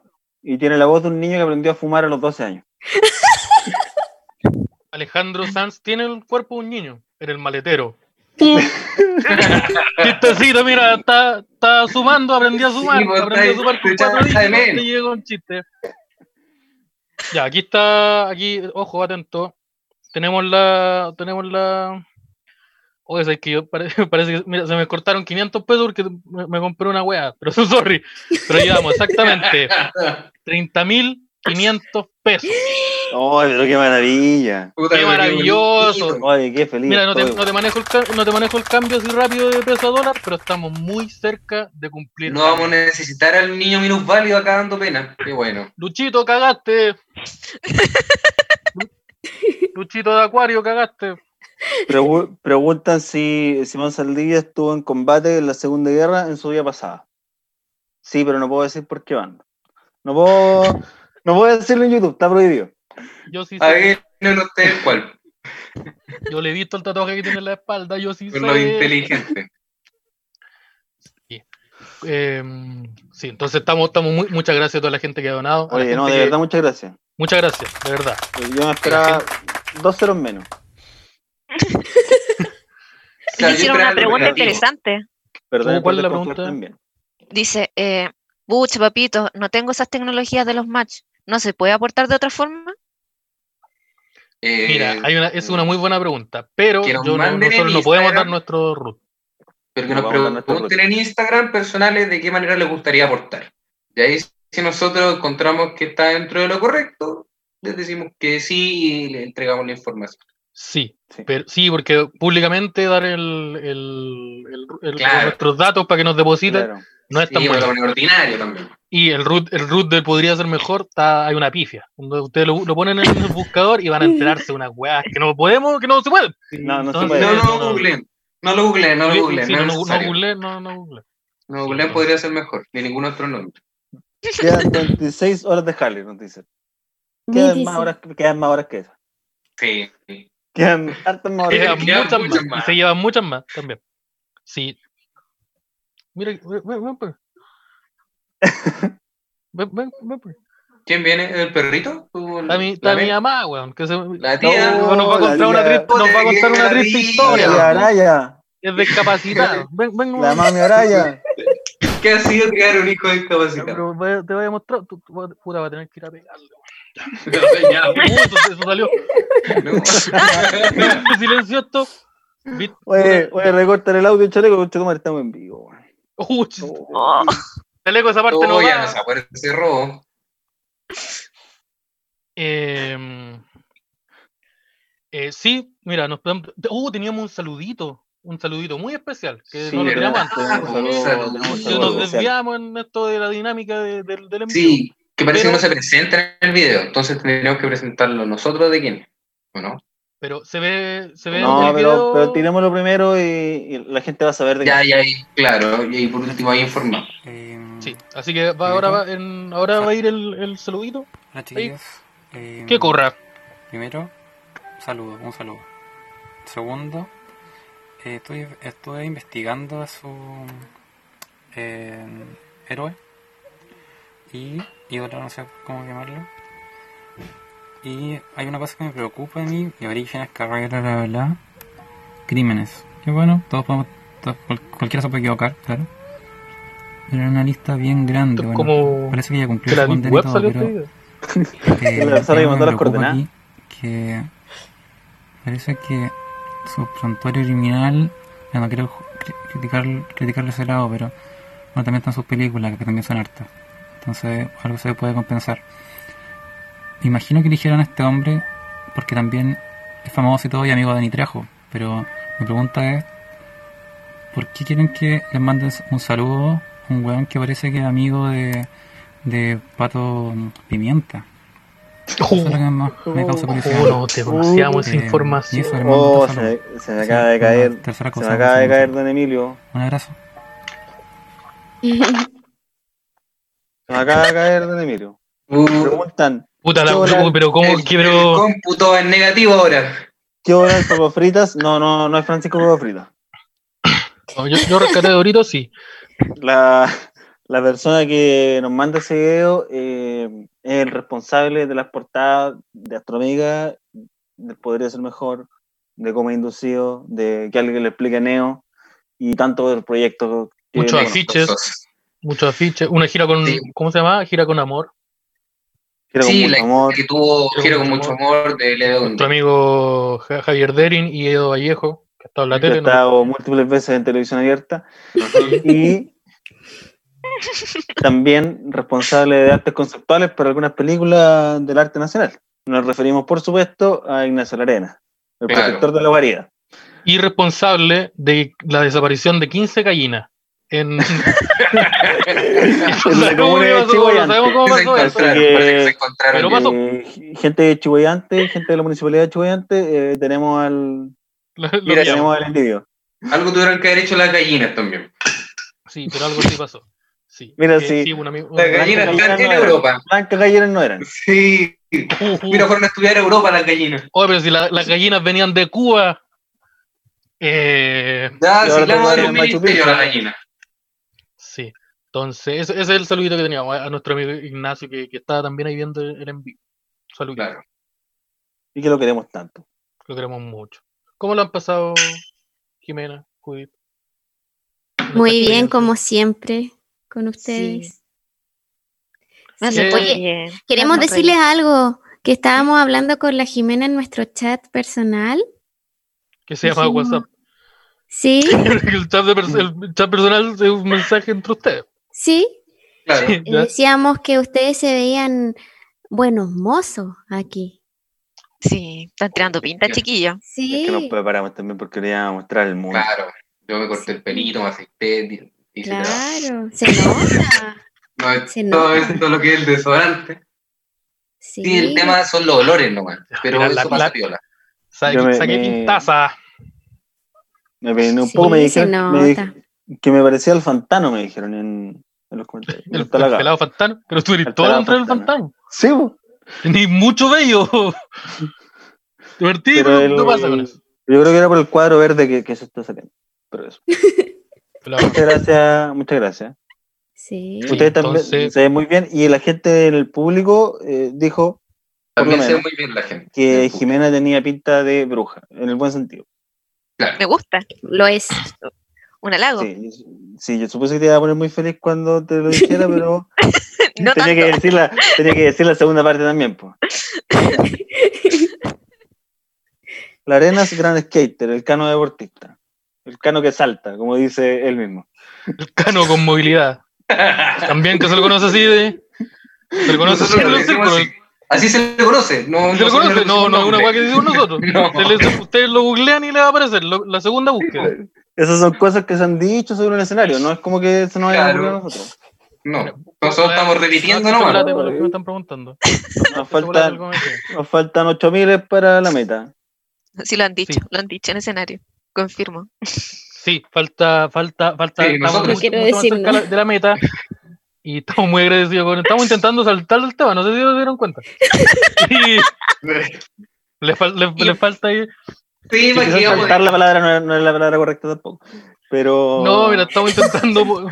A: y tiene la voz de un niño que aprendió a fumar a los 12 años.
C: Alejandro Sanz tiene el cuerpo de un niño, en el maletero. Chistecito, mira, está, está sumando, aprendí a sumar,
B: Sí, pues,
C: aprendí a
B: está-
C: sumar con
B: está-
C: cuatro
B: está de
C: dígitos,
B: menos.
C: te llegó un chiste. Ya, aquí está, aquí, ojo, atento. Tenemos la, tenemos la... Oye, es que yo pare- parece que mira, se me cortaron 500 pesos porque me, me compré una wea, pero sorry. Pero llevamos exactamente 30.500 pesos.
A: ¡Ay, pero qué maravilla!
B: Puta,
C: Qué
B: pero
C: maravilloso.
B: bonito.
A: ¡Ay, qué feliz!
C: Mira, no te,
A: estoy.
C: no te manejo el, ca- no te manejo el cambio así rápido de peso a dólar, pero estamos muy cerca de cumplir.
B: No vamos a necesitar al niño minusválido acá dando pena. Qué bueno.
C: Luchito, cagaste. Lu- Luchito de Acuario, cagaste.
A: Pregu- preguntan si Simón Saldivia estuvo en combate en la Segunda Guerra en su vida pasada. Sí, pero no puedo decir por qué banda. No puedo, no puedo decirlo en YouTube, está prohibido.
C: Yo sí
B: A
C: sé.
B: ver, no ustedes cuál.
C: Yo le he visto el tatuaje que tiene en la espalda. Yo sí
B: Por lo
C: sé.
B: inteligente.
C: Eh, sí, entonces estamos, estamos muy, muchas gracias a toda la gente que ha donado. a la
A: Oye, no,
C: gente
A: de
C: que-
A: verdad, muchas gracias.
C: Muchas gracias, de verdad.
A: Yo me esperaba dos ceros menos.
G: Le
B: Claro, yo
G: hicieron
B: esperaba
G: una
B: algo
G: pregunta
B: negativo.
G: interesante.
A: Perdón,
C: ¿Cómo? ¿Cuál
A: por
C: es la
A: desconfiar
C: pregunta?
A: también.
G: Dice, eh, pucha, papito, no tengo esas tecnologías de los match. ¿No se puede aportar de otra forma?
B: Eh,
C: Mira, hay una, es una muy buena pregunta, pero
B: que
C: yo
B: nos
C: no-
B: manden en
C: nosotros no podemos dar
B: Instagram.
C: nuestro root.
B: Pero que
A: Nos
B: nos
A: vamos a dar nuestro
B: pregunten en Instagram personales de qué manera les gustaría aportar. Y ahí, si nosotros encontramos que está dentro de lo correcto, les decimos que sí y le entregamos la información.
C: Sí,
A: Sí.
C: pero sí, porque públicamente dar el, el- el- el-
B: Claro.
C: nuestros datos para que nos depositen
A: Claro.
C: no es
B: Sí,
C: tan
B: bueno,
C: bueno.
B: también ordinario también.
C: Y el root, el root del podría ser mejor, está, hay una pifia. Cuando ustedes lo, lo ponen en el buscador y van a enterarse unas weas que no podemos, que no se puede.
A: No, no se
C: Entonces-
A: puede.
B: No, no
C: no,
B: lo
C: no.
B: googleen. No lo googleen, no lo googleen.
C: Sí,
B: no,
C: no,
B: es
C: no
B: necesario.
C: googleé, no, no googleé.
B: No googleen podría ser mejor, ni ningún otro nombre.
A: Quedan 26 horas de Harley, nos dicen. Quedan más, horas, quedan más horas que esas.
B: Sí. sí.
A: Quedan hartas más horas. que
C: Quedan
A: esas.
B: quedan
C: muchas
B: muchas
C: más,
B: más.
C: y se llevan muchas más también. Sí. Mira, ven, ven, ven. Ven, ven, ven.
B: ¿Quién viene? ¿El perrito? ¿Tú-
C: Está mi,
B: la
C: está mi
B: ve?
C: mamá, weón. Que se,
B: La tía.
A: No,
C: nos va a
A: la
C: contar una
A: tía.
C: triste, nos va a contar una triste historia.
A: Oye, Araya,
C: Es discapacitado. Ven, ven,
A: la
C: weón.
A: mami Araya.
B: ¿Qué ha sido crear un hijo discapacitado?
C: Pero voy a- te voy a mostrar. Tú, tú vas- puta, va a tener que ir a pegarle.
B: Ya,
C: weón. Uh, eso, eso salió.
B: no.
C: Me silenció esto. Vi-
A: Oye, oye, recortar el audio, chaleco, porque tu madre estamos en vivo. weón.
C: Uh, ch-
G: Oh,
C: chaleco, esa parte no
B: Oh, ya
C: va.
B: no se acuerda ese robo.
C: Eh, eh, sí, mira, nos podemos- uh, teníamos un saludito, un saludito muy especial, que
A: Sí,
C: no lo
A: verdad,
C: teníamos
B: Ah,
C: antes.
A: tenemos
B: un
A: saludos,
B: saludo,
A: tenemos
B: un
C: Yo
A: saludos
C: nos
B: saludo.
A: especiales.
C: desviamos en esto de la dinámica de- del, del envío.
B: Sí, que parece
C: Pero-
B: que no se presenta en el video, entonces tendríamos que presentarlo nosotros de quién. ¿O no?
C: Pero se ve, se ve en
A: No,
C: el
A: pero,
C: video-
A: pero tirémoslo primero y, y la gente va a saber de qué.
B: Ya, ya, y- claro, y ahí por último ahí informamos.
E: Eh,
C: Sí, así que va- ahora, va, en- ahora va a ir el, el saludito.
E: hola, chiquillos.
J: Mm.
E: Eh,
C: Que corra.
E: Primero, saludo, un saludo. Segundo, eh, estoy, estuve investigando a su eh, héroe y ídolo, no sé cómo llamarlo. Y hay una cosa que me preocupa a mí, y orígenes, carrera, bla, bla, bla,
J: crímenes. Que bueno, todos podemos, todos- cual- cualquiera se puede equivocar, claro. Pero era una lista bien grande.
C: Esto es
J: bueno,
C: como
J: parece que ya
C: que
J: cumplió
C: la
J: su
C: Deep
J: condena y
C: Web
J: todo,
C: salió
J: pero-
C: este video.
J: eh,
A: Que la persona que
J: el tema
A: mandó
J: me
A: las
J: preocupa
A: coordenadas.
J: aquí, Que parece que su prontuario criminal, ya no quiero ju- cri- criticar, criticarle ese lado, pero bueno, también están sus películas, que también son hartas. Entonces, algo se puede compensar. Me imagino que eligieron a este hombre porque también es famoso y todo y amigo de Nitrajo. Pero mi pregunta es, ¿por qué quieren que les manden un saludo a un weón que parece que es amigo de, de Pato Pimienta? Eso es lo que más me causa curiosidad.
C: Oh, este no, te conocíamos esa
J: Eh, y
C: información.
J: eso, hermano,
A: Oh,
J: Gonzalo.
A: se, se me
J: Sí,
A: acaba de
J: una
A: caer.
J: tercera
A: Se
J: cosa,
A: me acaba de
J: Gonzalo.
A: caer Don Emilio.
J: Un abrazo.
A: Se me acaba de caer Don Emilio.
B: Uh,
A: Preguntan,
C: Puta la
A: Hola.
C: pero cómo
B: el-
C: que
B: Uh, el
C: pero
B: cómputo es negativo ahora.
A: ¿qué hora es Papas Fritas? No, no, no es Francisco Papas Fritas.
C: No, yo, yo rescaté Doritos sí.
A: La, la persona que nos manda ese video eh, es el responsable de las portadas de Astromiga, de Podría Ser Mejor, de Coma Inducido, de que alguien le explique a Neo y tanto del proyecto. que-
C: Muchos
A: bueno,
C: afiches,
B: Entonces,
C: muchos afiches, una gira con
B: Sí.
C: ¿cómo se llama? Gira con amor.
A: quiero con
B: Sí,
A: mucho
B: la-
A: amor.
B: Que tuvo
C: Quiero
B: Quiero con
C: con
B: mucho
C: amor.
B: amor de Ledo Dundi.
C: Nuestro amigo Ja- Javier Derin y Edo Vallejo, que ha estado en la
A: que ha
C: tele. ¿no?
A: estado múltiples veces en televisión abierta y también responsable de artes conceptuales para algunas películas del arte nacional. Nos referimos, por supuesto, a Ignacio Larena, el
B: Claro.
A: protector de la guarida.
C: Y responsable de la desaparición de 15 gallinas. En...
A: En la comuna de
C: No sabemos cómo
B: Se
C: pasó eso.
A: Chihuayante.
B: encontraron,
A: que-
B: parece que se encontraron.
C: Pero pasó.
A: Eh, gente de Chihuayante, gente de la municipalidad de Chihuayante, eh, tenemos al
C: Lo- lo
B: Mira,
C: pillamos.
A: tenemos al individuo.
B: Algo tuvieron que haber hecho las gallinas también.
C: Sí, pero algo sí pasó. Sí,
A: Mira,
C: que
A: sí.
C: un amigo- un
B: Las
C: amigo-
B: gallinas
A: gallinas
B: están en
A: no eran.
B: Europa.
A: Blanca Galleras no eran.
B: Sí.
C: Uh, uh.
B: Mira, fueron a estudiar a Europa las gallinas.
C: Oh, pero si la- las gallinas venían de Cuba. Eh,
B: Ya,
A: Y
B: si
A: ahora
B: la madre
A: tomaron
B: del
A: Machu
B: ministerio
A: Picchu.
B: las gallinas.
C: sí. Entonces, ese, ese es el saludito que teníamos a, a nuestro amigo Ignacio, que, que estaba también ahí viendo el el en vivo. Saludito,
B: Claro.
A: Y que lo queremos tanto.
C: lo queremos mucho. ¿Cómo lo han pasado, Jimena, Judith?
H: Muy bien, como siempre, con ustedes.
G: Me
C: Sí.
G: hace muy
H: Oye,
G: bien.
H: Queremos
G: Me hace muy
H: decirles algo que estábamos hablando con la Jimena en nuestro chat personal.
C: Que se llama
H: Dijimos-
C: WhatsApp.
H: Sí,
C: el, chat de pers- el chat personal es un mensaje entre ustedes.
H: sí.
B: Claro.
H: Y
C: ¿Ya?
H: Decíamos que ustedes se veían buenos mozos aquí.
G: Sí, están tirando pinta,
B: Bien.
G: chiquillo.
A: Es que nos
H: Sí,
A: preparamos también porque le íbamos a mostrar al mundo.
B: Claro, yo me corté el pelito, me afeité, di- hice
H: claro. Se nota.
B: todo. No,
H: se
B: todo
H: nota.
B: esto lo que es el desodorante.
H: Sí.
B: Sí, el tema son los olores nomás, pero
C: Mira, la-
B: eso pasa
C: la-
B: piola.
C: Saque,
A: Yo me-
C: saque
A: me-
C: pintaza.
A: Me peiné un
H: Sí,
A: poco, me
H: se
A: dijeron me
H: nota.
A: di- que me parecía al Fantano, me dijeron en, en los comentarios.
C: El, el
A: Está la cagada.
C: pelado fantano. Pero tú eres
A: El
C: todo
A: pelado
C: dentro del
A: Fantano.
C: fantano.
A: Sí, bo.
C: Ni mucho bello. Divertido,
A: pero
C: pero
A: el-
C: no pasa con eso.
A: yo creo que era por el cuadro verde que, que se está sacando. Pero eso.
C: Pelado.
A: Muchas gracias, muchas gracias.
H: Sí.
A: Ustedes también
C: entonces-
A: se ven muy bien y la gente del público eh, dijo Por lo
B: También se ve
A: menos.
B: muy bien la gente.
A: que
B: El público,
A: Jimena tenía pinta de bruja, en el buen sentido.
B: Claro.
G: Me gusta.
H: Lo es.
G: Un halago.
A: Sí, yo su- sí, yo supuse que te iba a poner muy feliz cuando te lo dijera, pero
G: No
A: tenía,
G: tanto.
A: que decir la, tenía que decir la segunda parte también. po. La arena es gran skater, el cano deportista. El cano que salta, como dice él mismo.
C: El cano con movilidad. También que se lo conoce así de. Se lo conoce así
B: Nosotros
C: de
B: le
C: los
B: decimos
C: círculos.
B: así. Así se le conoce. No,
C: Se lo
B: nosotros le
C: conoce,
B: decimos
C: no, no es una
B: nombre.
C: weá que decimos nosotros.
B: No.
C: Se les- ustedes lo googlean y les va a aparecer lo- la segunda búsqueda.
A: Esas son cosas que se han dicho sobre un escenario, no es como que se nos haya
B: Claro.
A: ocurrido a nosotros.
B: No,
C: pues,
B: nosotros estamos repitiendo
C: no,
B: nomás.
C: chocolate para los que me están preguntando.
A: Nos
C: Chocolate,
A: faltan,
C: algo me decía.
A: nos faltan 8000 para la meta.
G: Sí, lo han dicho,
C: Sí.
G: lo han dicho en escenario. Confirmo.
C: Sí, falta, falta, falta.
B: Sí,
C: estamos
B: nosotros-
C: mucho-
I: Quiero
C: mucho más
I: decir
C: cerca
I: no.
C: de la meta. Y estamos muy agradecidos con. Estamos intentando saltar el tema, no sé si lo dieron cuenta. Y le, fal- le- le falta ahí.
B: Sí,
A: Y quizás
B: imagínate.
A: saltar la palabra no, es- no es la palabra correcta tampoco. Pero.
C: No, mira, estamos intentando po-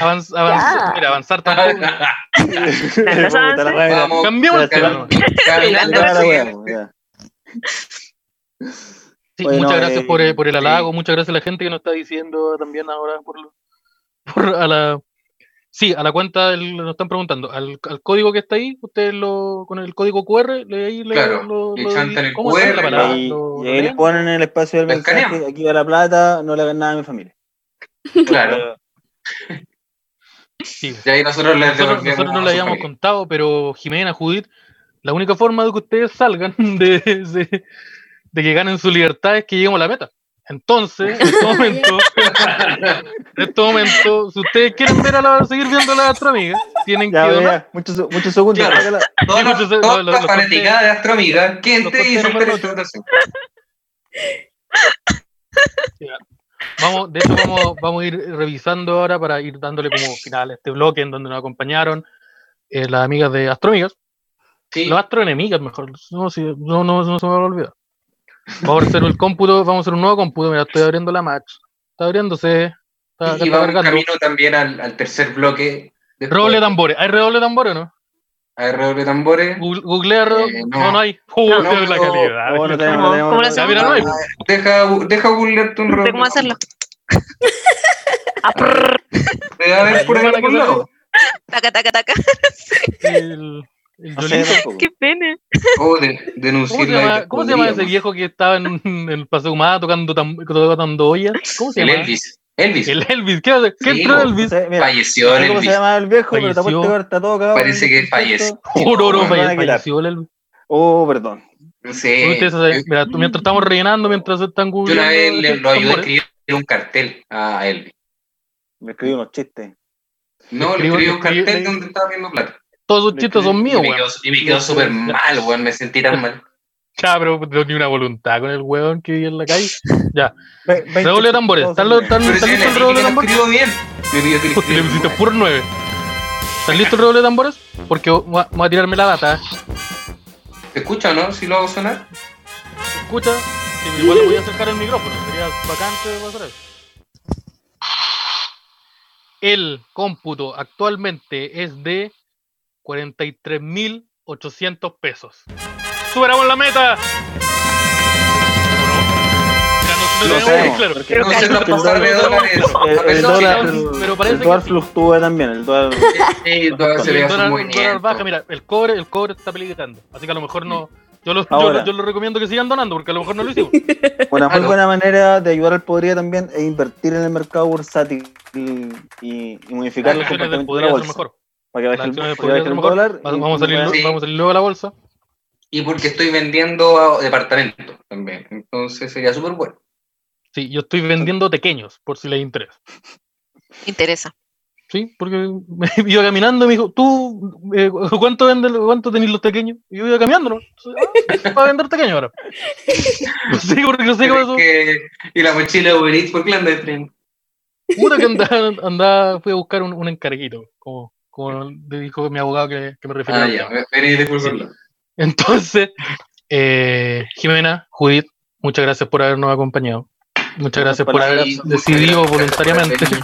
C: avanz- avanzar,
I: Ya.
C: mira, avanzar tampoco.
A: Puta la wea,
B: Vamos,
C: Cambiamos el tema.
B: caminando,
A: mira,
B: caminando,
A: la wea,
B: sí.
A: wea.
C: Sí,
A: Bueno,
C: muchas gracias
A: eh,
C: por, eh, por el
A: sí.
C: halago, muchas gracias a la gente que nos está diciendo también ahora por, lo- por a la sí, a la cuenta del- nos están preguntando, al, al código que está ahí, ustedes lo con el código QR le ahí le,
B: Claro,
C: lo-
B: le
C: lo-
B: chantan el
C: ¿cómo se llama
B: QR,
C: la palabra?
A: y,
C: Lo-
A: y
C: lo
A: ahí le
C: leen.
A: ponen en el espacio del
B: Lo
A: mensaje,
B: escaneamos.
A: aquí va la plata, no le hagan nada a mi familia.
B: Claro,
C: Sí.
B: y ahí nosotros les
C: Nosotros,
B: devolvemos
C: nosotros no
B: a
C: le
B: su
C: habíamos
B: familia.
C: contado, pero Jimena, Judith, la única forma de que ustedes salgan de, de- de que ganen su libertad es que lleguemos a la meta. Entonces, en este momento, en este momento, si ustedes quieren ver a la, seguir viendo a la otra amiga, tienen
A: Ya,
C: que donar.
A: vea, muchos, muchos segundos.
B: Claro.
A: sácala.
B: Todas las-
C: Sí, pues,
B: todas
C: lo- lo-
B: las
C: lo
B: fanaticadas de Astroamiga, que
C: lo
B: entre y
C: corté
B: son
C: nomás, no,
B: perezosos.
C: Vamos, de hecho, vamos, vamos a ir revisando ahora para ir dándole como final a este bloque en donde nos acompañaron eh, las amigas de Astroamigas.
B: Sí,
C: Las astroenemigas, mejor. No, sí, no, no, no se me va a olvidar. Vamos a hacer el cómputo, vamos a hacer un nuevo cómputo. Mira, estoy abriendo la match. Está abriéndose. Está,
B: y
C: está
B: vamos
C: cargando.
B: camino también al, al tercer bloque. después.
C: Redoble de tambores. ¿Hay redoble de tambores o no?
B: A ver, redoble de tambores.
C: Google- Googlea. redoble-
B: Eh,
C: no.
B: no.
C: no, hay. Uh,
B: No,
C: la
B: no,
A: Oh,
C: calidad.
A: No, no tenemos,
G: ¿Cómo-
A: no tenemos,
G: cómo
A: no
G: lo
A: tenemos.
C: Ya, mira, no hay.
B: Deja, bu- deja googlearte un
G: No
B: redoble.
G: sé cómo hacerlo.
B: Debe haber por ahí
C: Para que
B: algún
C: se
B: lado.
C: vea.
G: Taca, taca, taca.
C: El, el
A: No sé,
C: Yolito.
A: tampoco.
G: Qué pena.
B: Oh, de, denunciar
C: ¿Cómo se,
B: la
C: llama, cómo se llama ese
B: dictadura,
C: viejo que estaba en, en el Paseo Humada tocando, tam- tocando ollas? ¿Cómo se
B: El
C: llama?
B: Elvis. Elvis.
C: El Elvis. ¿Qué, hace? ¿Qué
B: Sí,
C: entró
B: po.
A: No
C: Elvis?
A: sé, mira,
B: Falleció
A: no
B: el
A: sé cómo se
B: Elvis.
A: llama el viejo, pero está
C: Falleció.
A: puesto que está todo cagado.
B: Parece que falleció.
A: falleció.
C: Oh, no, no,
A: Bueno,
C: falle-
A: van a quitar.
C: falleció el Elvis.
A: Oh, perdón.
B: No sé.
C: Ustedes saben, mira, tú- mientras estamos rellenando, mientras están
B: Eh, Yo
C: googleando.
B: una vez le-
C: están
B: lo ayudé a
C: tambores.
B: escribir un cartel a Elvis.
A: Me escribí unos chistes.
B: No, le
C: Escribo-
B: escribí un
C: escribí-
B: cartel donde estaba viendo plata.
C: Todos sus
A: le
C: chistes son
A: escribí-
B: Y
C: míos,
B: me
C: weón.
B: quedó, y me quedó
C: Yo-
B: súper
C: yo-
B: mal, weón. Me sentí tan mal.
C: Ya, pero no tengo ni una voluntad con el weón que vi en la calle.
A: Ve- veinte
C: Redoble de
A: chistes,
C: tambores.
A: todos
C: ¿Están
A: son
C: los-
A: míos.
B: Pero
C: están- están
B: si le
C: listos el
B: dije que
C: redoble de
B: lo
C: tambores?
B: escribo bien. Me pidió que le
C: Pues le pusiste
B: escribiera.
C: puro 9. ¿Están listo el redoble de tambores? Porque voy a, voy a tirarme la data.
B: ¿Te escucha o no? Si lo hago sonar.
C: Escucha, que igual le voy a acercar el micrófono. Sería vacante de pasar eso. El cómputo actualmente es de 43.800 pesos. ¡Superamos la meta! ¿O no?
A: Lo
C: Mira, no- no tenemos
A: sabemos,
C: bien claro.
A: porque
G: Creo
B: No
G: que
B: se
G: hay-
B: nos pasar de dólares.
A: El, eh,
B: A
A: el
C: Pero
B: pesar
C: sí,
A: dólar,
B: de-
C: pero- pero parece
A: el
C: que
A: dólar
C: sí.
A: fluctúa también. El dólar,
B: Sí, el dólar se
C: Y
B: le
C: Eh, el
B: hace
C: dólar,
B: muy
C: el dólar
B: bien.
C: baja, mira, el cobre, el cobre está peligrando. Así que a lo mejor no. Yo lo, yo
A: Ahora.
C: lo- yo lo recomiendo que sigan donando, porque a lo mejor no lo hicimos.
A: una muy
B: Claro.
A: buena manera de ayudar al podría también es invertir en el mercado bursátil y, y modificar
C: Las
A: los
C: acciones del
A: comportamientos de
C: poder
A: la
C: hacer
A: bolsa.
C: mejor.
A: Para que
C: Las
A: baje el,
C: acciones del
A: para que
C: poder
A: baje el
C: hacer mejor.
A: dólar. y-
C: Vamos a salir,
B: Sí.
C: vamos a salir luego a la bolsa.
B: Y porque estoy vendiendo a- departamentos también. Entonces sería súper bueno.
C: Sí, yo estoy vendiendo pequeños, por si les interesa.
G: Interesa.
C: Sí, porque me iba caminando y me dijo, ¿tú eh, cuánto, vendes, cuánto tenés los pequeños? Y yo iba caminando, ¿no? Entonces, ah, para vender pequeños ahora. No sé, porque no sé cómo eso.
B: Que- Y la mochila de Uber Eats por clandestino.
C: Puta que andaba, andaba- fui a buscar un, un encarguito, como, como le dijo mi abogado que, que me refería.
B: Ah, ya. ven- Vení después por la-
C: Entonces, eh, Jimena, Judith, muchas gracias por habernos acompañado. Muchas gracias por haber
B: Sí,
C: decidido
B: muchas gracias por haber
C: voluntariamente,
B: venido.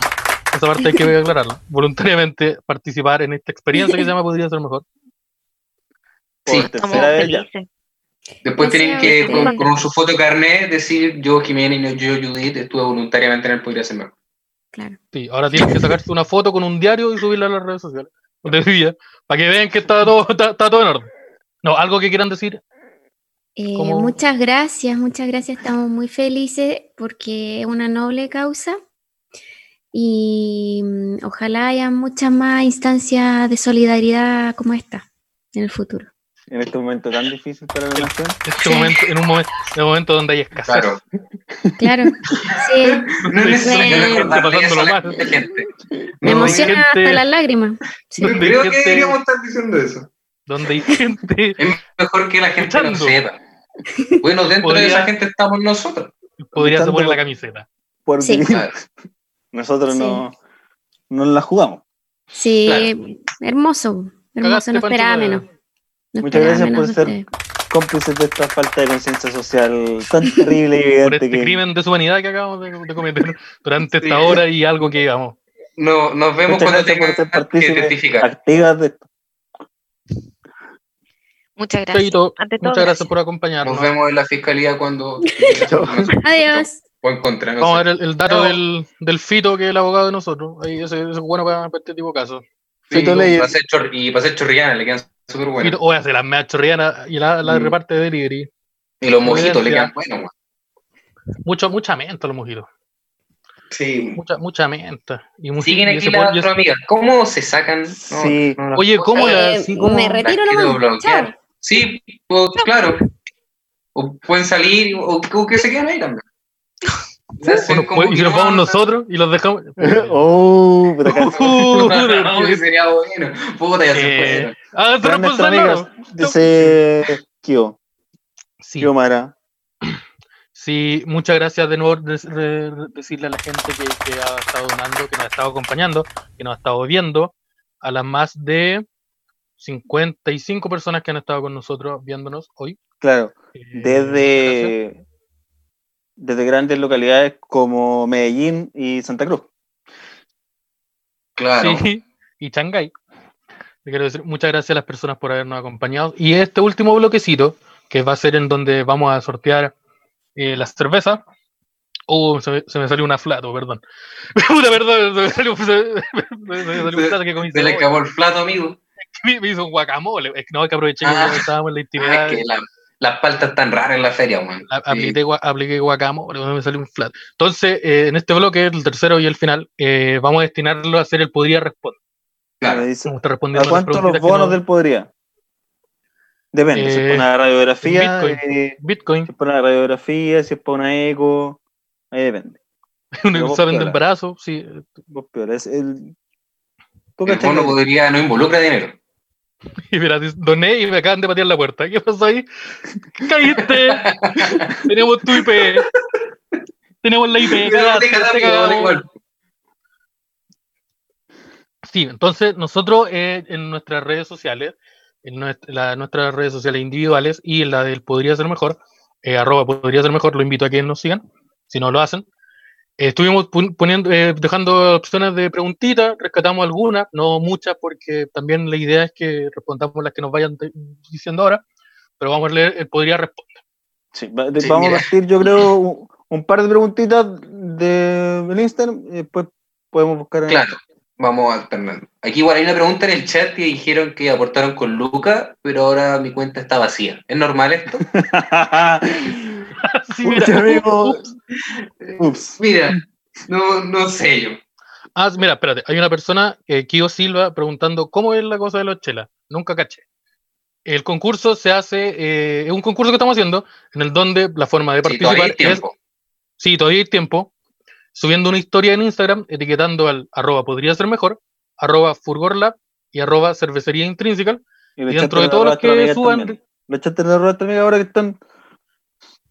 C: esa parte hay que aclararla, voluntariamente participar en esta experiencia que se llama Podría Ser Mejor.
B: Sí,
C: Pues
A: por
G: Estamos
A: tercera vez ya.
G: felices.
H: Pues
B: Después tienen
I: Gracias,
B: que,
I: Vicente.
B: con, con su foto de carnet, decir yo, Jimena y yo, Judith, estuve voluntariamente en el Podría Ser Mejor.
C: Sí, ahora tienes que sacarse una foto con un diario y subirla a las redes sociales donde vivía, para que vean que está todo, está, está todo en orden. No, algo que quieran decir.
H: Eh,
C: ¿Cómo?
H: muchas gracias, muchas gracias. Estamos muy felices porque es una noble causa y mm, ojalá haya muchas más instancias de solidaridad como esta en el futuro.
A: En este momento tan difícil para la nación.
C: Este momento, en un momento, en un momento donde hay escasez.
B: Claro.
H: Claro, sí,
B: No es necesario
H: Bueno.
B: recordarle eso a la
C: Pasándolo mal.
B: gente.
H: me
C: No,
B: No,
C: emociono.
H: emociona
C: gente-
H: hasta las lágrimas. sí.
B: yo creo que
C: Gente-
B: deberíamos estar diciendo eso.
C: donde hay gente
B: Es mejor que la gente lo
C: Escuchando.
B: sepa. Bueno, dentro de
C: Podría-
B: esa gente estamos nosotros.
C: que podría se
A: Tanto-
C: poner la camiseta.
A: Por
H: Sí.
A: vivir.
B: Claro.
A: Nosotros
H: Sí.
A: no, no la jugamos.
H: Sí,
B: Claro.
H: hermoso, hermoso,
C: Cagaste,
H: no
C: Pancho,
H: esperaba
C: la-
H: menos. no
A: Muchas
H: esperaba
A: gracias por
H: menos de
A: ser
H: ustedes.
A: Cómplices de esta falta de conciencia social tan terrible y evidente
C: por este
A: que.
C: crimen de su humanidad que acabamos de, de cometer durante esta
B: Sí.
C: hora y algo que digamos.
B: No, nos vemos
A: Muchas
B: cuando
A: gracias por
B: tengamos
A: ser
B: que
A: partícipes
B: testificar.
A: activas de esto.
G: Muchas gracias.
C: Chaito,
G: Ante todo,
C: muchas gracias por acompañarnos.
B: Nos vemos en la fiscalía cuando.
H: Adiós.
B: O en contra, no
C: Vamos a
B: sé.
C: ver el, el dato
B: No.
C: del, del Fito, que es el abogado de nosotros. Ahí, ese, ese es bueno para, para este tipo de casos.
B: Sí,
A: Fito
B: y
A: Leyes.
B: para ser chor- y para ser chorriana, le quedan súper
C: Fito,
B: buenos.
C: o hace las medias chorrianas y la, la
A: Mm.
C: reparte de delivery.
B: Y los mojitos le
C: Evidencia.
B: quedan buenos, weón.
C: Mucho, mucha menta los mojitos.
B: Sí.
C: Mucha, mucha menta. Y mu-
B: Siguen
C: y
B: aquí
C: ese pol-
B: las
C: y ese-
B: otras amigas. ¿Cómo se sacan? No,
A: Sí.
B: no, las
C: Oye,
B: cosas-
C: ¿cómo la-
H: Eh,
C: sí, cómo-
H: me retiro
B: las quiero
H: nomás. Chao.
B: bloquear. Sí, o- claro. O pueden salir o, o que se queden ahí también. Se
C: o
B: hacen
C: nos
B: como
C: puede- y
B: que
C: nos
B: no,
C: vamos
B: no,
C: nosotros y los dejamos.
A: oh, puta, acá-
C: Uh,
B: No, que sería bueno. Puta, ya se
C: Eh,
B: fueron.
C: ah,
A: Para nuestras
C: responsable.
A: amigas, dice Kio,
C: Sí.
A: Kio Mara.
C: Sí, muchas gracias de nuevo de- de- de- decirle a la gente que, que ha estado donando, que nos ha estado acompañando, que nos ha estado viendo, a las más de 55 personas que han estado con nosotros viéndonos hoy.
A: Claro,
C: Eh, gracias.
A: desde, desde grandes localidades como Medellín y Santa Cruz.
B: Claro.
C: Sí, y Shanghái. Le quiero decir muchas gracias a las personas por habernos acompañado. Y este último bloquecito, que va a ser en donde vamos a sortear eh, las cervezas. Oh, se me, se me salió una flato, perdón. Puta, perdón, se me salió, se- se- se me salió un plato que comí
B: Se le
C: hoy.
B: acabó el plato, amigo.
C: me, me hizo un guacamole. Es que no, es que aproveché que
B: Ah.
C: estábamos en la
B: Ah,
C: intimidad. eh,
B: es que la- las paltas están raras en la feria, weón.
C: A-
B: Sí.
C: apliqué, gua- apliqué guacamole, me salió un flat. Entonces, eh, en este bloque, el tercero y el final, eh, vamos a destinarlo a hacer el podría responder.
B: Claro.
A: Me dice,
C: Vamos a estar
A: ¿A
C: respondiendo las
A: cuánto los
C: preguntitas que
A: bonos
C: nos-
A: del podría? Depende, si es
C: Eh,
A: por una radiografía,
C: en Bitcoin.
A: eh,
C: Bitcoin,
A: si es por una radiografía, si es por una eco, ahí depende.
C: un
A: vos
C: examen del
A: piola.
C: embarazo, sí.
A: Vos peor, es el... ¿Tú
B: El
A: cachai
B: bono
A: que-
B: podría, no involucra dinero.
C: Y mira, dice, doné y me acaban de patear la puerta. ¿Qué pasó ahí? ¡Caíste! Tenemos tu IP. Tenemos la IP. cagaste, te cagamos. Sí, entonces nosotros eh, en nuestras redes sociales, en nues- la- nuestras redes sociales individuales y en la del Podría Ser Mejor, eh, arroba Podría Ser Mejor, lo invito a que nos sigan, si no lo hacen. Eh, estuvimos pon- poniendo, eh, dejando opciones de preguntitas, rescatamos algunas, no muchas, porque también la idea es que respondamos las que nos vayan de- diciendo ahora, pero vamos a leer el Podría Responder.
A: Sí, va- de-
B: Sí,
A: vamos
B: mira.
A: a partir, yo creo, un, un par de preguntitas de del Instagram y después podemos buscar en
B: Claro, vamos alternando. Aquí igual hay una pregunta en el chat que dijeron que aportaron con Luca, pero ahora mi cuenta está vacía. ¿Es normal esto?
C: Sí, mira.
A: Pucha, amigo. Ups.
B: Mira, no, no sé yo.
C: Ah, mira, espérate, hay una persona, eh, Kio Silva, preguntando cómo es la cosa de los chelas. Nunca caché. El concurso se hace, eh, es un concurso que estamos haciendo, en el donde la forma de
B: Si todavía
C: participar
B: hay tiempo.
C: es, sí, todavía hay tiempo, subiendo una historia en Instagram, etiquetando al arroba podría ser mejor, arroba furgorlab y arroba cervecería intrínseca.
A: Y
C: Y
A: le
C: dentro de
A: echaste
C: todos
A: la
C: los
A: rata a la
C: que
A: amiga
C: suban,
A: también. Le echaste la rata a la amiga ahora que están...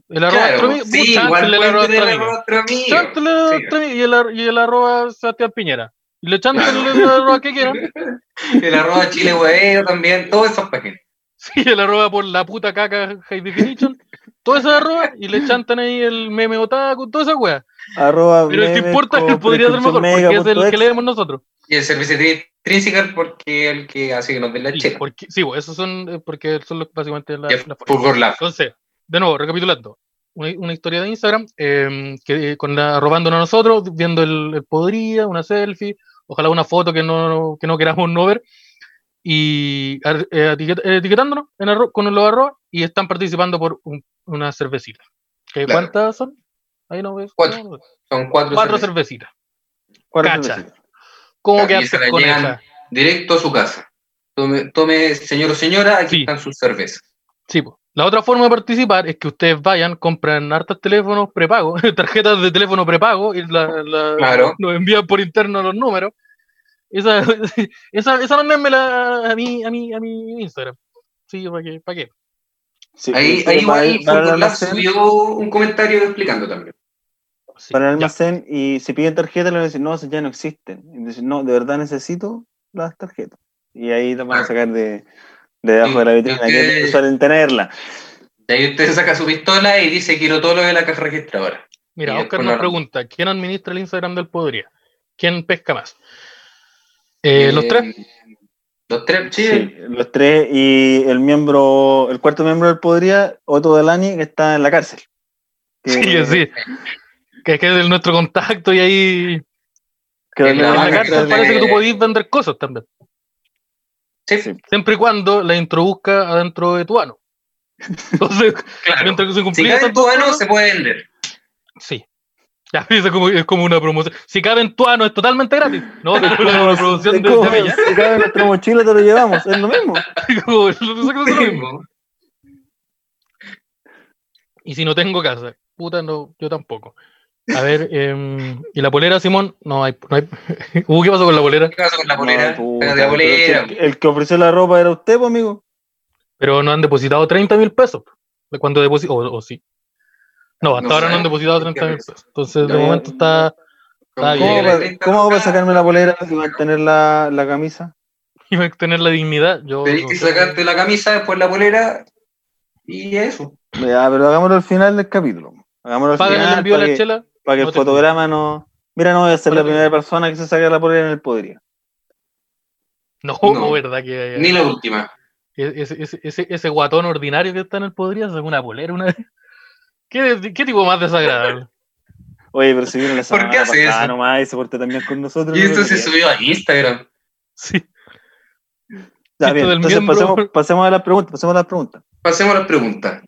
C: el arroba
B: Claro,
C: Astromi-
B: sí,
C: mucha-
B: igual
C: el
B: pueden
C: arroba
B: tener
C: Astromi.
B: arroba otro amigo.
C: Chántale a
B: Sí.
C: Astromi y el ar- y el arroba Sebastián Piñera. Y le echan el arroba que quieran.
B: El arroba chile hueveo también, todas esas páginas.
C: Sí, el arroba por la puta caca High Definition. Todo ese arroba y le chantan ahí el meme otaku, toda esa wea.
A: Arroba
C: Pero el que
A: memes
C: importa es que
A: con
C: podría ser mejor, porque es el que
A: prescripcionmega.exe.
C: leemos nosotros.
B: Y el servicio de Trinsical porque es el que hace que nos den la
C: Sí,
B: chela.
C: porque, sí, pues, esos son, eh, porque son los- básicamente la,
B: Y es
C: la forma.
B: Fulgor Lab.
C: Entonces, de nuevo, recapitulando. Una, una historia de Instagram, eh, que con la, robándonos a nosotros, viendo el, el podría, una selfie, ojalá una foto que no, que no queramos no ver, y ar- eh, etiquet- eh, etiquetándonos en arro- con los arroba, y están participando por un- una cervecita. ¿Qué-
B: Claro.
C: ¿Cuántas son? Ahí no ves.
B: Cuatro.
C: no ves.
B: Son cuatro,
C: Cuatro
B: servicios.
C: cervecitas.
A: Cuatro
C: Cacha.
A: cervecitas.
C: ¿Cómo
B: Claro, y
C: que
B: esa la
C: con
B: llegan-
C: esa?
B: Directo a su casa. Tome, tome señor o señora, aquí
C: Sí.
B: están sus cervezas.
C: Sí, po. La otra forma de participar es que ustedes vayan, compran hartos teléfonos prepago, tarjetas de teléfono prepago, y la- la-
B: Claro.
C: nos envían por interno los números. Esa, esa, esa mándenmela a mi, a mi, a mi Instagram. Sí, ¿para qué? ¿Para qué?
A: Sí,
B: Ahí,
A: sí, para
B: ahí
A: el-
B: igual
A: para el
B: Fulgor Lab
A: almacén-
B: subió un comentario explicando también.
C: Sí,
A: para el
C: ya.
A: almacén y si piden tarjeta le van a decir, no, esas ya no existen. Y dicen, no, de verdad necesito las tarjetas. Y ahí las van a sacar de, de debajo
B: Sí,
A: de la vitrina,
B: porque-
A: que no suelen tenerla.
B: De ahí usted saca su pistola y dice quiero todo lo de la caja registradora.
C: Mira,
B: Y
C: Oscar
B: después
C: nos
B: la-
C: pregunta, ¿quién administra el Instagram del Podría? ¿Quién pesca más? Eh, los
B: Eh,
C: tres,
B: Los tres, sí.
A: Sí, los tres y el miembro, el cuarto miembro del Podría, Otto Delani, que está en la cárcel. Que-
C: Sí, sí. Que, que es nuestro contacto y ahí.
A: que
B: En
C: En la cárcel
B: cárcel
C: parece que tú
B: de-
C: podís vender cosas también.
B: Sí,
A: Sí.
C: Siempre y cuando la introduzca adentro de tu ano. Entonces,
B: claro.
C: mientras que se
B: Si
C: cumplía
B: cae en tu ano, se puede vender.
C: Sí. Ya, es como, es como una promoción. Si cabe en tu ano, es totalmente gratis. No, es como una promoción de
A: ¿Cómo?
C: semilla.
A: Si cabe en nuestra mochila, te lo llevamos. Es lo mismo.
C: Como- es lo mismo. Y si no tengo casa, puta, no, yo tampoco. A ver, em, ¿y la polera, Simón? No hay. No hay... Uh, ¿Qué pasó con la polera?
B: ¿Qué pasa con la
A: Ay,
B: polera?
A: puta,
B: Pégate la
A: pero si
B: polera.
A: el, que- el que ofreció la ropa era usted, pues, amigo.
C: Pero no han depositado 30 mil pesos. ¿De cuándo depositó? O, o sí. No, hasta
B: No
C: ahora
B: sé.
C: no han depositado 30 mil pesos. Entonces, de
A: No.
C: momento está. Está
B: Como
A: ¿Cómo,
C: bien.
B: que
A: va-
B: la cresta
A: cómo va a
B: nunca-
A: sacarme la polera y mantener la, la camisa?
C: Y va a tener la dignidad. Yo,
B: Tenés
C: no
B: que
C: sé.
B: sacarte la camisa, después la polera y eso.
A: Ya, pero hagámoslo al final del capítulo. Hagámoslo al
C: Pagan el
A: final
C: envío de
A: para
C: la
A: que,
C: chela.
A: para que
C: No
A: el
C: te-
A: fotograma no... Mira, no voy a ser
C: Para
A: la
C: que-
A: primera persona que se saque la polera en el Podría.
C: No,
B: No.
C: verdad que.
B: Ni la última.
C: Ese, ese- ese- ese guatón ordinario que está en el podría sacó una polera una vez. ¿Qué, qué tipo más desagradable?
A: Oye, pero si vieron la semana
B: qué hace
A: pasada
B: eso?
A: nomás y se portó también con nosotros.
B: Y
A: no
B: esto
A: debería.
B: se subió a Instagram.
C: Sí.
A: Está
C: Esto
A: bien,
C: del
A: entonces
C: miembro-
A: pasemos, pasemos a las preguntas, pasemos a las preguntas.
B: Pasemos a las preguntas.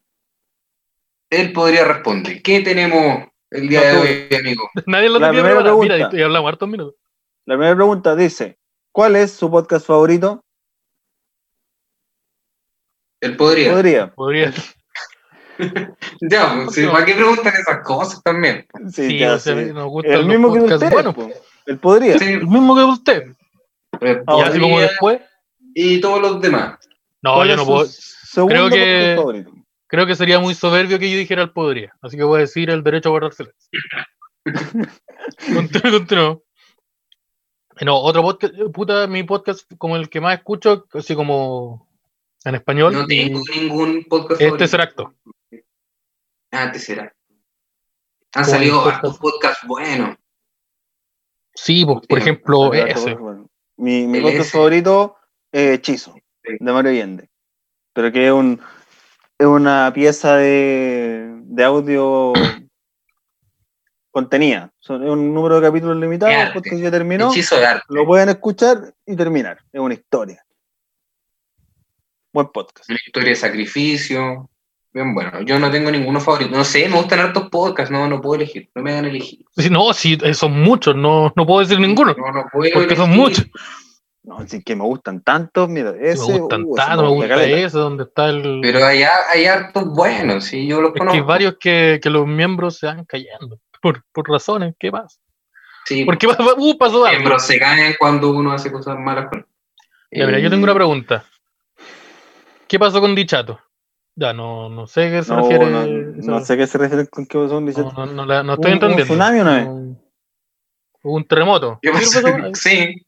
B: Él podría responder. ¿Qué tenemos el día de
A: No, tú.
B: hoy, amigo?
C: Nadie lo
A: La
C: tenía
A: primera
C: preparado. Mira,
A: pregunta.
C: y hablamos hartos minutos.
A: La primera pregunta dice, ¿cuál es su podcast favorito?
B: Él podría.
A: Podría.
C: Podría.
B: Ya, pues, sí, ¿para qué preguntan esas cosas también?
A: Sí,
C: sí,
A: ya,
C: o sea,
A: sí.
C: nos gustan
A: El
C: los
A: mismo que
C: podcasts
A: usted.
C: buenos.
A: el podría.
B: Sí,
C: El mismo que usted.
B: Él
A: Ah,
C: y así como
B: podría
C: después.
B: y todos los demás.
C: No,
A: ¿Cuál
C: yo
A: es
C: no
A: su
C: puedo.
A: Segundo
C: creo que-
A: podcast favorito.
C: Creo que sería muy soberbio que yo dijera el podría. Así que voy a decir el derecho a guardar silencio. Continúo, continúo. No, otro podcast, puta, mi podcast como el que más escucho, así como en español.
B: No
C: y
B: tengo ningún podcast.
C: este será
B: favorito.
C: acto.
B: Ah, este será. Han
C: Como
B: salido
C: el
B: hartos podcasts buenos.
C: Sí, pues, por
B: Sí,
C: ejemplo,
A: Ah,
C: ese.
A: bueno. Mi, mi
B: El
A: podcast
B: ese.
A: favorito es Hechizo,
B: Sí.
A: de Mario Allende. Pero que es, un, es una pieza de, de audio contenida. Son- es un número de capítulos limitado,
B: Claro,
A: el podcast ya terminó.
B: Hechizo de arte.
A: Lo pueden escuchar y terminar. Es una historia. Buen podcast.
B: una historia de sacrificio. Bien, bueno, yo no tengo ninguno favorito. No sé, me gustan hartos podcasts, no, no puedo elegir, no me hagan elegir.
C: Sí, No, sí, eh, son muchos, no, no puedo decir ninguno.
B: No, no puedo
C: Porque son
B: elegir.
C: muchos.
A: No, así que me gustan tantos. Mira, ese.
C: me gustan
A: uh, ese
C: tanto, me gusta
A: caleta.
C: ese, donde está el.
B: Pero hay, hay hartos buenos, sí, yo los
C: es que hay
B: conozco.
C: varios que, que los miembros se van cayendo. Por, por razones, ¿qué pasa?
B: Sí,
C: Porque va- va- uh, pasó
B: los
C: algo.
B: miembros se caen cuando uno hace cosas malas. con- Eh,
C: Ya, mira, yo tengo
A: Eh,
C: una pregunta. ¿Qué pasó con Dichato? Ya, no, no sé a qué se
A: No,
C: refiere.
A: no, no sé qué se refiere con qué son. dice-
C: No, no, no la- no estoy
A: Un- un
C: entendiendo.
A: tsunami una vez.
C: No. Hubo un terremoto.
B: ¿Qué
C: ¿Qué
B: pasa?
C: pasó? Ay,
B: Sí,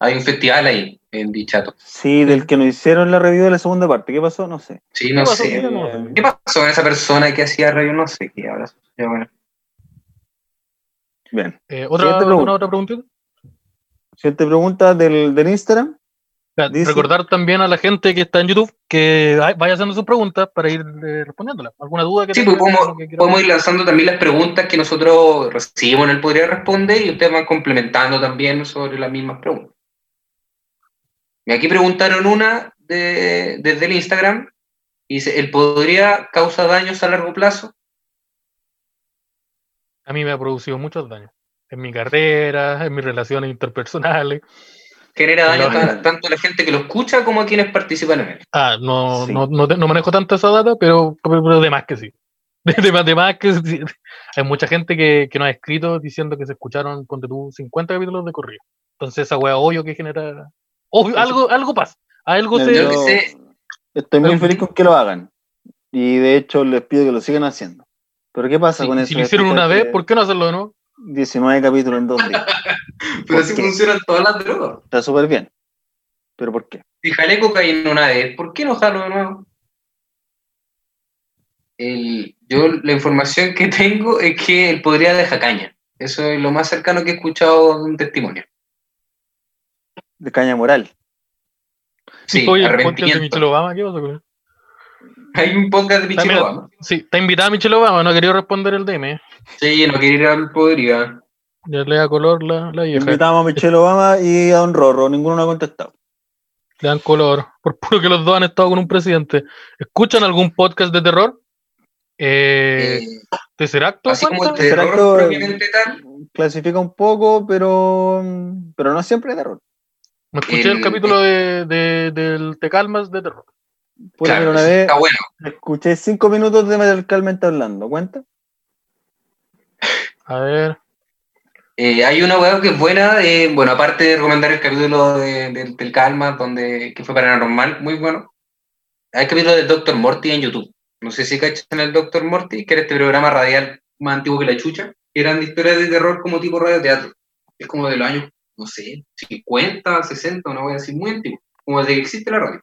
B: hay un festival ahí, en Dichato.
A: Sí, del que nos hicieron la review de la segunda parte. ¿Qué pasó? No sé.
B: Sí, no
C: ¿Qué pasó?
B: sé.
C: Mira, no.
A: Eh,
B: ¿Qué pasó con esa persona que hacía radio? No sé qué ahora. Ya, bueno.
A: Bien.
C: eh, ¿Otra,
A: Siguiente pregunta.
C: una otra preguntita?
A: Siguiente pregunta del, del Instagram.
C: Ya,
A: Dice-
C: Recordar también a la gente que está en YouTube que ay- vaya haciendo sus preguntas para ir eh, respondiéndolas. ¿Alguna duda que
B: Sí,
C: tengan,
B: pues podemos,
C: lo que quieran?
B: podemos ir lanzando también las preguntas que nosotros recibimos en el Podría Responder y ustedes van complementando también sobre las mismas preguntas. Y aquí preguntaron una de- desde el Instagram y dice, ¿el Podría causa daños a largo plazo?
C: A mí me ha producido muchos daños. En mi carrera, en mis relaciones interpersonales.
B: ¿Genera daños
C: No.
B: a- tanto a la gente que lo escucha como a quienes participan en él?
C: Ah, no,
A: Sí.
C: no, no, te- no manejo tanta esa data, pero, pero, pero de más que sí. De, de más, de más que sí. Hay mucha gente que, que nos ha escrito diciendo que se escucharon, ponte tú, 50 capítulos de corrido. Entonces esa wea obvio que genera... obvio, algo, algo pasa. Algo
A: Mira,
C: se...
B: yo- sé.
A: Estoy muy
C: Pero-
A: feliz con que lo hagan. Y de hecho les pido que lo sigan haciendo. Pero ¿qué pasa
C: si-
A: con eso?
C: si
A: de
C: lo hicieron una
A: escuchar
C: vez,
A: que
C: ¿por qué no hacerlo de nuevo?
A: 19 capítulos en dos días.
B: Pero
A: ¿Por
B: así
A: qué?
B: funcionan todas las drogas.
A: Está súper bien. ¿Pero por qué?
B: Si jalé cocaína una vez, ¿por qué no jalo de nuevo? El- yo la información que tengo es que él podría de caña. Eso es lo más cercano que he escuchado de un testimonio.
A: De caña moral.
B: Sí,
C: Oye, el podcast de Michelle
B: arrepentimiento.
C: Obama, ¿qué pasó con él?
B: Hay un podcast de Michelle
C: También-
B: Obama.
C: Sí, está invitada Michelle Obama, no quería responder el DM. eh.
B: Sí, no quiere ir al ¿ah? podría.
C: Ya le da color la, la vieja.
A: Invitamos a Michelle Obama y a Don Rorro, ninguno nos ha contestado.
C: Le dan color. Por puro que los dos han estado con un presidente. ¿Escuchan algún podcast de terror? Eh,
B: Eh,
C: ¿Tesseracto?
B: así como el
C: cuenta?
B: terror
A: Exacto.
B: propiamente tal.
A: Clasifica un poco, pero, pero no siempre de error.
C: Me escuché el,
B: el-
C: capítulo de, de- del Te Calmas de terror.
A: Puta, mira,
B: claro,
A: una
B: sí,
A: vez
B: Está bueno.
A: escuché cinco minutos de Matercalmente hablando, ¿cuenta?
C: A ver.
B: Eh, hay una web que es buena, eh, bueno, aparte de recomendar el capítulo de- del- del Calma, donde, que fue paranormal, muy bueno. Hay capítulo del Dr. Morty en YouTube. No sé si cachan el Dr. Morty, que era este programa radial más antiguo que la chucha, que eran de historias de terror como tipo radioteatro. Es como de los años, no sé, 50, 60, una web así muy antigua, como desde que existe la radio.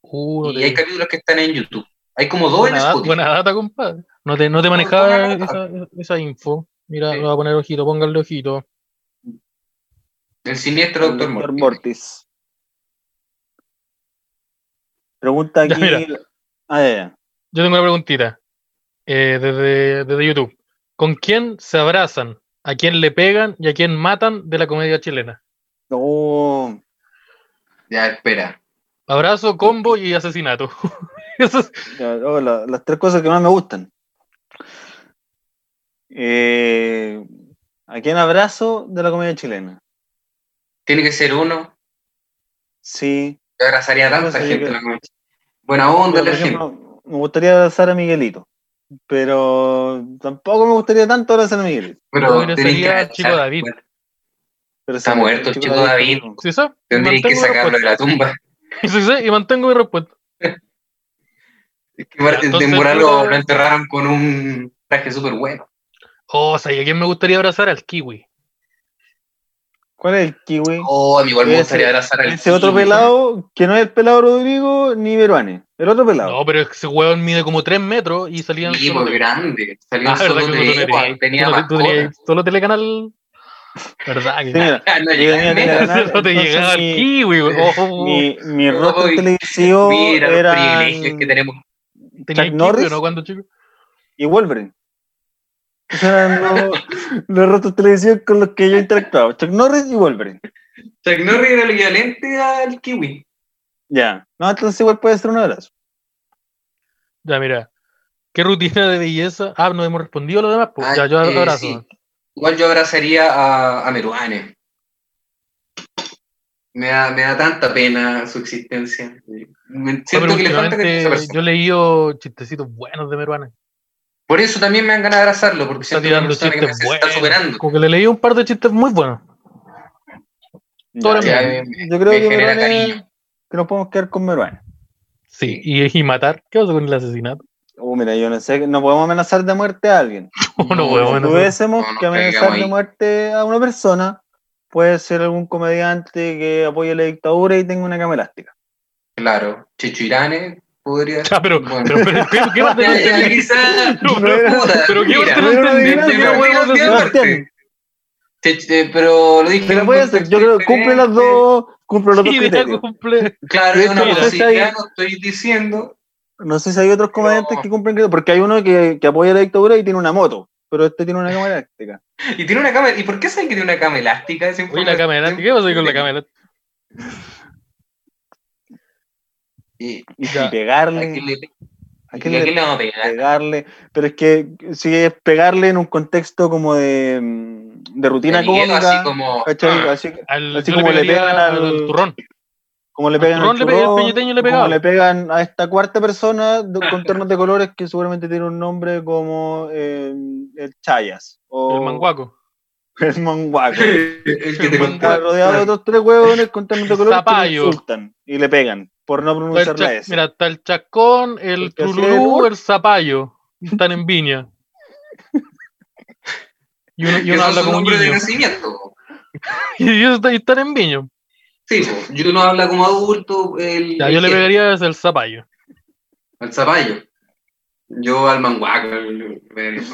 C: Uh, no
B: Y hay
C: te-
B: capítulos que están en YouTube. Hay como dos en
C: buena, da-
B: Spotify.
C: buena data, compadre. No te, no te
B: buena
C: manejaba
B: data.
C: esa, esa info. Mira,
B: Sí.
C: le voy a poner ojito, póngale ojito.
B: El siniestro Dr.
A: Dr.
B: Morty.
A: Mortis. Pregunta
C: Ya,
A: aquí.
C: mira.
A: Ah, ya, ya.
C: Yo tengo una preguntita. eh, desde, desde YouTube. ¿Con quién se abrazan? ¿A quién le pegan y a quién matan de la comedia chilena?
A: No.
B: Ya, espera.
C: Abrazo, combo y asesinato. Eso es-
A: Ya, oh, la- las tres cosas que más me gustan. Eh, ¿A quién abrazo de la comedia chilena?
B: Tiene que ser uno.
A: Sí.
B: Yo abrazaría a
A: No
B: tanta
A: sé, yo
B: gente en
A: creo-
B: la noche. Buena onda
A: Yo, por
B: la gente.
A: ejemplo, me gustaría abrazar a Miguelito, pero tampoco me gustaría tanto abrazar a Miguelito.
B: Pero
C: Bueno,
B: tenés
C: sería
B: que
C: el chico
B: abrazar.
C: David.
B: Bueno,
A: Pero
B: Está
A: sí,
B: muerto el chico David.
C: ¿Sí sé?
B: tendréis que
C: Mantengo mi
B: sacarlo de la tumba.
C: respuesta. Sí sé, y mantengo mi respuesta.
B: Es que aparte de
C: Entonces,
B: Moralo
C: puta-
B: lo enterraron con un traje súper bueno.
C: Oh, o sea, ¿y a quién me gustaría abrazar? Al kiwi.
A: ¿Cuál es el kiwi?
B: Oh, a mí igual me
A: Ese-
B: gustaría abrazar al
A: Ese otro
B: Kiwi.
A: pelado, que no es el pelado Rodrigo ni Beruane, el otro pelado.
C: No, pero ese weón mide como 3 metros y salía en
B: Sí,
C: solo-
B: pues grande. Salió
C: Ah,
B: solo
C: verdad que tú no
B: de
C: tenías-
B: Ewa, tenía
C: tú no- tú tenías
B: mascotas.
C: solo telecanal. ¿Verdad?
A: Sí,
C: Que...
A: mira,
B: Ah, no,
A: Yo
B: ya,
A: tenía
B: mira,
A: telecanal,
C: no te
A: entonces
C: llegaba al
A: mi- eh,
C: kiwi, weón. Oh,
A: mi, mi
B: Uy,
A: rostro en televisivo
B: Mira los
A: era
B: privilegios que tenemos.
C: tenía el
A: Chuck
C: kiwi,
A: Norris.
C: ¿no? Cuando chico.
A: y Wolverine. Esos eran los, los rostros televisivos con los que yo interactuaba. Chuck Norris y Wolverine.
B: Chuck Norris era el equivalente al Kiwi.
A: Ya. No, entonces igual puede ser un abrazo.
C: Ya, mira. ¿Qué rutina de belleza? Ah, no hemos respondido a lo demás. Pues.
B: Ay,
C: ya, yo
B: eh,
C: abrazo.
B: sí. Igual yo abrazaría a, a Meruane. Me da, me da tanta pena su existencia. Me
C: Ah, pero
B: siento que le falta que esa
C: últimamente
B: persona.
C: yo he leído chistecitos buenos de Meruana.
B: Por eso también me dan ganas de abrazarlo, porque
C: Está
B: siento que es una
C: tirando
B: persona que me
C: chistes
B: se está
C: buenos.
B: superando.
C: Como que le leí un par de chistes muy buenos.
A: Ya,
C: Ahora
B: Ya,
A: ya.
B: me-
A: yo creo
B: me
A: que
B: genera
A: Meruane,
B: cariño.
A: que nos podemos quedar con Meruane.
C: Sí. Y, y matar. ¿Qué pasa con el asesinato?
A: Oh, mira, yo no sé, no podemos amenazar de muerte a alguien.
C: No, no,
B: No,
C: weón. no.
A: tuviésemos
B: no, no,
A: que amenazar
B: caigamos
A: de
B: ahí.
A: muerte a una persona, puede ser algún comediante que apoye la dictadura y tenga una cama elástica.
B: Claro, Chichirane podría
C: Ya, pero, pero, pero, ¿qué, qué va a
B: Ya,
C: tener
B: ya, quizá-
C: No,
A: No era-
B: puta,
C: pero ¿qué
B: mira,
C: otro
A: no era
C: entendí?
A: adivinanza,
C: Yo
A: era
C: huevo
B: adivinanza,
C: de-
B: ya,
A: Sebastián.
B: Chich- eh, pero lo dije.
A: Se
B: en
A: la
B: un
A: puede hacer, yo creo que
B: contexto
A: cumple las
B: diferente.
A: dos, cumple los dos
C: Sí, de
A: criterios.
C: algo cumple.
B: Claro, es una
A: Mira,
B: posibilidad,
A: está
B: no estoy diciendo.
A: No sé si hay otros comediantes
B: No.
A: que cumplen criterios, porque hay uno que, que apoya la dictadura y tiene una moto, pero este tiene una cama elástica.
B: Y tiene una cama. ¿Y por qué saben que tiene una cama elástica? Esa
C: Oye, la
B: información-
C: cámara. ¿Qué pasa con la cámara?
B: Y-
A: Y si
C: Ya.
B: ¿A
A: pegarle,
B: quién le-
A: ¿a
B: a
A: quién
B: quién
A: le- Eh,
B: le vamos a pegar?
A: pegarle, pero es que si es pegarle en un contexto como de, mm, de rutina
B: De miedo,
A: cómica,
B: así como.
A: ¿cachai?
B: ah,
A: Así,
C: Al,
A: Así
C: yo le
A: como le
C: pegaría
A: pegan
C: al,
A: al-
C: turrón.
A: como le
C: Al
A: pegan al
C: turrón le pega- al
A: turrón,
C: peñeteño le pegaba.
A: como le pegan a esta cuarta persona de- con ternos de colores que seguramente tiene un nombre como eh, el Chayas o
C: El manguaco.
A: el manguaco.
B: El que te
A: Está
B: contaba.
A: rodeado de otros tres huevones con ternos de colores que
C: Zapallo.
A: lo insultan y le pegan por no
C: Está el
A: pronunciar
C: cha-
A: la S.
C: mira, está el chacón, el
A: El que hacía
C: trululú,
A: el-
C: el zapallo. Y Están en viña. Y uno, y
B: Que
C: uno
B: son
C: habla
B: su
C: como
B: nombre de
C: niño.
B: nacimiento.
C: Y ellos están- y están en viño.
B: Sí, pues, y uno habla como adulto. El,
C: Ya, yo
B: el
C: le
B: que-
C: pegaría es el zapallo.
B: Al zapallo. Yo al manguaco. el- el- el-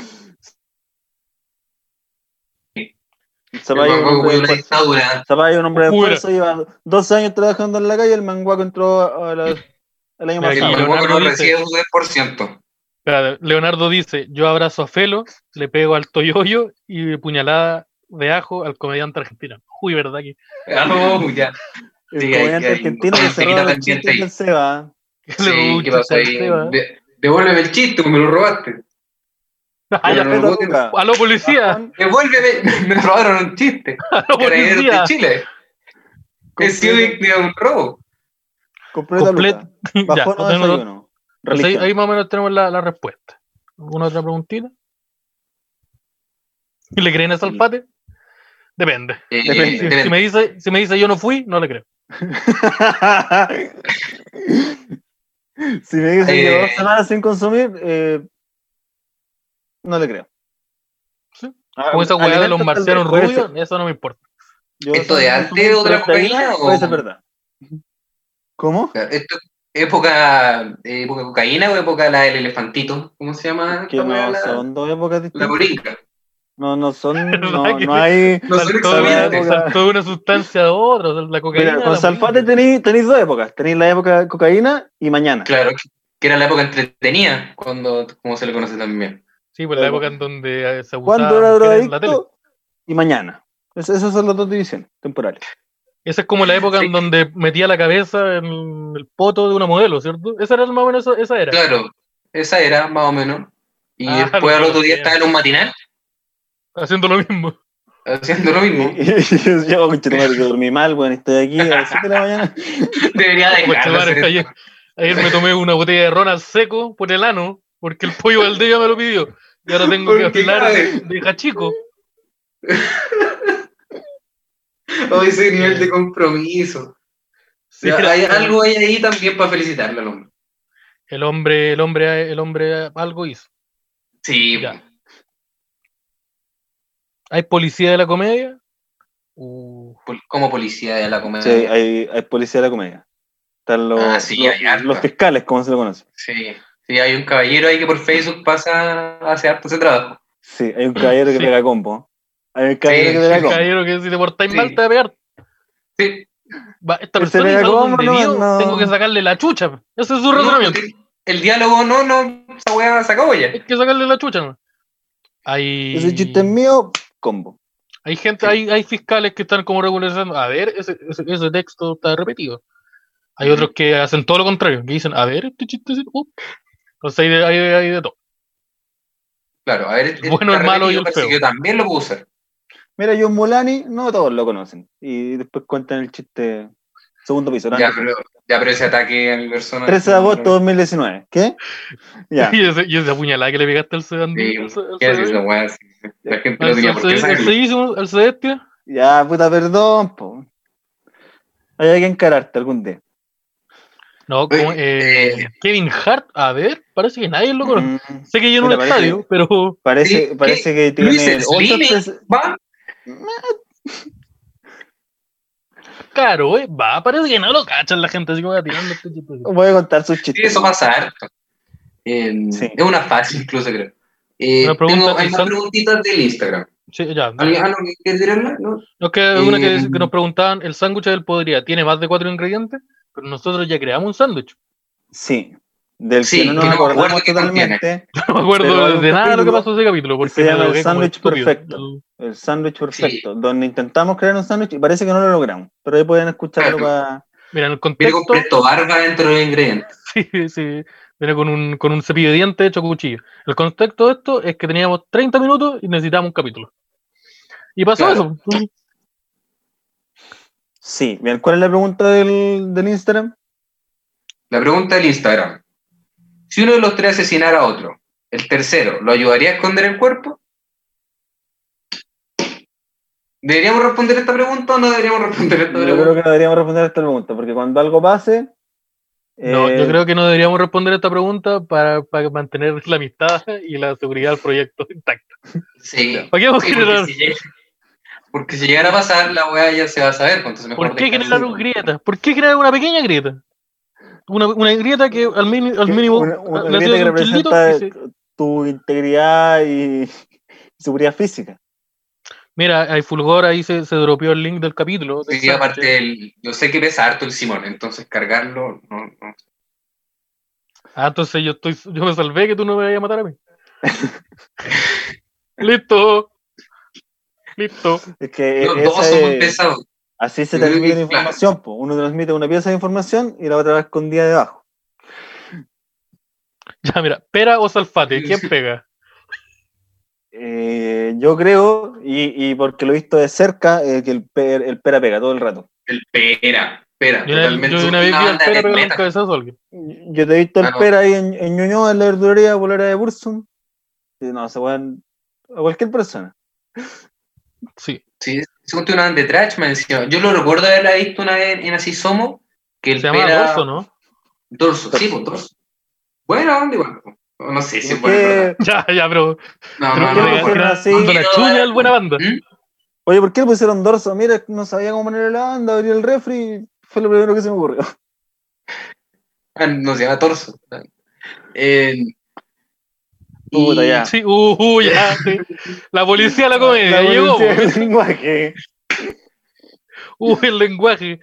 A: Zapallo es un hombre
B: hubo
A: de
B: una
A: fuerza.
B: dictadura.
A: Zapallo es un hombre de
C: Oscura.
A: fuerza, lleva 12 años trabajando en la calle, el manguaco entró a- a la- el año
C: Mira,
B: El
C: Sí,
A: pasado.
C: Leonardo
B: Manguaco no
C: dice-
B: recibe su 10%.
C: Espérate, Leonardo dice, yo abrazo a Felo, le pego al Toyoyo y puñalada de ajo al comediante argentino. Uy, verdad que
B: Ah, no, ya.
A: El
B: Sí,
A: comediante
B: hay- hay-
A: argentino que
B: hay
A: se
B: tequila
A: roba los
B: pendiente
A: chistes
B: ahí.
A: del Seba.
B: Sí, ¿qué pasó ahí?
C: ¿eh?
B: De- Devuélveme el chiste, me lo robaste.
A: Yo
B: ya,
A: respeto a
B: pero-
A: Luca.
C: Aló policía,
A: Juan,
B: Devuélveme, me robaron un chiste.
C: aló
B: Carabineros
C: policía.
B: de Chile. He sido víctima de un robo.
A: Completa
C: Complet-
A: Luca.
C: Ya,
A: Bajón o
C: tenemos-
A: desayuno.
C: pues ahí,
A: Religión.
C: ahí más o menos tenemos la, la respuesta. ¿Alguna otra preguntita? ¿Le creen a Salfate? Depende.
B: Eh,
A: Depende.
C: Si,
B: depende.
C: si me dice, si me dice yo no fui, no le creo.
A: si me dicen que
B: Eh.
A: dos semanas sin consumir, eh, no le creo.
C: Sí.
A: Ah,
C: Con esa weá de
A: alimentos, tal
C: los
A: vez,
C: marcianos
A: puede
C: rubios,
A: ser.
C: eso no me importa.
A: Yo
B: ¿Esto
A: soy
B: de
A: un
B: antes
A: consumidor
B: o de la
A: proteína,
B: cocaína, o-
A: Puede ser verdad. ¿Cómo?
B: Esto, ¿Época, eh, época de cocaína o época la del elefantito? ¿Cómo se llama?
A: Que
B: esta weá?
A: no
B: la,
A: son dos épocas
B: la
A: distintas.
B: coringa.
A: No, no son, no,
C: que-
A: no hay.
B: No son
A: exactamente.
C: Saltó,
B: extraviantes.
C: saltó de una sustancia a otra, o sea, la cocaína.
A: Mira,
C: la
A: con Salfate
C: morfina.
A: tenéis tenéis dos épocas. Tenéis la época de cocaína y mañana.
B: Claro, que era la época entretenida, cuando, como se le conoce también.
C: Sí, pues la época en donde eh, se abusaba
A: ¿Cuándo era
C: mujeres en la tele.
A: drogadicto? Y mañana. Es- esas son las dos divisiones temporales.
C: Esa es como la época
B: Sí.
C: en donde metía la cabeza en el poto de una modelo, ¿cierto? Esa era más o menos esa, esa era.
B: Claro, esa era, más o menos. Y
C: Ah,
B: después
C: lo
B: al
C: que
B: otro día
C: conocía.
B: estaba en un matinal
C: Haciendo lo mismo.
B: haciendo lo mismo.
A: Y yo, yo, conchetumare, que dormí mal, bueno, estoy aquí a las 7 de la mañana.
B: Ah. Debería dejarlo
C: Conchetumare,
B: hacer
C: ayer, ayer me tomé una botella de ron al seco por el ano, porque el pollo Valdivia me lo pidió. Y ahora tengo que
B: Porque
C: afilar
B: cabe.
C: de cachico.
B: Hoy ese nivel de compromiso.
C: Sí,
B: O sea,
C: era-
B: hay algo ahí, ahí también para felicitarlo al hombre.
C: El hombre, el hombre, el hombre algo hizo.
B: Sí,
C: Ya. ¿Hay policía de la comedia? Uh,
B: pol- como policía de la comedia.
A: Sí, hay, hay policía de la comedia. Están los,
B: Ah, sí, hay
A: los,
B: harta.
A: los fiscales, como se lo conoce.
B: Sí, sí, hay un caballero ahí que por Facebook pasa hace harto ese trabajo.
A: Sí, hay un caballero que
C: Sí.
A: pega combo. Hay un caballero
B: Mm, Sí,
A: que pega
B: sí,
A: combo.
C: caballero que si te portáis mal
B: Sí. Este
C: te va a pegar.
B: Sí.
C: Va, esta
A: Que se
C: persona
A: vea
C: hizo algo
A: cómo, no,
C: indebido,
A: no.
C: tengo que sacarle la chucha. Ese es su
B: No,
C: razonamiento.
B: porque el diálogo, no, no, esa weá se acabó ya.
C: Hay que sacarle la chucha. ¿no? Hay,
A: Ese chiste es mío, combo.
C: hay gente, hay, hay fiscales que están como regularizando. A ver, ese, ese, ese texto está repetido. Hay otros que hacen todo lo contrario, que dicen, a ver, este chiste. sí, uh. Entonces hay de, hay de- hay de todo.
B: Claro, a ver,
C: El bueno, el malo y el
B: parece que
C: feo.
B: Yo también lo puedo usar.
A: Mira, John Molani, no todos lo conocen. Y después cuentan el chiste segundo piso. ¿no?
B: Ya, pero, ya, pero ese ataque a mi persona.
A: 13 de agosto de 2019. ¿Qué? Ya.
C: Y, ese- y esa puñalada que le pegaste al sedán.
B: Sí,
C: al se- al
B: ¿Qué es
C: sedán-
B: esa weá? Sí, sí. La gente no
C: al se-
B: tenía
C: al
B: por qué
C: se- al
B: saberlo.
C: sedísimo, al sedestia.
A: Ya, puta, perdón, po. Hay que encararte algún día.
C: No, como, eh,
B: eh.
C: Kevin Hart, a ver, parece que nadie lo conoce.
A: Mm,
C: Sé que llena un
A: Mira, parece-
C: estadio, pero.
A: Parece,
B: Sí,
A: parece que
B: Luis
A: tiene ocho
B: Slim,
A: pres-
B: ¿Va?
C: Claro, eh, va, parece que no lo cachan la gente, así como va tirando este chistecito.
A: Voy a contar sus
B: Sí,
A: chistes.
B: eso pasa harto. Eh,
A: Sí.
B: Es una fase, incluso creo. Eh,
C: Una pregunta,
B: tengo, hay más
C: Cristal.
B: preguntitas del Instagram.
C: Sí, ya.
B: ¿Alguien algo que quiere tirarla? ¿No?
C: No, que hay una que, dice-
B: Eh,
C: que nos preguntaban, el sándwich del podría, tiene más de cuatro ingredientes, pero nosotros ya creamos un sándwich.
A: Sí, del
B: Sí,
A: que no nos
B: que no me acuerdo
A: acordamos
B: qué contiene.
A: totalmente.
C: No me acuerdo
A: Pero hay un
C: de nada de lo que
A: capítulo
C: pasó en ese capítulo, porque
A: se llama
C: me
A: el
C: ahogué como
A: sándwich
C: estúpido.
A: perfecto. El sándwich perfecto, donde intentamos crear un sándwich y parece que no lo logramos. Pero ahí pueden escucharlo para.
C: Mira, en el
B: Viene
C: contexto,
B: con presto barba dentro de los ingredientes.
C: sí, sí, viene con un, con un cepillo de dientes hecho con cuchillo. El contexto de esto es que teníamos 30 minutos y necesitábamos un capítulo. Y pasó
B: Claro.
C: eso.
A: Sí, bien, ¿cuál es la pregunta del, del Instagram?
B: La pregunta del Instagram. Si uno de los tres asesinara a otro, el tercero, ¿lo ayudaría a esconder el cuerpo? ¿Deberíamos responder esta pregunta o no deberíamos responder esta
A: Yo creo
B: pregunta?
A: que no deberíamos responder esta pregunta, porque cuando algo pase.
C: No,
A: eh,
C: yo creo que no deberíamos responder esta pregunta para, para mantener la amistad y la seguridad del proyecto intacta.
B: Sí.
C: ¿Para qué vamos a
B: Sí,
C: generar
B: porque, si llega- porque si llegara a pasar, la weá ya se va a saber. pues, Entonces mejor
C: ¿Por qué
B: dejarlo.
C: crear un grieta? ¿Por qué crear una pequeña grieta? Una, una grieta que al, mini- al mínimo
A: Una, una
C: le
A: grieta que
C: tiras un chilito
A: representa
C: y se-
A: tu integridad y seguridad física.
C: Mira, hay Fulgor ahí se, se dropeó el link del capítulo. de
B: Sí,
C: Sánchez.
B: aparte, el- yo sé que pesa harto el Simón, entonces cargarlo, no, no.
C: Ah, entonces yo estoy, yo me salvé que tú no me vayas a matar a mí. Listo. Listo.
A: Es que
B: No,
A: E- esa
B: todos somos
A: es-
B: pesados.
A: así se
B: Yo creo que,
A: transmite la
B: claro.
A: información. po. Uno transmite una pieza de información y la otra va escondida debajo.
C: Ya, mira, pera o salfate, ¿quién pega?
A: Eh, yo creo, y, y porque lo he visto de cerca, eh, que el, per- el pera pega todo el rato.
B: El pera, pera,
C: Yo una,
B: totalmente.
C: yo una vez vi al
B: banda de
C: pera pegar un
B: metal.
C: cabezazo a alguien.
A: Yo te he visto el
B: Claro.
A: pera ahí en, en Ñuñoa, en la verdulería bolera de Bursum. Y No, se pueden a cualquier persona.
C: Sí.
B: Sí, según tú, una banda de trash, me decía. Yo lo recuerdo haberla visto una vez en Así Somos, que el
C: Se llama
B: pera.
C: Dorso, ¿no?
B: Dorso, sí, pues dorso. Buena onda igual. pues. No, no sé si es
A: ¿Por
B: buena.
A: qué-
B: en verdad.
C: Ya, ya, pero.
B: No,
C: pero
B: no, no,
A: qué
B: no,
A: bueno,
B: bueno.
C: era-
A: así?
C: era- era la chuña del buena banda.
B: ¿Mm?
A: Oye, ¿por qué le pusieron dorso? Mira, no sabía cómo ponerle la banda, abrí el refri, fue lo primero que se me ocurrió.
B: Ah, No se llama torso. Eh, y-
A: Puta, ya.
C: Sí, uh, uh, ya. sí. La policía la comedia, llegó.
A: evolución del lenguaje.
C: Uy, el lenguaje.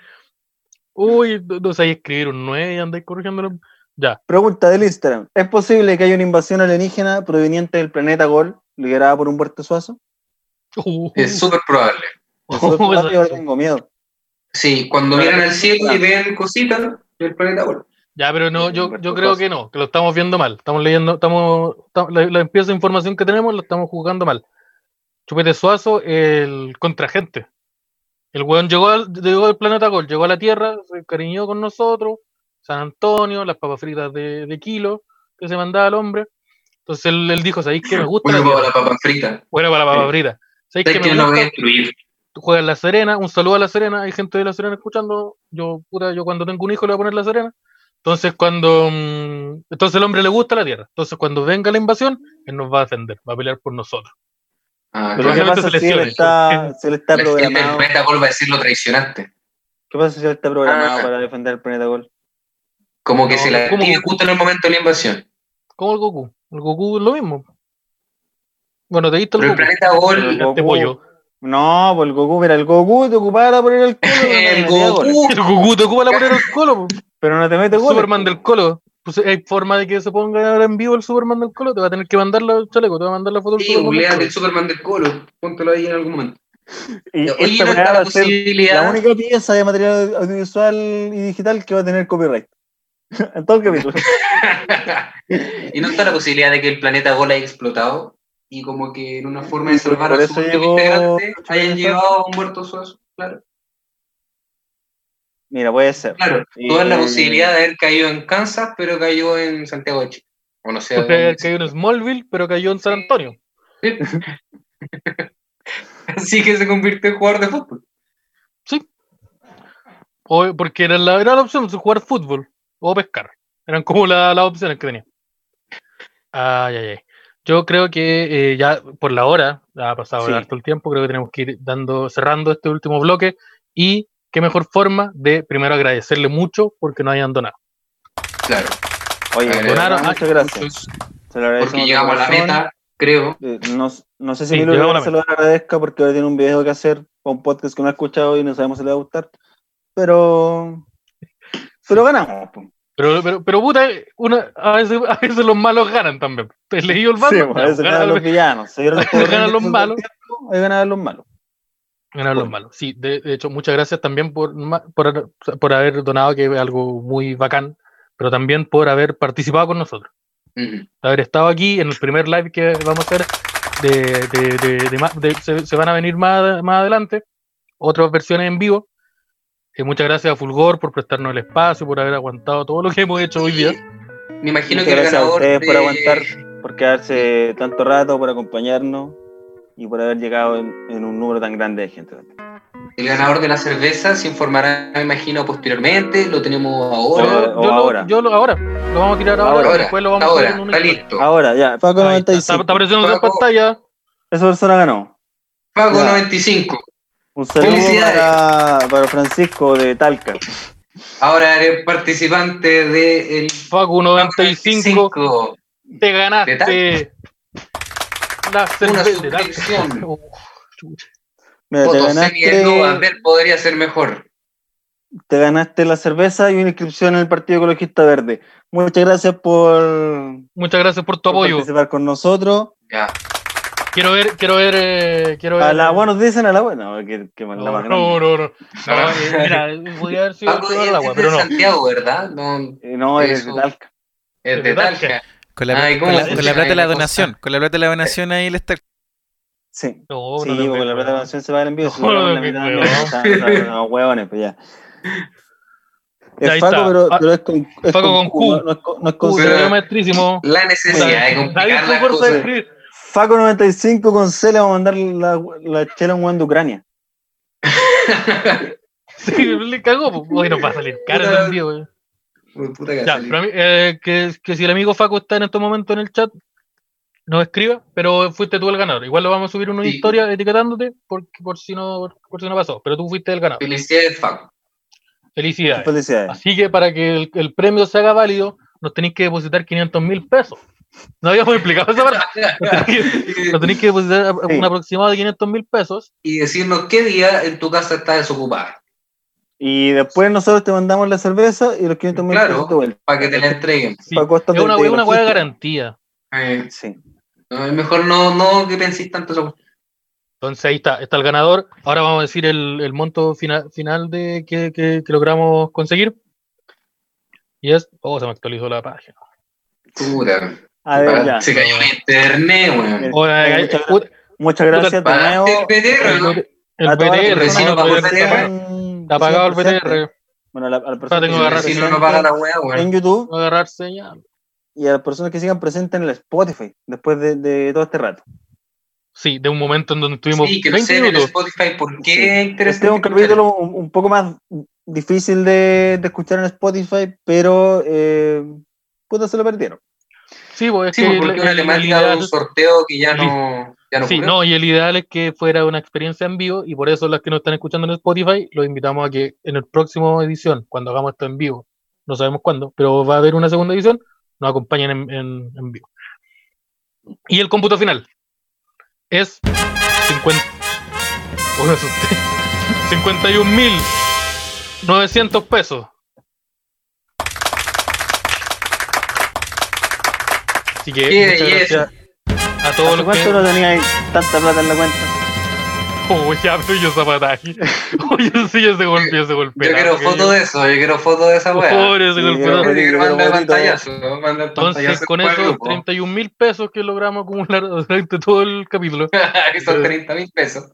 C: Uy, no, no sabía escribir un 9 y andáis corrigiéndolo. Ya,
A: Pregunta del Instagram. ¿Es posible que haya una invasión alienígena proveniente del planeta Gol, liderada por un puerto suazo?
C: Uh,
B: es súper probable.
A: Eso es
C: Oh,
A: rápido, ahora
C: eso.
A: tengo miedo.
B: Sí, cuando
A: Claro.
B: miran al cielo y ven cositas del planeta, bueno.
C: ya, pero no, yo,
A: Humberto
C: yo creo que no, que lo estamos viendo mal. Estamos leyendo, estamos, esta- la, la pieza de información que tenemos la estamos jugando mal. Chupete Suazo, el contragente. El weón llegó al, llegó al planeta Gol, llegó a la Tierra, se cariñó con nosotros, San Antonio, las papas fritas de, de kilo que se mandaba al hombre. Entonces él, él dijo, ¿sabéis que me gusta?
B: Bueno,
C: la
B: como
C: tierra?
B: la papa frita.
C: Bueno, para la papa frita. ¿Sabéis
B: Es
C: que
B: que
C: me
B: lo voy a
C: gusta?
B: destruir.
C: juega en La Serena, un saludo a La Serena, hay gente de La Serena escuchando, yo puta, yo cuando tengo un hijo le voy a poner La Serena. Entonces cuando mm, entonces el hombre le gusta la tierra, entonces cuando venga la invasión, él nos va a defender, va a pelear por nosotros.
B: Ah,
A: Pero ¿qué
C: Probablemente
A: pasa
C: se
A: si él
C: lesione,
A: está, si él está
B: claro. Pues, El
A: programado?
B: planeta Gol va a decir lo traicionaste.
A: ¿Qué pasa si él está programado
B: Ah.
A: para defender el planeta Gol?
B: Como que
C: No,
B: se la
C: ¿cómo?
B: activa justo en el momento de la invasión.
C: Como el Goku, el Goku es lo mismo. Bueno, te diste el
B: Pero el
C: Goku,
B: planeta Gol,
A: Pero-
C: este
A: Goku.
C: pollo.
A: No, pues el Goku, mira, el Goku te ocupara poner el culo. pero no te
B: el
A: metía goles.
B: Goku.
C: El Goku te ocupa la poner el colo, po.
A: Pero no te mete
C: el
A: goles.
C: Superman del colo. Pues hay forma de que se ponga ahora en vivo el Superman del colo, te va a tener que mandar la chaleco, te va a mandar la foto del
B: Sí,
C: Superman del
B: bulea
C: colo.
B: del Superman del Colo. Póntelo ahí en algún momento.
A: Y
B: Oye,
A: esta
B: no
A: weá va
B: está la
A: a ser la
B: posibilidad.
A: única pieza de material audiovisual y digital que va a tener copyright. en todo el capítulo.
B: y no está la posibilidad de que el planeta Gol haya explotado y como que en una forma de salvar
A: Por
B: a
A: eso
B: su último
A: llegó-
B: integrante hayan llevado a un muerto suazo. Claro,
A: Mira, puede ser.
B: claro.
A: Y-
B: Toda la posibilidad de haber caído en Kansas, pero cayó en Santiago de Chile. O no sé.
C: Porque
B: dónde.
C: cayó en Smallville, pero cayó en San Antonio.
B: Así que se convirtió en jugador de fútbol.
C: O- porque era la, era la opción, su- jugar fútbol o pescar. Eran como la- las opciones que tenía. Ay, ay, ay. Yo creo que eh, ya por la hora, ya ha pasado
A: Sí.
C: harto el tiempo, creo que tenemos que ir dando, cerrando este último bloque. Y qué mejor forma de primero agradecerle mucho porque no hayan donado.
B: Claro.
A: Oye,
B: Donaron,
A: muchas
C: ay,
A: gracias. Se lo agradecemos
B: Porque
A: de
B: llegamos a la
A: corazón.
B: meta, creo.
A: Eh, No, no sé si
C: Sí,
A: Milo
C: llegamos a la
A: se lo agradezca porque ahora tiene un video que hacer para un podcast que no ha escuchado y no sabemos si le va a gustar. Pero. Pero ganamos. po.
C: Pero, pero, pero puta, eh, una, a, veces, a veces los malos ganan también. ¿Te leí el
A: Sí,
C: bando?
A: po, a veces ganan los villanos. Se dieron los
C: Ganan
A: poderes
C: los
A: en el
C: malos.
A: tiempo, Ahí ganan los malos.
C: Ganar los malos. Sí, de, de hecho, muchas gracias también por, ma- por, por haber donado, que es algo muy bacán, pero también por haber participado con nosotros,
B: Ujú.
C: de haber estado aquí en el primer live que vamos a hacer. De, de- de- de ma- de- se, se van a venir más, más adelante otras versiones en vivo. Eh, muchas gracias a Fulgor por prestarnos el espacio, por haber aguantado todo lo que hemos hecho hoy día.
B: Me imagino
A: Muchas
B: que el
A: gracias a
B: ganador.
A: ustedes por
B: de-
A: aguantar. por quedarse tanto rato, por acompañarnos y por haber llegado en, en un número tan grande de gente.
B: El ganador de la cerveza se informará, me imagino, posteriormente. Lo tenemos ahora.
A: Ahora, o
C: yo,
A: ahora.
C: Lo, yo lo- ahora. Lo vamos a tirar ahora,
B: Ahora,
C: después lo vamos a
B: ahora,
C: tirar en una
B: está
C: historia.
B: listo.
A: Ahora, ya, Paco
C: Ahí está, está,
A: 95.
C: está apareciendo en la
B: Paco.
C: pantalla.
A: Esa persona ganó.
B: Pago
A: Ya.
B: 95.
A: Un saludo
B: Felicidades.
A: para, para Francisco de Talca.
B: Ahora eres participante del
C: Facu 95. Te ganaste la
B: Una
C: cerveza.
B: suscripción.
C: Uf, chucha.
A: Mira, te,
B: Fotos semi desnudas,
A: ganaste,
B: ver podría ser mejor.
A: te ganaste la cerveza y una inscripción en el Partido Ecologista Verde. Muchas gracias por,
C: Muchas gracias por tu
A: por
C: apoyo.
A: participar con nosotros.
B: Ya.
C: Quiero ver, quiero ver, eh, quiero ver.
A: A la buena nos dicen a la buena. No, que, que
C: No,
A: mal- la
C: no,
A: más
C: no,
A: grande.
C: no. no. eh, mira, podría haber sido
B: Paco
C: el
B: es,
C: color del agua,
B: es de
C: pero no.
B: Santiago, ¿verdad? No,
A: Eh, no, eres
B: Eso.
A: de Talca.
B: es de
C: ¿Verdad?
B: Talca.
K: Con la,
B: Ay,
K: con
B: ¿cómo
K: la-
B: se
K: con la
B: llama
K: plata de la
B: esa cosa?
K: donación. Con la plata de la donación ahí le está.
A: Sí.
C: No,
A: sí,
C: Oh, no te
A: porque
C: creo,
A: la plata de la
C: weón.
A: canción se va al envío.
C: No,
A: se va a
C: no,
A: la
C: qué
A: mitad,
C: huevón.
A: no, está- está- No, huevones, pues ya.
C: Ya
A: Es
C: ahí
A: Faco,
C: está.
A: pero,
C: Ah,
A: pero es con, es
C: Faco con Q.
A: No, no es con, no es con
C: Uy,
A: C.
B: Pero-
C: señor maestrísimo.
B: La necesidad de
C: Nadie
B: complicar
C: tuvo
B: las
C: fuerza de
B: cosas.
C: escribir.
A: Faco 95 con C le vamos a mandar la, la chela a un weón de Ucrania.
C: Sí, le cagó. po. Hoy nos va a salir caro el envío, weón.
B: Puta que
C: Ya,
B: salí.
C: pero a mí, eh, que, que si el amigo Facu está en estos momentos en el chat, nos escriba, pero fuiste tú el ganador. Igual lo vamos a subir en una
B: Sí.
C: historia etiquetándote porque, por, si no, por, si no pasó, pero tú fuiste el ganador.
B: Felicidades, Facu.
A: pues.
C: Felicidades.
A: Felicidades.
C: Así que para que el, el premio se haga válido, nos tenéis que depositar 500 mil pesos. No habíamos explicado esa parte. Nos tenéis que- Nos tenéis que depositar a-
A: Sí.
C: un aproximado de 500 mil pesos.
B: Y decirnos qué día en tu casa está desocupada.
A: Y después nosotros te mandamos la cerveza y los 500 mil
B: Claro.
A: pesos de vuelta.
B: Para que te la entreguen.
C: Sí.
A: Faco, esto
C: Es una,
A: de- de
C: es una hueá de
A: logística.
C: garantía.
B: Eh,
A: Sí.
B: no, es mejor no, no que penséis tanto esa cuestión.
C: Entonces ahí está, está el ganador. Ahora vamos a decir el, el monto fina- final de que, que- que logramos conseguir. Y es. Oh, se me actualizó la página.
B: Puta.
A: A ver, Ah, ya.
B: Se cayó el internet, weón.
C: Hola,
A: Eh,
C: eh,
A: muchas
C: ut-
A: Muchas gracias de
B: Para
A: nuevo.
B: el PTR, ¿no?
C: el el
A: a todas las
C: PTR,
A: personas
B: sí,
C: no,
B: no pagó
A: que
B: el
C: PTR.
B: PTR.
A: están
C: Está apagado el
A: presentes.
C: PTR.
A: Bueno, a la, a las
C: tengo
A: personas
C: que
A: que
C: agarrar.
B: Si
A: sigan
B: no, no para la
A: presentes
B: weá,
A: en
B: weón.
A: YouTube,
C: No agarrar señal.
A: y a las personas que sigan presentes en el Spotify después de, de todo este rato.
C: Sí, de un momento en donde estuvimos
B: Sí, que no
C: 20
B: sé en
C: minutos.
B: Spotify por
A: Sí.
B: qué
A: Este es
B: interesante.
A: un capítulo un, un poco más difícil de, de escuchar en Spotify, pero eh, puta se lo perdieron.
C: Sí, pues es
B: Sí,
C: que
B: porque
C: el-
B: una
C: el
B: temática de
C: ideal-
B: un sorteo que ya no. Ya no
C: Sí,
B: ocurrió.
C: no, y el ideal es que fuera una experiencia en vivo y por eso las que nos están escuchando en Spotify los invitamos a que en el próximo edición, cuando hagamos esto en vivo, no sabemos cuándo, pero va a haber una segunda edición, nos acompañen en, en- en vivo. Y el cómputo final es 50... Oh, me asusté. 51.900 pesos. Así que
B: Yeah,
C: muchas
B: yeah.
C: gracias a todos
A: ¿Hace
C: los que...
A: cuánto no tenía ahí tanta plata en la cuenta?
C: Oh, ya pero yo zapataje. Oye, sí, ese golpe, ese golpe.
B: Yo quiero foto de eso, yo quiero foto de esa weá.
C: Pobre ese
A: Sí,
C: golpe.
A: yo creo
B: Yo
A: que-
B: quiero mandar
A: Bonito.
B: pantallazo, ¿no? Mandar
C: Entonces,
B: pantallazo
C: con
B: al
C: esos
B: grupo.
C: 31 mil pesos que logramos acumular durante todo el capítulo,
B: Ah, Son 30 mil pesos.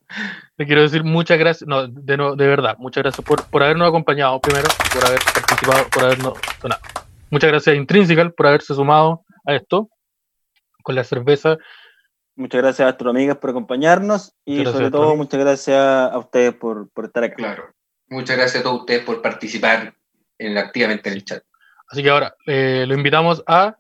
C: te quiero decir muchas gracias. No, de, nuevo- de verdad, muchas gracias por, por habernos acompañado primero, y por haber participado, por habernos donado. Muchas gracias a Intrinsical por haberse sumado a esto con la cerveza.
A: Muchas gracias a Astroamigas por acompañarnos y
C: Gracias,
A: sobre todo
C: Astroamigas.
A: muchas gracias a ustedes por, por estar acá.
B: Claro. Muchas gracias a todos ustedes por participar en- activamente en el chat.
C: Así que ahora eh, lo invitamos a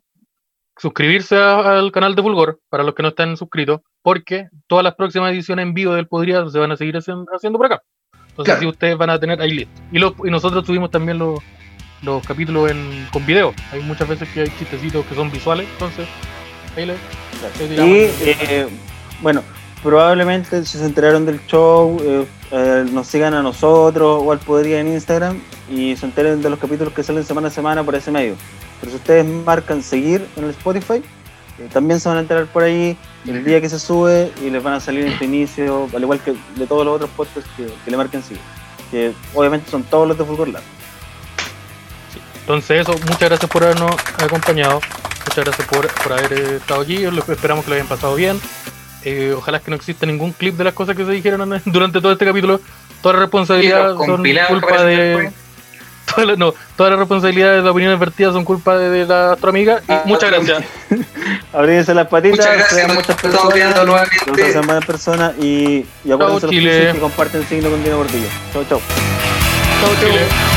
C: suscribirse a- al canal de Fulgor para los que no están suscritos, porque todas las próximas ediciones en vivo del Podría se van a seguir hacien- haciendo por acá. Entonces,
B: Claro.
C: sí, ustedes van a tener ahí listo. Y, los- y nosotros tuvimos también los, los capítulos en, con video. Hay muchas veces que hay chistecitos que son visuales, entonces ahí le. le tiramos.
A: Y eh, bueno, probablemente si se enteraron del show, eh, eh, nos sigan a nosotros o al Podría en Instagram y se enteren de los capítulos que salen semana a semana por ese medio. Pero si ustedes marcan seguir en el Spotify, eh, también se van a enterar por ahí el día que se sube y les van a salir en su inicio, al igual que de todos los otros podcasts que, que le marquen seguir. Que obviamente son todos los de Fulgor Lab.
C: Entonces eso, muchas gracias por habernos acompañado, muchas gracias por, por haber eh, estado aquí, lo- esperamos que lo hayan pasado bien. Eh, ojalá que no exista ningún clip de las cosas que se dijeron en- durante todo este capítulo. Toda la
B: Y
C: responsabilidad
B: los
C: son
B: compilados que
C: culpa
B: aparecen
C: de...
B: después.
C: Toda la, no, todas las responsabilidades de las opiniones vertidas son culpa de, de la otra amiga. Y
B: Ah,
C: muchas
B: otra
C: gracias.
A: Abrídense las patitas,
B: Muchas gracias,
A: sean
B: nos
A: muchas
B: estamos viendo
A: personas,
B: nuevamente.
A: que sean buenas personas y, y acuérdense los
C: Chile.
A: felices que comparten signo con Dino Gordillo. Chau, chau.
C: Chao, chao.